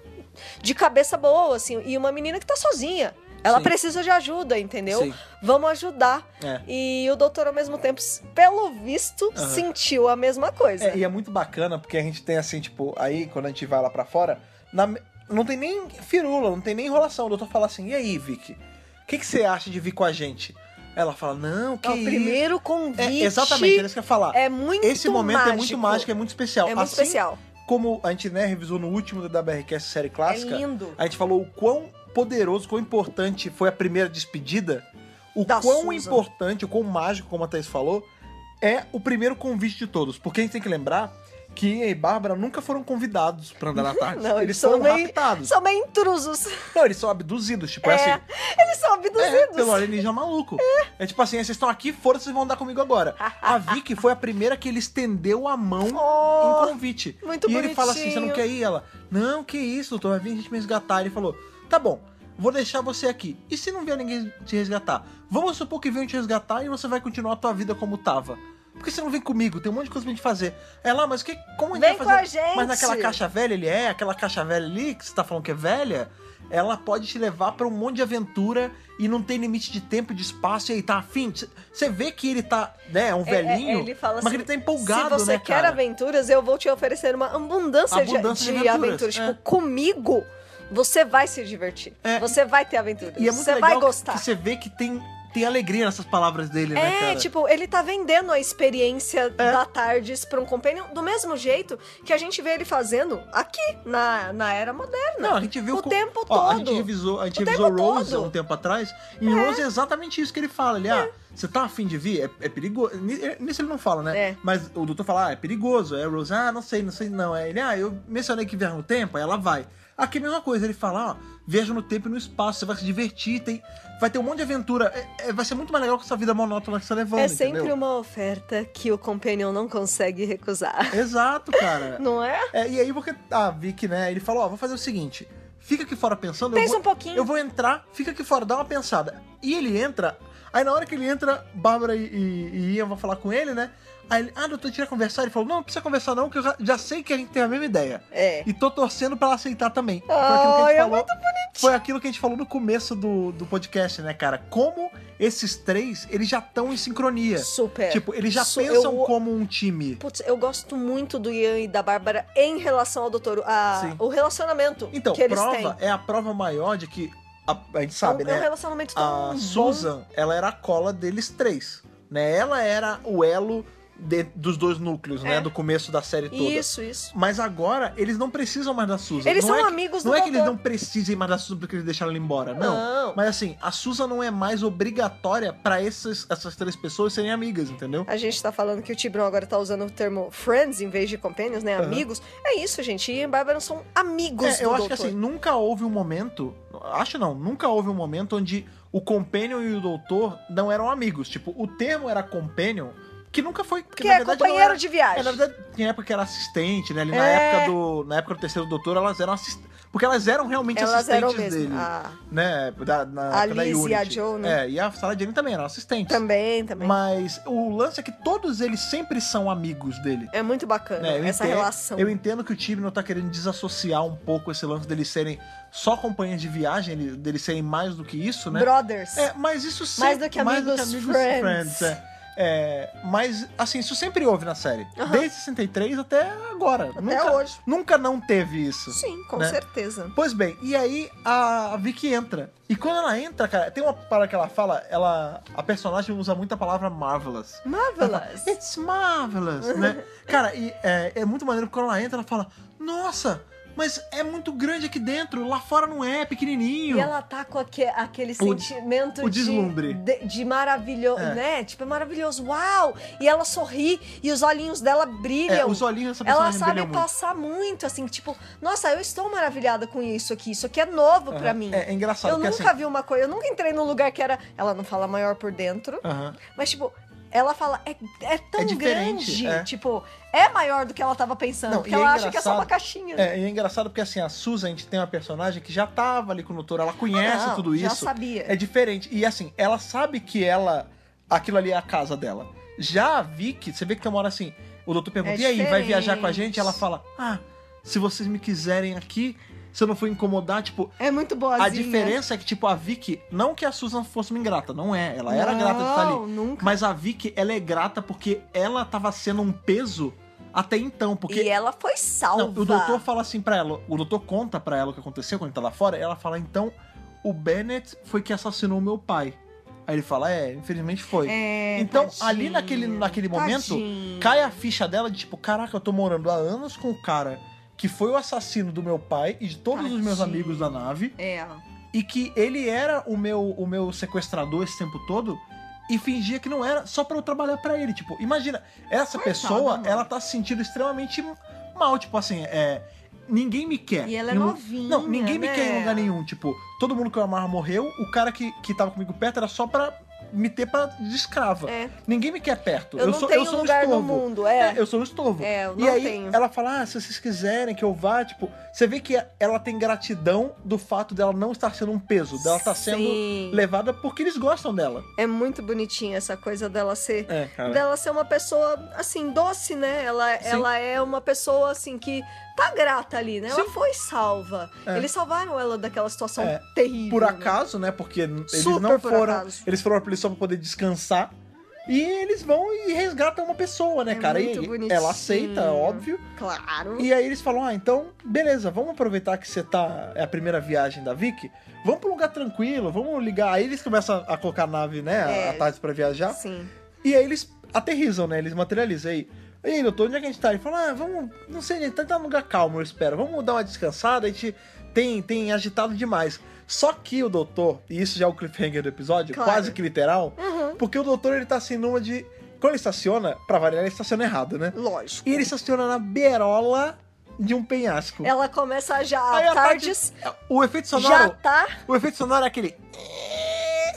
C: de cabeça boa, assim, e uma menina que tá sozinha. Ela
B: Sim.
C: precisa de ajuda, entendeu?
B: Sim.
C: Vamos ajudar.
B: É.
C: E o doutor, ao mesmo tempo, s- pelo visto,
B: Aham.
C: sentiu a mesma coisa.
B: É, e é muito bacana porque a gente tem assim, tipo, aí quando a gente vai lá pra fora, na me- não tem nem firula, não tem nem enrolação. O doutor fala assim: e aí, Vicky? O que, que você acha de vir com a gente? Ela fala: não, que
C: É o
B: isso?"
C: primeiro convite.
B: É, exatamente, era isso que eu ia falar.
C: É muito
B: Esse momento
C: mágico.
B: é muito mágico, é muito especial.
C: É muito
B: assim
C: especial.
B: como a gente né, revisou no último da BRCast série clássica,
C: É lindo.
B: a gente falou o quão poderoso, quão importante foi a primeira despedida, o
C: Da
B: quão
C: Susan.
B: importante, o quão mágico, como a Thaís falou, é o primeiro convite de todos. Porque a gente tem que lembrar que Ian e Bárbara nunca foram convidados pra andar na tarde.
C: Não,
B: eles
C: eles
B: foram
C: são meio-
B: raptados.
C: São meio intrusos.
B: Não, eles são abduzidos, tipo, é,
C: É,
B: assim.
C: Eles são
B: É,
C: abduzidos.
B: pelo alienígena maluco. É. tipo assim, vocês estão aqui, fora, vocês vão andar comigo agora. A Vicky foi a primeira que ele estendeu a mão
C: Oh,
B: em convite.
C: muito
B: e ele fala assim:
C: bonitinho.
B: você não quer ir? Ela, não, que isso, doutor, vai vir a gente me resgatar. Ele falou: tá bom, vou deixar você aqui. E se não vier ninguém te resgatar? Vamos supor que venham te resgatar e você vai continuar a tua vida como tava. Por que você não vem comigo? Tem um monte de coisa pra gente fazer. Ela, mas que, como a gente
C: Vem
B: vai
C: com a
B: fazer? Mas
C: gente.
B: naquela caixa velha, ele é, aquela caixa velha ali que você tá falando que é velha, ela pode te levar pra um monte de aventura e não tem limite de tempo e de espaço. E aí tá afim. Você vê que ele tá, né, é um
C: É, é,
B: velhinho,
C: ele fala
B: mas
C: assim,
B: ele tá empolgado,
C: Se você
B: né,
C: quer
B: cara?
C: aventuras, eu vou te oferecer uma abundância, de-
B: Abundância de
C: de,
B: aventuras,
C: aventuras.
B: é.
C: Tipo, comigo, você vai se divertir.
B: É,
C: você vai ter aventuras.
B: E é muito
C: você
B: legal
C: vai gostar.
B: que você vê que tem Tem alegria nessas palavras dele, né,
C: É,
B: cara? É.
C: tipo, ele tá vendendo a experiência da Tardes pra um companion do mesmo jeito que a gente vê ele fazendo aqui, na, na era moderna.
B: Não, a gente viu
C: o
B: co-
C: tempo
B: Ó,
C: todo.
B: a gente revisou, a gente
C: O tempo
B: revisou Rose há
C: todo. É.
B: um tempo atrás, e Rose é exatamente isso que ele fala. Ele, ah, você tá afim de vir? É, é perigoso. Ni- é- Nisso ele não fala, né?
C: É.
B: Mas o doutor fala, ah, é perigoso. Aí a Rose, ah, não sei, não sei, não. É ele, ah, eu mencionei que viaja no tempo, aí ela vai. Aqui é a mesma coisa, ele fala, ó, viaja no tempo e no espaço, você vai se divertir, tem, vai ter um monte de aventura. É- é- vai ser muito mais legal que essa vida monótona que você tá levando,
C: é sempre
B: entendeu?
C: uma oferta que o companion não consegue recusar.
B: Exato, cara.
C: Não é?
B: É, e aí porque a Vic, né, ele falou, ó, vou fazer o seguinte, fica aqui fora pensando, eu
C: Pensa
B: vou,
C: um pouquinho.
B: eu vou entrar, fica aqui fora, dá uma pensada. E ele entra, aí na hora que ele entra, Bárbara e, e, e Ian vão falar com ele, né, aí ele, ah, doutor, tira conversar, ele falou, não, não precisa conversar não, que eu já, já sei que a gente tem a mesma ideia.
C: É.
B: E tô torcendo pra ela aceitar também.
C: Ai, é muito
B: Foi aquilo que a gente falou no começo do, do podcast, né, cara? Como esses três, eles já estão em sincronia.
C: Super.
B: Tipo, eles já
C: Su-
B: pensam
C: é. eu-
B: como um time.
C: Putz, eu gosto muito do Ian e da Bárbara em relação ao doutor. A,
B: Sim.
C: o relacionamento
B: Então,
C: que eles
B: prova
C: têm.
B: é a prova maior de que a, a gente sabe,
C: é um, é um
B: né?
C: relacionamento tão
B: A
C: bom.
B: Susan, ela era a cola deles três, né? Ela era o elo de- dos dois núcleos, né?
C: É.
B: Do começo da série toda.
C: Isso, isso.
B: Mas agora eles não precisam mais da Susan.
C: Eles
B: não
C: são
B: é que-
C: amigos
B: Não
C: do
B: é que eles
C: doutor.
B: não precisem mais da Susan porque eles deixaram ela embora, não.
C: Não.
B: Mas assim, a Susan não é mais obrigatória pra essas, essas três pessoas serem amigas, entendeu?
C: A gente tá falando que o Tibrão agora tá usando o termo friends em vez de companions, né? Amigos. É isso, gente. Ian e Bárbara são amigos
B: É, eu
C: do
B: acho que
C: doutor.
B: assim, nunca houve um momento. Acho não, nunca houve um momento onde o Companion e o Doutor não eram amigos. Tipo, o termo era Companion, que nunca foi. Que,
C: que
B: na
C: é
B: verdade,
C: companheiro
B: não era-
C: de viagem.
B: É, na verdade, tinha época que era assistente, né? Ali na,
C: É.
B: época do, na época do terceiro doutor, elas eram assistentes. Porque elas eram realmente
C: Elas
B: assistentes
C: eram mesmo.
B: dele.
C: Ah,
B: Né? Da, na
C: A
B: época da
C: Liz e
B: Unity.
C: a Jo, né?
B: É, e a Sarah Jane também eram assistentes.
C: também, também.
B: Mas o lance é que todos eles sempre são amigos dele.
C: É muito bacana
B: É, eu
C: essa
B: entendo-
C: relação.
B: Eu entendo que o time não tá querendo desassociar um pouco esse lance deles serem só companhias de viagem, ele- deles serem mais do que isso, né?
C: Brothers.
B: É, mas isso sempre.
C: Mais do que amigos, friends.
B: é. É, mas, assim, isso sempre houve na série.
C: Aham.
B: Desde 63 até agora. nunca,
C: hoje.
B: Nunca não teve isso.
C: Sim, com
B: né?
C: certeza.
B: Pois bem, e aí a Vicky entra. E quando ela entra, cara, tem uma parada que ela fala, ela. A personagem usa muito a palavra marvelous.
C: Marvelous.
B: It's marvelous, né? Cara, e é, é muito maneiro porque quando ela entra, ela fala: Nossa, mas é muito grande aqui dentro, lá fora não é, é pequenininho.
C: E ela tá com aque- aquele sentimento
B: o
C: de-
B: deslumbre.
C: De, de maravilhoso,
B: É.
C: né? Tipo, é maravilhoso. Uau! E ela sorri e os olhinhos dela brilham.
B: É, os olhinhos dessa
C: ela
B: personagem
C: sabe
B: brilham muito.
C: passar muito, assim, tipo, nossa, eu estou maravilhada com isso aqui. Isso aqui é novo pra mim.
B: É, é engraçado,
C: eu
B: porque
C: nunca
B: assim.
C: vi uma coisa, eu nunca entrei num lugar que era. Ela não fala maior por dentro,
B: aham.
C: mas tipo, ela fala, é, é tão
B: Ah. É diferente,
C: grande.
B: é.
C: Tipo, é maior do que ela tava pensando.
B: Não,
C: porque
B: e é
C: ela acha que é só uma
B: engraçado-
C: caixinha.
B: É, e é engraçado porque assim, a Susan, a gente tem uma personagem que já tava ali com o doutor, ela conhece
C: Ah, não,
B: tudo
C: já
B: isso.
C: sabia.
B: É diferente. E assim, ela sabe que ela. Aquilo ali é a casa dela. Já a Vicky, você vê que tem uma hora assim, o doutor pergunta,
C: É
B: e aí, vai
C: diferente."
B: viajar com a gente? Ela fala, ah, se vocês me quiserem aqui, se eu não for incomodar, tipo.
C: É muito boazinha.
B: A diferença é que, tipo, a Vicky, não que a Susan fosse uma ingrata, não é. Ela era
C: Não,
B: grata de estar ali.
C: nunca.
B: Mas a Vicky, ela é grata porque ela tava sendo um peso até então. Porque
C: E ela foi salva.
B: não, o doutor fala assim pra ela, o doutor conta pra ela o que aconteceu quando ele tá lá fora, ela fala, então, o Bennett foi que assassinou meu pai. Aí ele fala, é, infelizmente foi.
C: É,
B: então,
C: tadinho,
B: ali naquele, naquele momento,
C: tadinho.
B: cai a ficha dela de tipo, caraca, eu tô morando há anos com o cara que foi o assassino do meu pai e de todos os meus
C: Tadinho.
B: amigos da nave,
C: É.
B: e que ele era o meu, o meu sequestrador esse tempo todo. E fingia que não era, só pra eu trabalhar pra ele. Tipo, imagina, essa pessoa,
C: mano.
B: ela tá se sentindo extremamente mal. Tipo assim, é. Ninguém me quer.
C: E ela é
B: Em lu-
C: novinha,
B: Não, ninguém me
C: né?
B: quer em lugar nenhum. Tipo, todo mundo que eu amava morreu, o cara que, que tava comigo perto era só pra me ter pra, de escrava.
C: É.
B: Ninguém me quer perto.
C: Eu, não
B: sou,
C: tenho
B: eu sou um
C: lugar no
B: estorvo.
C: mundo,
B: É,
C: é.
B: eu sou um estorvo.
C: É, eu
B: e
C: não
B: aí
C: tenho.
B: ela fala, ah, se vocês quiserem que eu vá, tipo, você vê que ela tem gratidão do fato dela não estar sendo um peso, dela estar
C: Sim.
B: sendo levada porque eles gostam dela.
C: É muito bonitinha essa coisa dela ser.
B: É, cara.
C: Dela ser uma pessoa, assim, doce, né? Ela,
B: Sim.
C: ela é uma pessoa, assim, que tá grata ali, né? Ela
B: Sim.
C: foi salva.
B: É.
C: Eles salvaram ela daquela situação
B: É.
C: terrível.
B: Por
C: né?
B: acaso, né? Porque eles
C: Super
B: não
C: por
B: foram.
C: acaso.
B: Eles foram pra ali só pra poder descansar. E eles vão e resgatam uma pessoa, né,
C: É
B: cara?
C: muito
B: e
C: bonitinho.
B: ela aceita, óbvio.
C: Claro.
B: E aí eles falam: ah, então, beleza, vamos aproveitar que você tá. É a primeira viagem da Vicky. Vamos pra um lugar tranquilo, vamos ligar. Aí eles começam a colocar a nave, né?
C: É.
B: A tarde pra viajar.
C: Sim.
B: E aí eles aterrizam, né? Eles materializam aí. E aí, doutor, onde é que a gente tá? Ele fala, ah, vamos, não sei, né, tá num lugar calmo, eu espero. Vamos dar uma descansada, a gente tem, tem agitado demais. Só que o doutor, e isso já é o cliffhanger do episódio,
C: Claro.
B: quase que literal,
C: Uhum.
B: porque o doutor, ele tá assim numa de... Quando ele estaciona, pra variar, ele estaciona errado, né?
C: Lógico.
B: E ele estaciona na beirola de um penhasco.
C: Ela começa já
B: Aí
C: à
B: a
C: tarde.
B: O efeito
C: Já
B: sonoro,
C: tá,
B: o efeito sonoro é aquele...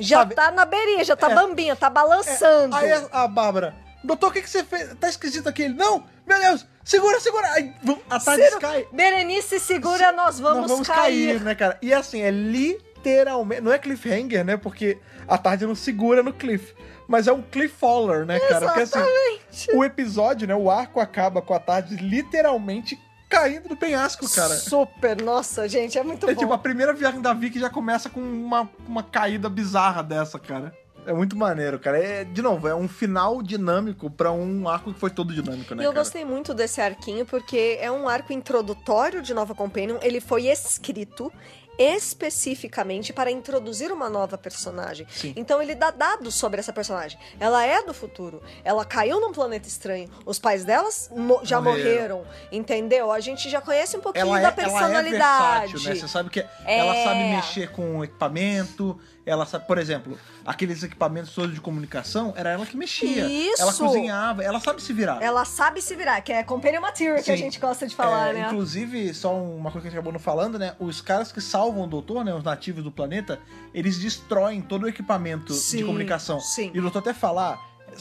C: já
B: Sabe?
C: tá na beirinha, já tá
B: É.
C: bambinha, tá balançando.
B: Aí a, a Bárbara, doutor, o que, que você fez? Tá esquisito aqui. Ele, não, meu Deus, segura, segura. Aí, vum, a tarde
C: Ciro,
B: cai.
C: Berenice, segura,
B: Se-
C: nós vamos,
B: Nós vamos
C: cair.
B: cair. né, cara? E assim, é literalmente. Não é cliffhanger, né? Porque a tarde não segura no cliff. Mas é um cliffhanger, né, cara? Porque assim, o episódio, né? O arco acaba com a tarde literalmente caindo do penhasco, né, cara.
C: Super, nossa, gente, é muito
B: É
C: bom.
B: tipo, a primeira viagem da Vicky já começa com uma, uma caída bizarra dessa, cara. É muito maneiro, cara. É, de novo, é um final dinâmico pra um arco que foi todo dinâmico, né,
C: E eu
B: cara?
C: gostei muito desse arquinho, porque é um arco introdutório de Nova Companion. Ele foi escrito especificamente para introduzir uma nova personagem.
B: Sim.
C: Então ele dá dados sobre essa personagem. Ela é do futuro. Ela caiu num planeta estranho. Os pais delas mo- já
B: Morreram.
C: morreram. Entendeu? A gente já conhece um pouquinho
B: Ela é, ela
C: da
B: é
C: personalidade.
B: versátil, né? Você sabe que ela
C: É.
B: sabe mexer com equipamento, ela sabe, por exemplo, aqueles equipamentos todos de comunicação, era ela que mexia.
C: Isso!
B: Ela cozinhava, ela sabe se virar.
C: Ela sabe se virar, que é companion material que
B: Sim.
C: a gente gosta de falar,
B: É,
C: né?
B: Inclusive, só uma coisa que a gente acabou não falando, né? Os caras que salvam o doutor, né? Os nativos do planeta, eles destroem todo o equipamento de
C: Sim,
B: comunicação.
C: sim.
B: E o doutor até falar.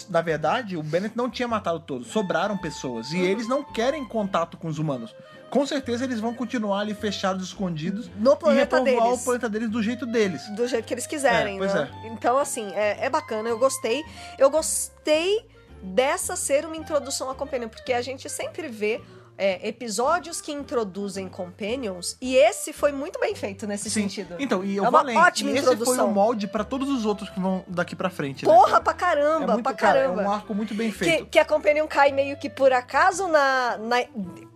B: Na verdade, o Bennett não tinha matado todos, sobraram pessoas. E
C: Uhum.
B: eles não querem contato com os humanos. Com certeza eles vão continuar ali fechados, escondidos.
C: No planeta
B: e repovoar
C: deles.
B: o planeta deles do jeito deles.
C: do jeito que eles quiserem,
B: É, pois
C: né? Então, assim, é, é bacana, eu gostei. Eu gostei dessa ser uma introdução a Companion, porque a gente sempre vê é, episódios que introduzem Companions, e esse foi muito bem feito nesse
B: Sim.
C: sentido.
B: Então, e eu
C: É
B: vou
C: uma
B: além.
C: ótima
B: e esse foi
C: introdução.
B: o molde pra todos os outros que vão daqui pra frente. né,
C: Porra,
B: cara?
C: pra caramba,
B: é muito,
C: pra
B: cara,
C: caramba.
B: é um arco muito bem feito.
C: que, que a Companion cai meio que por acaso na, na-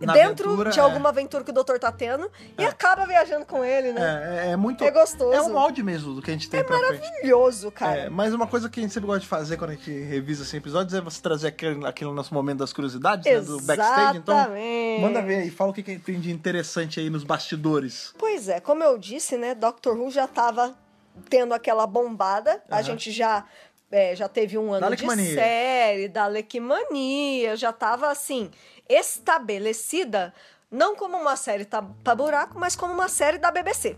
B: Na
C: dentro
B: aventura,
C: de
B: é.
C: alguma aventura que o doutor tá tendo e acaba viajando com ele, né?
B: É, é, é muito.
C: É, gostoso. É
B: É um molde mesmo do que a gente tem pra frente.
C: maravilhoso, cara.
B: É, mas uma coisa que a gente sempre gosta de fazer quando a gente revisa assim, episódios é você trazer aquele, aquele nosso momento das curiosidades, né, do backstage. Então,
C: Exatamente.
B: manda ver aí, fala o que, que tem de interessante aí nos bastidores.
C: Pois é, como eu disse, né, Doctor Who já tava tendo aquela bombada, a
B: Aham.
C: gente já é, já teve um ano de
B: Dalekmania.
C: série, da Lequimania, já tava assim, estabelecida, não como uma série tá, pra buraco, mas como uma série da BBC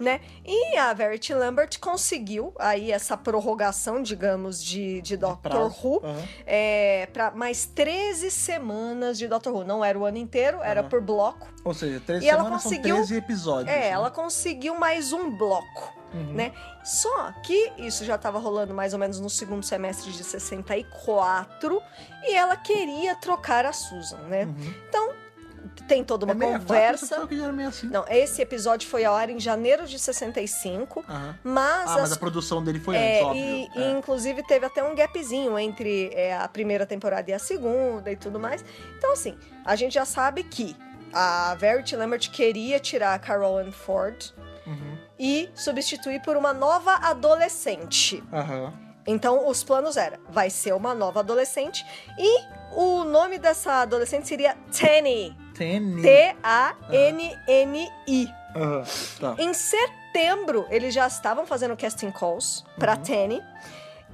C: né? E a Verity Lambert conseguiu aí essa prorrogação, digamos, de, de Doctor
B: prazo.
C: Who
B: Aham.
C: é, para mais 13 semanas de Doctor Who. Não era o ano inteiro, era
B: Aham.
C: por bloco.
B: Ou seja, 13
C: E ela
B: semanas
C: conseguiu-
B: são 13 episódios.
C: É,
B: né?
C: ela conseguiu mais um bloco.
B: Uhum.
C: né? Só que isso já estava rolando mais ou menos no segundo semestre de 64 e ela queria trocar a Susan, né?
B: Uhum.
C: Então, tem toda uma
B: É 64,
C: conversa.
B: só que já era meio assim.
C: Não, esse episódio foi ao ar em janeiro de 65,
B: Aham.
C: mas
B: Ah, mas
C: as
B: a produção dele foi
C: é,
B: antes, óbvio.
C: E, e,
B: É.
C: inclusive teve até um gapzinho entre é, a primeira temporada e a segunda e tudo mais. Então, assim, a gente já sabe que a Verity Lambert queria tirar a Carol Ann Ford
B: Uhum.
C: e substituir por uma nova adolescente.
B: Aham.
C: Então, os planos era, vai ser uma nova adolescente e o nome dessa adolescente seria Tanny.
B: Tênis.
C: T-A-N-N-I.
B: Aham. Tá.
C: Em setembro, eles já estavam fazendo casting calls pra
B: Uhum.
C: Tenny.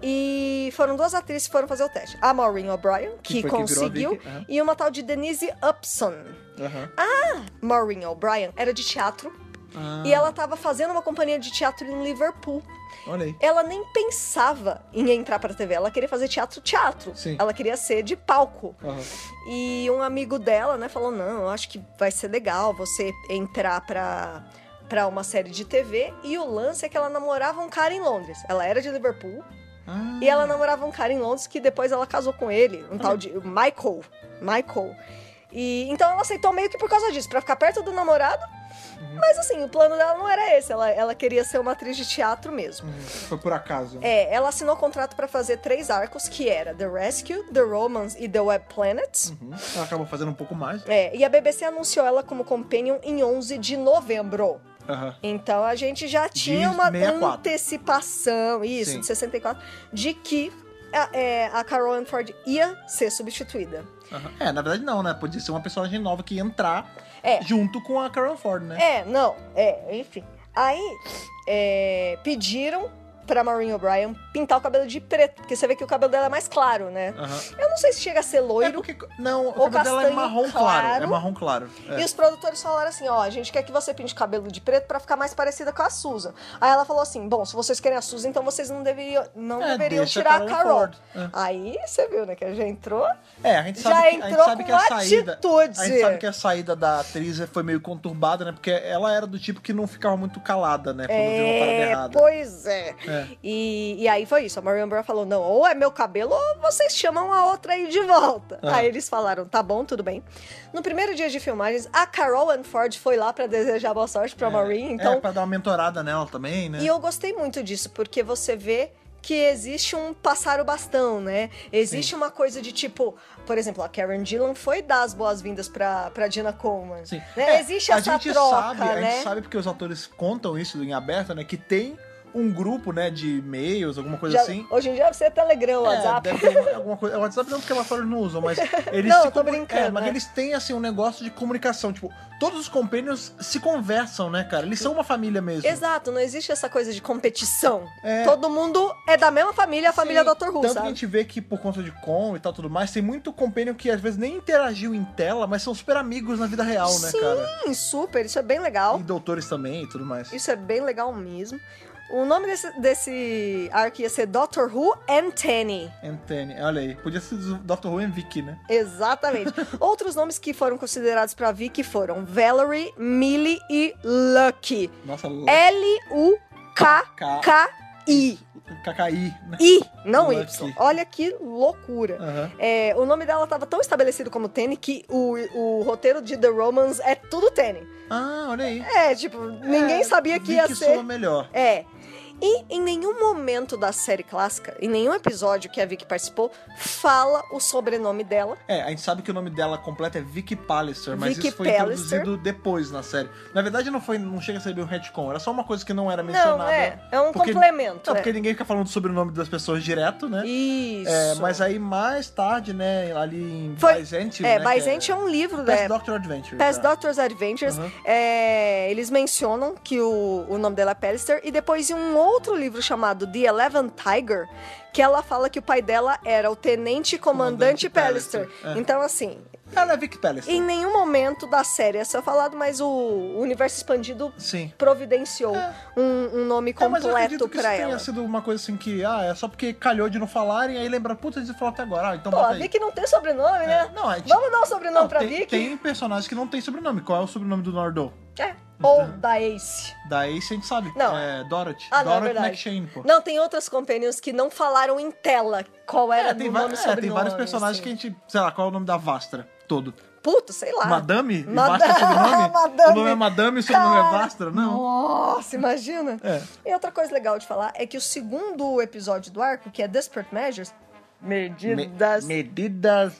C: E foram duas atrizes que foram fazer o teste. A Maureen O'Brien, que,
B: foi virou a
C: conseguiu,
B: Vicky. Aham.
C: e uma tal de Denise Upson.
B: Aham.
C: Ah, Maureen O'Brien era de teatro
B: Ah,
C: e ela tava fazendo uma companhia de teatro em Liverpool.
B: Olha aí.
C: Ela nem pensava em entrar pra TV, ela queria fazer teatro-teatro.
B: Sim.
C: Ela queria ser de palco.
B: Aham.
C: E um amigo dela, né, falou: não, eu acho que vai ser legal você entrar pra, pra uma série de TV. E o lance é que ela namorava um cara em Londres. Ela era de Liverpool
B: Ah.
C: e ela namorava um cara em Londres que depois ela casou com ele, um tal de Michael. Michael. E então ela aceitou meio que por causa disso, pra ficar perto do namorado. Mas assim, o plano dela não era esse, ela, ela queria ser uma atriz de teatro mesmo.
B: Foi por acaso. né?
C: É, ela assinou contrato pra fazer três arcos, que era The Rescue, The Romance e The Web Planet.
B: Uhum. Ela acabou fazendo um pouco mais.
C: É, e a BBC anunciou ela como companion em 11 de novembro.
B: Aham.
C: Então a gente já tinha uma
B: 64.
C: antecipação, isso,
B: Sim.
C: de 64, de que a, é, a Carol Anford ia ser substituída.
B: aham. É, na verdade não, né? Podia ser uma personagem nova que ia entrar
C: É.
B: junto com a Carol Ford, né?
C: É, não, é, enfim. Aí é, pediram pra Maureen O'Brien pintar o cabelo de preto, porque você vê que o cabelo dela é mais claro, né?
B: Aham.
C: Eu não sei se chega a ser
B: É
C: loiro.
B: porque, não, o
C: Ou
B: cabelo dela é
C: castanho
B: marrom claro.
C: claro.
B: É marrom claro. É.
C: E os produtores falaram assim, ó, a gente quer que você pinte o cabelo de preto pra ficar mais parecida com a Susan. Aí ela falou assim, bom, se vocês querem a Susan, então vocês não deveriam, não
B: É,
C: deveriam
B: deixa a
C: tirar a
B: Carol
C: Carol.
B: Ford. É.
C: Aí você viu, né, que a gente entrou,
B: É, a gente
C: Já
B: sabe, que, a gente
C: entrou
B: sabe
C: com
B: que a
C: uma
B: saída.
C: atitude.
B: A gente sabe que a saída da atriz foi meio conturbada, né? Porque ela era do tipo que não ficava muito calada, né? Quando viu uma parada
C: É,
B: errada.
C: pois é.
B: É.
C: E, e aí foi isso. A Marion Brown falou: não, ou é meu cabelo, ou vocês chamam a outra aí de volta.
B: Ah.
C: Aí eles falaram: tá bom, tudo bem. No primeiro dia de filmagens, a Carol Anford foi lá pra desejar boa sorte pra Maureen. Então,
B: É, pra dar uma mentorada nela também, né?
C: e eu gostei muito disso, porque você vê que existe um passar o bastão, né? Existe uma coisa de tipo, por exemplo, a Karen Dillon foi dar as boas-vindas pra, pra Gina Coleman.
B: Sim.
C: Né?
B: É,
C: existe
B: a
C: essa
B: gente
C: troca,
B: sabe,
C: né?
B: A gente sabe porque os atores contam isso em aberto, né? Que tem um grupo, né, de e-mails, alguma coisa
C: Já-
B: assim.
C: Hoje em dia você é Telegram,
B: É,
C: WhatsApp.
B: deve ter alguma coisa. É, O WhatsApp não, porque lá fora não usam, mas eles.
C: Não,
B: se
C: eu tô
B: comuni-
C: brincando,
B: É, mas
C: né?
B: eles têm, assim, um negócio de comunicação. Tipo, todos os companions se conversam, né, cara? Eles são uma família mesmo.
C: Exato, não existe essa coisa de competição.
B: É.
C: Todo mundo é da mesma família, a família
B: Sim,
C: do Dr. Who,
B: Tanto que a
C: sabe?
B: gente vê que por conta de com e tal tudo mais, tem muito companion que às vezes nem interagiu em tela, mas são super amigos na vida real, né,
C: Sim.
B: cara?
C: Hum, super, isso é bem legal.
B: E doutores também e tudo mais.
C: Isso é bem legal mesmo. O nome desse, desse arco ia ser Doctor Who and Tenny.
B: Antene, olha aí. Podia ser do Dr. Who e Vicky, né?
C: Exatamente. Outros nomes que foram considerados pra Vicky foram Valerie, Millie e Lucky.
B: Nossa,
C: L-U-K-K-I.
B: KKI, né?
C: I, não
B: Lucky.
C: Y. Olha que loucura.
B: Aham.
C: É, o nome dela estava tão estabelecido como Tenny que o, o roteiro de The Romans é tudo Tenny.
B: Ah, olha aí.
C: É, tipo, ninguém
B: É,
C: sabia que ia
B: Vicky
C: ser.
B: soa melhor.
C: É. E em nenhum momento da série clássica, em nenhum episódio que a Vicky participou, fala o sobrenome dela.
B: É, a gente sabe que o nome dela completo é Vicky Pallister, mas
C: Vicky
B: isso foi
C: Pallister.
B: introduzido depois na série. Na verdade, não foi, não chega a ser um retcon, era só uma coisa que não era mencionada.
C: Não, é. É um
B: Porque-
C: complemento.
B: Não,
C: é.
B: porque ninguém fica falando sobre o nome das pessoas direto, né?
C: Isso.
B: É, mas aí mais tarde, né, ali em
C: Foi-
B: Byzantium,
C: É,
B: né,
C: Byzant
B: que
C: é um livro
B: Past
C: da
B: Doctor Adventure.
C: Past
B: é.
C: Doctor's Adventures,
B: Uhum.
C: é, eles mencionam que o, o nome dela é Pallister, e depois em um outro livro chamado The Eleven Tiger, que ela fala que o pai dela era o Tenente
B: Comandante
C: Comandante,
B: Pallister,
C: Pallister.
B: é.
C: Então, assim,
B: Ela é Vicky Pallister.
C: em nenhum momento da série é só falado, mas o universo expandido
B: Sim.
C: providenciou
B: É.
C: um, um nome
B: É, mas eu
C: completo
B: acredito que isso
C: pra
B: tenha
C: ela.
B: sido uma coisa assim que, ah, é só porque calhou de não falarem, aí lembra, puta, eles falaram até agora, ah, então
C: Pô,
B: bota
C: a
B: aí.
C: Vicky não tem sobrenome,
B: É,
C: né?
B: não, a gente-
C: Vamos dar um sobrenome pra
B: tem,
C: Vicky?
B: Tem personagens que não tem sobrenome. Qual é o sobrenome do Nordou?
C: É. Ou da Ace.
B: Daí se a gente sabe.
C: Não.
B: É Dorothy.
C: Ah, não, é
B: Dorothy
C: verdade.
B: McShane, pô.
C: Não, tem outras companions que não falaram em tela qual era
B: é,
C: o
B: tem,
C: nome
B: vários-
C: e
B: é, tem vários
C: sobrenome,
B: personagens que a
C: assim.
B: gente. Sei lá, qual é o nome da Vastra todo?
C: Puto, sei lá.
B: Madame? E
C: Mad-
B: Vastra é sobrenome?
C: Madame.
B: O nome é Madame e o sobrenome é
C: Cara,
B: Vastra? Não.
C: Nossa, imagina.
B: É.
C: E outra coisa legal de falar é que o segundo episódio do arco, que é Desperate Measures, Medidas
B: medidas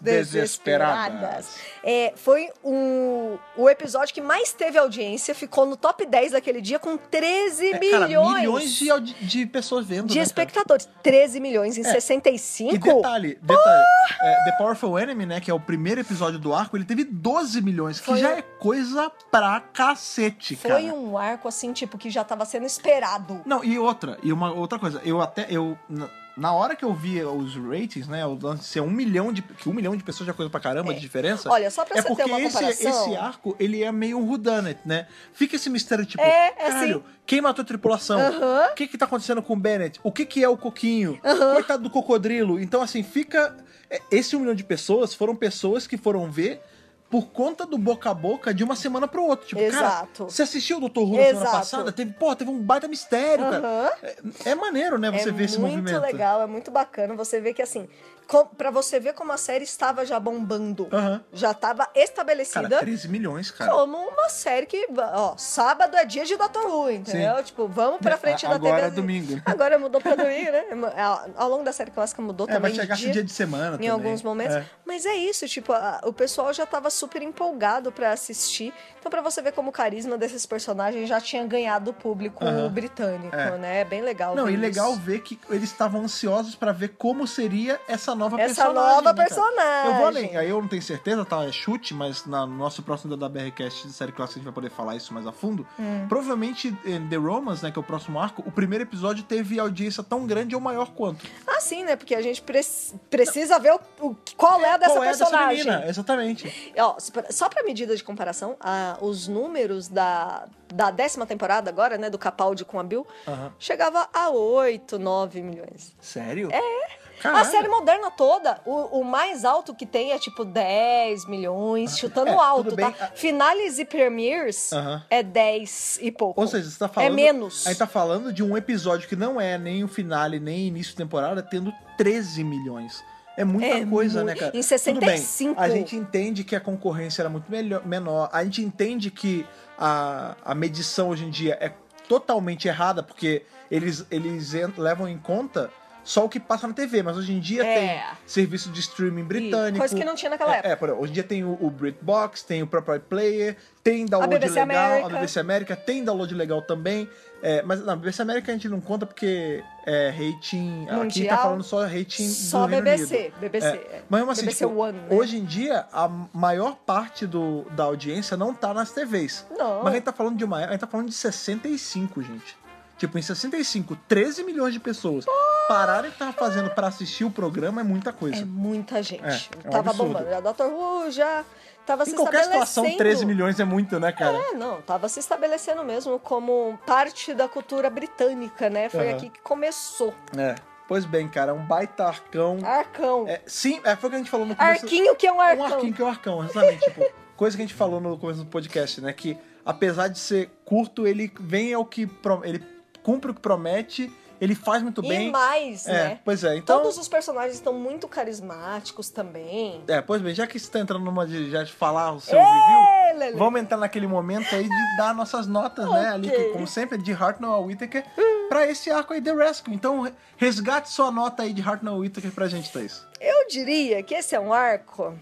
C: É, foi um, o episódio que mais teve audiência, ficou no top 10 daquele dia com 13
B: É, cara,
C: milhões,
B: milhões de, audi- de pessoas vendo. né,
C: de
B: cara?
C: espectadores. 13 milhões em
B: E
C: 65?
B: detalhe, detalhe. é, The Powerful Enemy, né, que é o primeiro episódio do arco, ele teve 12 milhões, que
C: Foi
B: já
C: um-
B: é coisa pra cacete, cara.
C: Foi um arco, assim, tipo, que já tava sendo esperado.
B: Não, e outra, e uma outra coisa, eu até, eu, na, na hora que eu vi os ratings, né, o lance de ser um milhão de, que um milhão de pessoas já é coisa pra caramba de diferença.
C: Olha, só pra
B: é
C: você ter
B: porque
C: uma
B: esse,
C: comparação...
B: esse arco, ele é meio um whodunit, né? Fica esse mistério, tipo,
C: É, é
B: caralho, quem matou a tripulação?
C: Aham.
B: O que que tá acontecendo com o Bennett? O que que é o coquinho? Coitado do cocodrilo. Então, assim, fica... é, Esse um milhão de pessoas foram pessoas que foram ver por conta do boca a boca de uma semana pro outro. Tipo,
C: Exato.
B: cara, você assistiu o Dr. Who na semana
C: Exato.
B: passada? Teve, pô, teve um baita mistério, cara.
C: Aham.
B: É, é maneiro, né, você
C: é
B: ver esse
C: muito
B: movimento.
C: legal, é muito bacana. Você vê que assim, com, pra você ver como a série estava já bombando.
B: Aham.
C: Já estava
B: Cara,
C: estabelecida
B: 13 milhões, cara.
C: como uma série que, ó, sábado é dia de Dr. Who, entendeu? Tipo, vamos pra frente
B: A-
C: da TV.
B: Agora é domingo.
C: Agora mudou pra domingo, né? Ao- Ao longo da série clássica mudou
B: É,
C: também.
B: vai
C: de
B: chegar esse
C: dia.
B: dia de semana
C: em alguns momentos. Mas é isso, tipo, a- o pessoal já tava super empolgado pra assistir. Então, pra você ver como o carisma desses personagens já tinha ganhado o público
B: Aham.
C: britânico,
B: É.
C: né? É bem legal.
B: Não,
C: ver
B: e
C: isso.
B: legal ver que eles estavam ansiosos pra ver como seria essa nova
C: Essa
B: personagem.
C: nova
B: né, cara?
C: personagem.
B: Eu vou além, aí eu não tenho certeza, tá? É chute, mas na- no nosso próximo da BRCast de série clássica a gente vai poder falar isso mais a fundo.
C: Hum.
B: Provavelmente em The Romans, né, que é o próximo arco, o primeiro episódio teve audiência tão grande ou maior quanto.
C: Ah, sim, né? Porque a gente preci- precisa ver o, o- qual é dessa
B: Qual é dessa
C: personagem.
B: menina? Exatamente.
C: Ó, se pra- só pra medida de comparação, ah, os números da, da décima temporada agora, né? Do Capaldi com a Bill,
B: Aham.
C: chegava a 8, 9 milhões.
B: Sério? É. Caralho.
C: A série moderna toda, o, o mais alto que tem é tipo 10 milhões, chutando
B: É, tudo
C: alto,
B: bem.
C: tá? Finales e premiers
B: Aham.
C: é 10 e pouco.
B: Ou seja, você tá falando.
C: É menos.
B: Aí tá falando de um episódio que não é nem o finale, nem início de temporada, tendo 13 milhões. É muita
C: É
B: coisa,
C: mu-
B: né, cara?
C: em
B: Tudo
C: 65.
B: bem, a gente entende que a concorrência era muito melhor, menor. A gente entende que a, a medição hoje em dia é totalmente errada, porque eles, eles en- levam em conta só o que passa na TV. Mas hoje em dia
C: É.
B: tem serviço de streaming britânico.
C: Coisa que não tinha naquela
B: É,
C: época.
B: É, por exemplo, hoje em dia tem o, o Britbox, tem o próprio iPlayer, tem download
C: A BBC
B: legal,
C: América.
B: a BBC América tem download legal também. é, mas na BBC América a gente não conta porque é rating. Aqui
C: Mundial.
B: tá falando só rating
C: Só
B: do Reino
C: BBC,
B: Unido.
C: BBC.
B: É, mas mesmo assim,
C: BBC
B: tipo,
C: One, né?
B: hoje em dia, a maior parte do, da audiência não tá nas TVs.
C: Não. é
B: Mas a gente tá falando de uma. A gente tá falando de 65, gente. Tipo, em 65, 13 milhões de pessoas pararem o que tava fazendo pra assistir o programa é muita coisa.
C: É muita gente.
B: É, é um
C: tava
B: absurdo.
C: bombando. Já Dr. Who já tava
B: Em
C: se
B: qualquer
C: estabelecendo.
B: situação, 13 milhões é muito, né, cara?
C: É, não, tava se estabelecendo mesmo como parte da cultura britânica, né? Foi
B: Aham.
C: aqui que começou.
B: É. Pois bem, cara, um baita arcão.
C: Arcão.
B: É, sim, é, foi o que a gente falou no começo.
C: Ah. Arquinho que é um
B: Um
C: arcão.
B: arquinho que é um arcão, exatamente. tipo, coisa que a gente falou no começo do podcast, né? Que apesar de ser curto, ele vem ao que. pro- Ele cumpre o que promete, ele faz muito bem.
C: E mais,
B: é,
C: né?
B: pois é, então.
C: Todos os personagens estão muito carismáticos também.
B: É, pois bem, já que você tá entrando numa de, já de falar o seu review,
C: É, Lele.
B: vamos entrar naquele momento aí de dar nossas notas, né? Ali, que,
C: Ok.
B: como sempre, de Hartnell a Whittaker, pra esse arco aí, The Rescue. Então, re- resgate sua nota aí de Hartnell a Whittaker pra gente, Thaís.
C: Eu diria que esse é um arco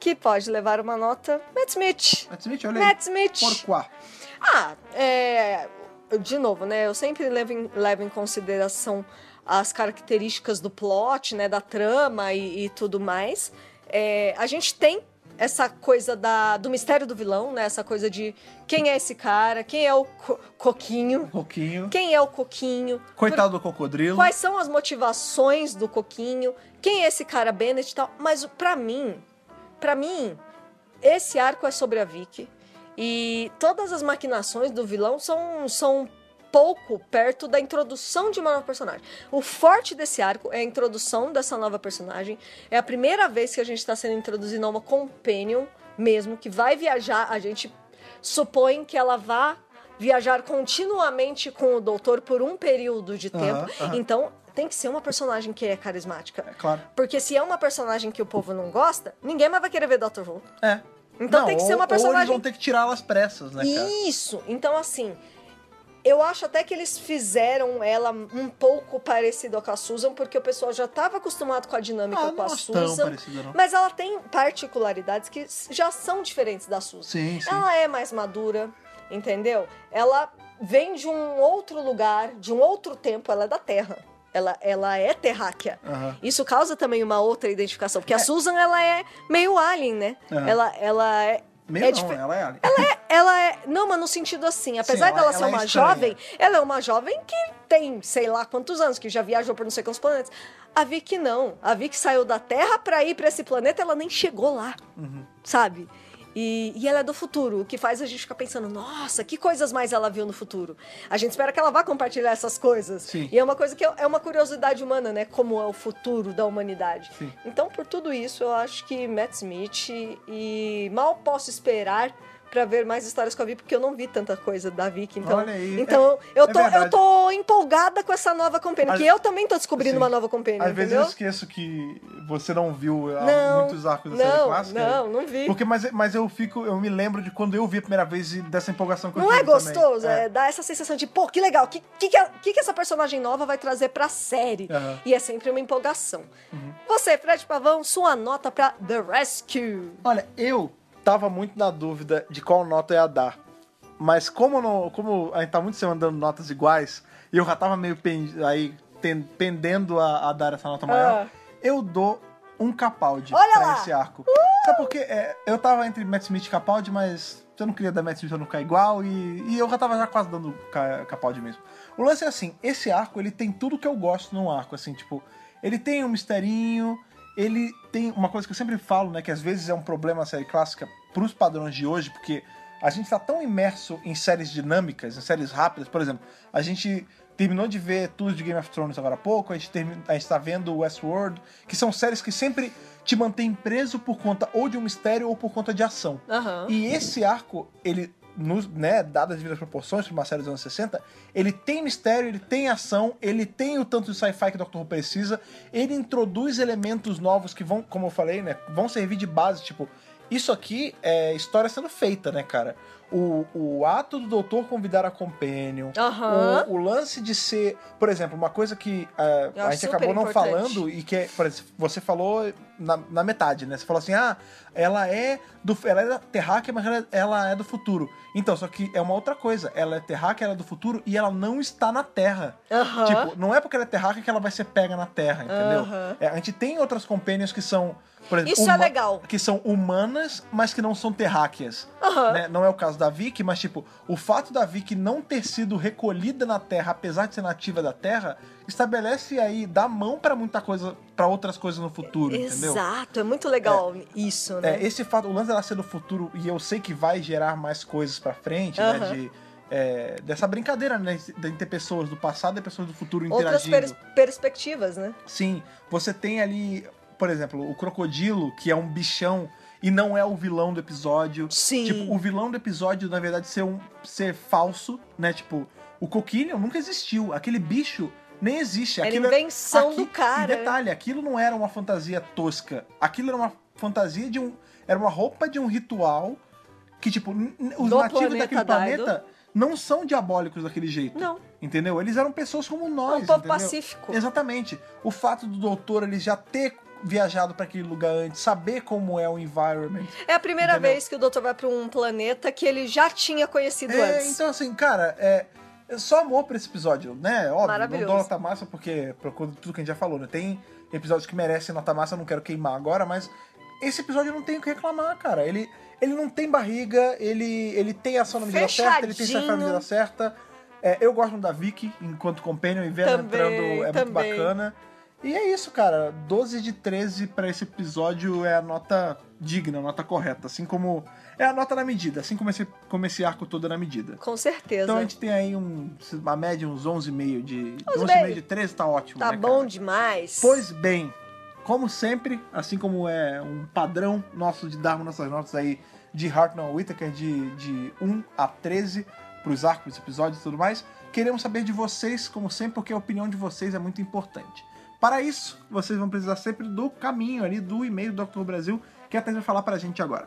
C: que pode levar uma nota Matt Smith.
B: Matt Smith, olha
C: Matt
B: aí. Por
C: Smith.
B: quá?
C: Ah, é... De novo, né? Eu sempre levo em, levo em consideração as características do plot, né? Da trama e, e tudo mais. É, a gente tem essa coisa da, do mistério do vilão, né? Essa coisa de quem é esse cara, quem é o co- coquinho,
B: Um pouquinho.
C: quem é o coquinho,
B: Coitado do cocodrilo.
C: Quais são as motivações do Coquinho? Quem é esse cara Bennett e tal? Mas pra mim, pra mim, esse arco é sobre a Vicky e todas as maquinações do vilão são são pouco perto da introdução de uma nova personagem. O forte desse arco é a introdução dessa nova personagem. É a primeira vez que a gente está sendo introduzido a uma companion mesmo que vai viajar. A gente supõe que ela vá viajar continuamente com o doutor por um período de tempo.
B: Aham, aham.
C: Então tem que ser uma personagem que é carismática.
B: É claro.
C: Porque se é uma personagem que o povo não gosta, ninguém mais vai querer ver Doctor Who.
B: É.
C: Então
B: Não,
C: tem que ser
B: ou-
C: uma
B: Ou eles
C: personagem.
B: vão ter que tirar elas pressas, né, cara?
C: Isso! Então, assim, eu acho até que eles fizeram ela um pouco parecida com a Susan, porque o pessoal já estava acostumado com a dinâmica
B: Ah,
C: com a
B: não acho tão
C: Susan.
B: parecida, não.
C: Mas ela tem particularidades que s- já são diferentes da Susan.
B: Sim, sim.
C: Ela é mais madura, entendeu? Ela vem de um outro lugar, de um outro tempo, ela é da Terra. Ela, ela é terráquea.
B: Aham.
C: Isso causa também uma outra identificação, porque a Susan, ela é meio alien, né?
B: Aham.
C: Ela, ela é...
B: Meio
C: é
B: não,
C: dife-
B: ela é alien.
C: ela é. Não, mas no sentido assim, apesar
B: ela-
C: dela
B: ela
C: ser
B: é
C: uma
B: estranha.
C: jovem, ela é uma jovem que tem sei lá quantos anos, que já viajou por não sei quantos planetas. A Vicky
B: Uhum.
C: não. A Vicky saiu da Terra pra ir pra esse planeta, ela nem chegou lá. Sabe? E, e ela é do futuro, o que faz a gente ficar pensando, nossa, que coisas mais ela viu no futuro. A gente espera que ela vá compartilhar essas coisas.
B: Sim.
C: E é uma coisa que é uma curiosidade humana, né? Como é o futuro da humanidade.
B: Sim.
C: Então, por tudo isso, eu acho que Matt Smith e mal posso esperar pra ver mais histórias com a Vi, porque eu não vi tanta coisa da Vicky. Então,
B: Olha aí.
C: então eu,
B: é
C: tô, eu
B: verdade.
C: tô empolgada com essa nova companhia,
B: Às-
C: que eu também tô descobrindo
B: Sim.
C: uma nova companhia,
B: assim. Às vezes
C: entendeu?
B: eu esqueço que você não viu há
C: Não,
B: muitos arcos da série
C: não,
B: clássica. né?
C: não, não vi.
B: Porque, mas, mas eu fico, eu me lembro de quando eu vi a primeira vez e dessa empolgação que eu
C: Não é
B: tive também.
C: gostoso?
B: É.
C: É, dá essa sensação de, pô, que legal, o que, que, que, a- que que essa personagem nova vai trazer pra série?
B: Aham. Uhum.
C: E é sempre uma empolgação. Você, Fred Pavão, sua nota pra The Rescue.
B: Olha, eu tava muito na dúvida de qual nota eu ia dar. Mas como, não, como a gente tá muito semana dando notas iguais, e eu já tava meio pen- aí, ten- pendendo a, a dar essa nota maior,
C: Ah.
B: eu dou um Capaldi
C: Olha
B: pra
C: lá! Uh!
B: esse arco. Sabe por quê? É, eu tava entre Matt Smith e Capaldi, mas eu não queria dar Matt Smith pra não ficar igual, e, e eu já tava já quase dando ca, Capaldi mesmo. O lance é assim, esse arco, ele tem tudo que eu gosto num arco, assim, tipo, ele tem um misterinho, ele tem uma coisa que eu sempre falo, né, que às vezes é um problema a série clássica pros padrões de hoje, porque a gente tá tão imerso em séries dinâmicas, em séries rápidas, por exemplo, a gente terminou de ver tudo de Game of Thrones agora há pouco, a gente, termi- a gente tá vendo Westworld, que são séries que sempre te mantêm preso por conta ou de um mistério ou por conta de ação.
C: Aham.
B: E esse arco, ele, nos, né, dadas as devidas proporções para uma série dos anos 60, ele tem mistério, ele tem ação, ele tem o tanto de sci-fi que Doctor Who precisa, ele introduz elementos novos que vão, como eu falei, né, vão servir de base, tipo, isso aqui é história sendo feita, né, cara? O, o ato do doutor convidar a Companion,
C: Aham.
B: o, o lance de ser, por exemplo, uma coisa que ah,
C: Eu
B: a
C: acho
B: gente
C: super
B: acabou não
C: importante.
B: falando e que é, por exemplo, você falou na, na metade, né? Você falou assim, ah, ela é do, ela é da terráquea, mas ela, ela é do futuro. Então, só que é uma outra coisa. Ela é terráquea, ela é do futuro e ela não está na Terra.
C: Aham.
B: Tipo, não é porque ela é terráquea que ela vai ser pega na Terra, entendeu?
C: Aham.
B: É, a gente tem outras companions que são, por exemplo,
C: Isso é
B: huma-
C: legal.
B: que são humanas, mas que não são terráqueas.
C: Aham.
B: né? Não é o caso da Vicky, mas tipo, o fato da Vicky não ter sido recolhida na Terra, apesar de ser nativa da Terra, estabelece aí, dá mão pra muita coisa, pra outras coisas no futuro, entendeu?
C: Exato, é muito legal isso, né?
B: É, esse fato, o lance dela ser do futuro, e eu sei que vai gerar mais coisas pra frente, né?
C: Aham.
B: De, é, dessa brincadeira, né? De ter pessoas do passado e pessoas do futuro
C: Outras
B: interagindo.
C: pers- perspectivas, né?
B: Sim, você tem ali, por exemplo, o crocodilo, que é um bichão e não é o vilão do episódio.
C: Sim.
B: Tipo, o vilão do episódio, na verdade, ser um ser falso, né? Tipo, o Coquillion nunca existiu. Aquele bicho nem existe.
C: Era
B: Aquilo é
C: invenção do cara.
B: E detalhe, aquilo não era uma fantasia tosca. Aquilo era uma fantasia de um. Era uma roupa de um ritual que, tipo, n- n- os
C: Do
B: nativos
C: planeta
B: daquele
C: Daido.
B: planeta não são diabólicos daquele jeito.
C: Não.
B: Entendeu? Eles eram pessoas como nós.
C: um povo
B: entendeu?
C: pacífico.
B: Exatamente. O fato do doutor ele já ter viajado pra aquele lugar antes, saber como é o environment.
C: É a primeira
B: Entendeu?
C: vez que o doutor vai pra um planeta que ele já tinha conhecido
B: É,
C: antes.
B: então assim, cara, é é só amor pra esse episódio, né? Óbvio, não
C: Maravilhoso.
B: dou nota massa porque procuro tudo que a gente já falou, né? Tem episódios que merecem nota massa, eu não quero queimar agora, mas esse episódio eu não tenho o que reclamar, cara. Ele, ele não tem barriga, ele, ele tem ação na medida certa, ele tem sci-fi na
C: Fechadinho.
B: medida certa. É, eu gosto muito da Vicky enquanto companion e ver ela
C: Também,
B: entrando é muito
C: também.
B: bacana. E é isso, cara. 12 de 13 pra esse episódio é a nota digna, a nota correta. Assim como. É a nota na medida, assim como esse, como esse arco todo é na medida.
C: Com certeza.
B: Então a gente tem aí um, uma média, uns 11,5 de.
C: 11,5.
B: 11,5 de 13 tá ótimo.
C: tá
B: né,
C: bom
B: cara?
C: demais.
B: Pois bem, como sempre, assim como é um padrão nosso de darmos nossas notas aí de Hartnell Whittaker de, de 1 a 13 pros arcos, episódios e tudo mais, queremos saber de vocês, como sempre, porque a opinião de vocês é muito importante. Para isso, vocês vão precisar sempre do caminho ali do e-mail do Dr. Brasil, que a Thais vai falar pra gente agora.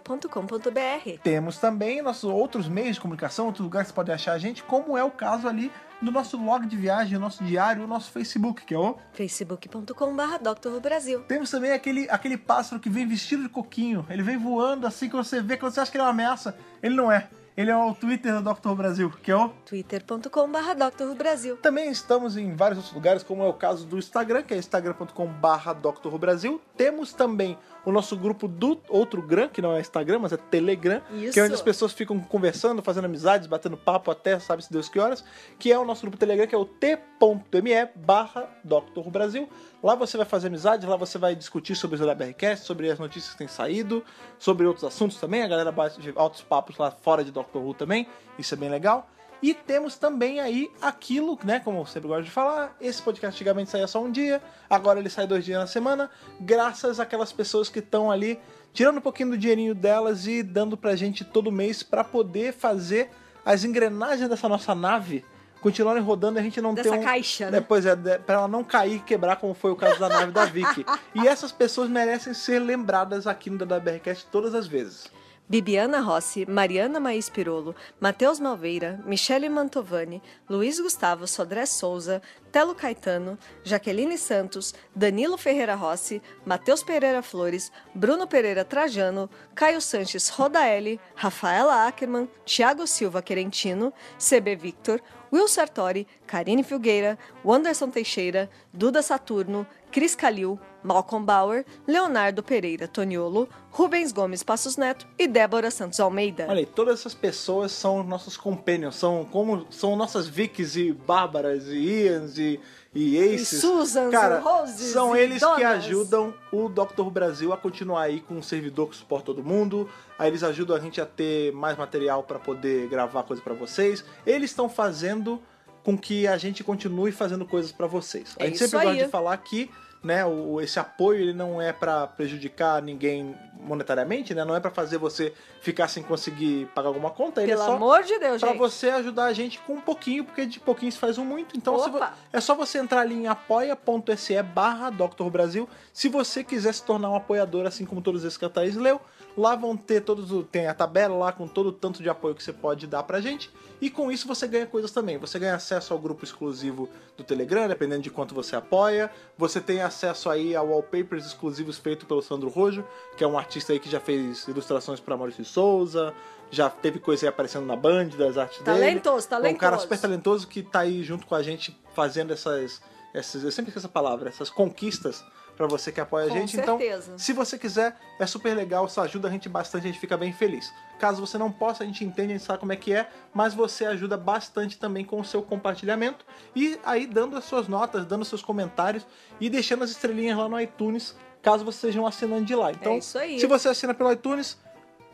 C: podcast.drbrasil.com.br
B: Temos também nossos outros meios de comunicação, outros lugares que você pode achar a gente, como é o caso ali do nosso log de viagem, o nosso diário, o nosso Facebook, que é o
C: facebook.com.br drbrasil
B: Temos também aquele, aquele pássaro que vem vestido de coquinho. Ele vem voando assim que você vê, quando você acha que ele é uma ameaça. Ele não é. Ele é o Twitter do Dr. Brasil, que é o
C: twitter.com.br Dr. Brasil.
B: Também estamos em vários outros lugares, como é o caso do Instagram, que é instagram.com.br Brasil. Temos também o nosso grupo do outro Gran, que não é Instagram, mas é Telegram,
C: Isso.
B: que é onde as pessoas ficam conversando, fazendo amizades, batendo papo até sabe-se Deus que horas, que é o nosso grupo Telegram, que é o t.me barra Dr. Brasil. Lá você vai fazer amizade, lá você vai discutir sobre o BRCast, sobre as notícias que têm saído, sobre outros assuntos também. A galera bate de altos papos lá fora de Dr. Who também, isso é bem legal. E temos também aí aquilo, né? Como eu sempre gosto de falar, esse podcast antigamente saía só um dia, agora ele sai dois dias na semana, graças àquelas pessoas que estão ali tirando um pouquinho do dinheirinho delas e dando pra gente todo mês pra poder fazer as engrenagens dessa nossa nave continuarem rodando e a gente não
C: Dessa
B: ter um...
C: caixa,
B: É,
C: né?
B: pois é, de- pra ela não cair e quebrar, como foi o caso da nave da Vicky. E essas pessoas merecem ser lembradas aqui no DWRcast todas as vezes.
C: Bibiana Rossi, Mariana Maís Pirolo, Matheus Malveira, Michele Mantovani, Luiz Gustavo Sodré Souza, Telo Caetano, Jaqueline Santos, Danilo Ferreira Rossi, Matheus Pereira Flores, Bruno Pereira Trajano, Caio Sanches Rodaelli, Rafaela Ackerman, Thiago Silva Querentino, CB Victor, Will Sartori, Karine Filgueira, Wanderson Teixeira, Duda Saturno, Cris Calil, Malcolm Bauer, Leonardo Pereira Toniolo, Rubens Gomes Passos Neto e Débora Santos Almeida.
B: Olha aí, todas essas pessoas são nossos companions, são como são nossas Vicks e Bárbaras e Ians e, e Aces.
C: E Susans,
B: Cara,
C: e Roses,
B: são
C: e
B: eles que
C: Donas.
B: ajudam o Dr. Who Brasil a continuar aí com um servidor que suporta todo mundo. Aí eles ajudam a gente a ter mais material pra poder gravar coisa pra vocês. Eles estão fazendo com que a gente continue fazendo coisas pra vocês. a
C: É
B: gente
C: isso
B: sempre gosta
C: aí.
B: de falar que né, o, esse apoio ele não é pra prejudicar ninguém monetariamente, né? Não é pra fazer você ficar sem conseguir pagar alguma conta, ele
C: Pelo
B: é só
C: amor de Deus,
B: pra
C: gente.
B: você ajudar a gente com um pouquinho, porque de pouquinho se faz um muito. Então se vo-
C: Opa.
B: é só você entrar ali em apoia.se barra Dr. Brasil. Se você quiser se tornar um apoiador, assim como todos esses que a Thaís leu, lá vão ter todos o- tem a tabela lá com todo o tanto de apoio que você pode dar pra gente. E com isso você ganha coisas também. Você ganha acesso ao grupo exclusivo do Telegram, dependendo de quanto você apoia. Você tem acesso aí a wallpapers exclusivos feitos pelo Sandro Rojo, que é um artista aí que já fez ilustrações pra Maurício de Souza, já teve coisa aí aparecendo na Band das artes dele.
C: Talentoso,
B: É Um cara
C: talentoso.
B: super talentoso que tá aí junto com a gente fazendo essas. essas eu sempre esqueço essa palavra, essas conquistas pra você que apoia
C: Com
B: a gente.
C: certeza.
B: Então, se você quiser, é super legal, isso ajuda a gente bastante, a gente fica bem feliz. Caso você não possa, a gente entende, a gente sabe como é que é, mas você ajuda bastante também com o seu compartilhamento e aí dando as suas notas, dando os seus comentários e deixando as estrelinhas lá no iTunes, caso você seja um assinante de lá. Então,
C: É isso aí.
B: se você assina pelo iTunes,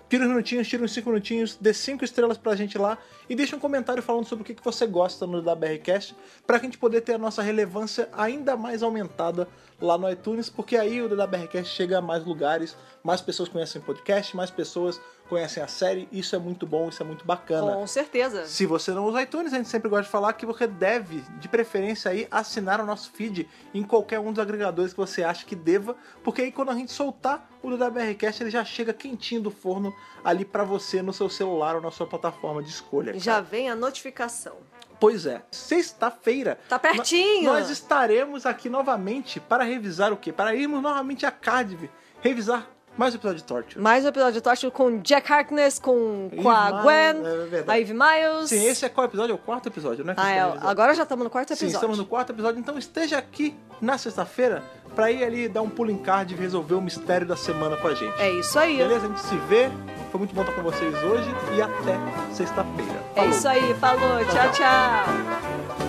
B: Tira uns minutinhos, tira uns cinco minutinhos, dê cinco estrelas pra gente lá e deixa um comentário falando sobre o que que você gosta no DaBRCast pra gente poder ter a nossa relevância ainda mais aumentada lá no iTunes, porque aí o DaBRCast chega a mais lugares, mais pessoas conhecem o podcast, mais pessoas conhecem a série, isso é muito bom, isso é muito bacana.
C: Com certeza.
B: Se você não usa iTunes, a gente sempre gosta de falar que você deve, de preferência aí, assinar o nosso feed em qualquer um dos agregadores que você acha que deva, porque aí quando a gente soltar o DWRcast, ele já chega quentinho do forno ali pra você no seu celular ou na sua plataforma de escolha.
C: Já
B: cara.
C: vem a notificação.
B: Pois é. Sexta-feira
C: Tá pertinho.
B: nós estaremos aqui novamente para revisar o quê? Para irmos novamente a Cardiff, revisar mais um episódio de Torture.
C: Mais um episódio de Torture com Jack Harkness, com, com a
B: Miles,
C: Gwen,
B: é verdade.
C: a Eve Miles.
B: Sim, esse é qual episódio? É o quarto episódio, né? que
C: Ah, é,
B: está revisando.
C: agora já estamos no quarto
B: Sim,
C: episódio.
B: estamos no quarto episódio, então esteja aqui na sexta-feira pra ir ali dar um pulo em card e resolver o mistério da semana com a gente.
C: É isso aí.
B: Beleza? A gente se vê. Foi muito bom estar com vocês hoje e até sexta-feira.
C: É
B: Falou.
C: isso aí. Falou. tchau. tchau.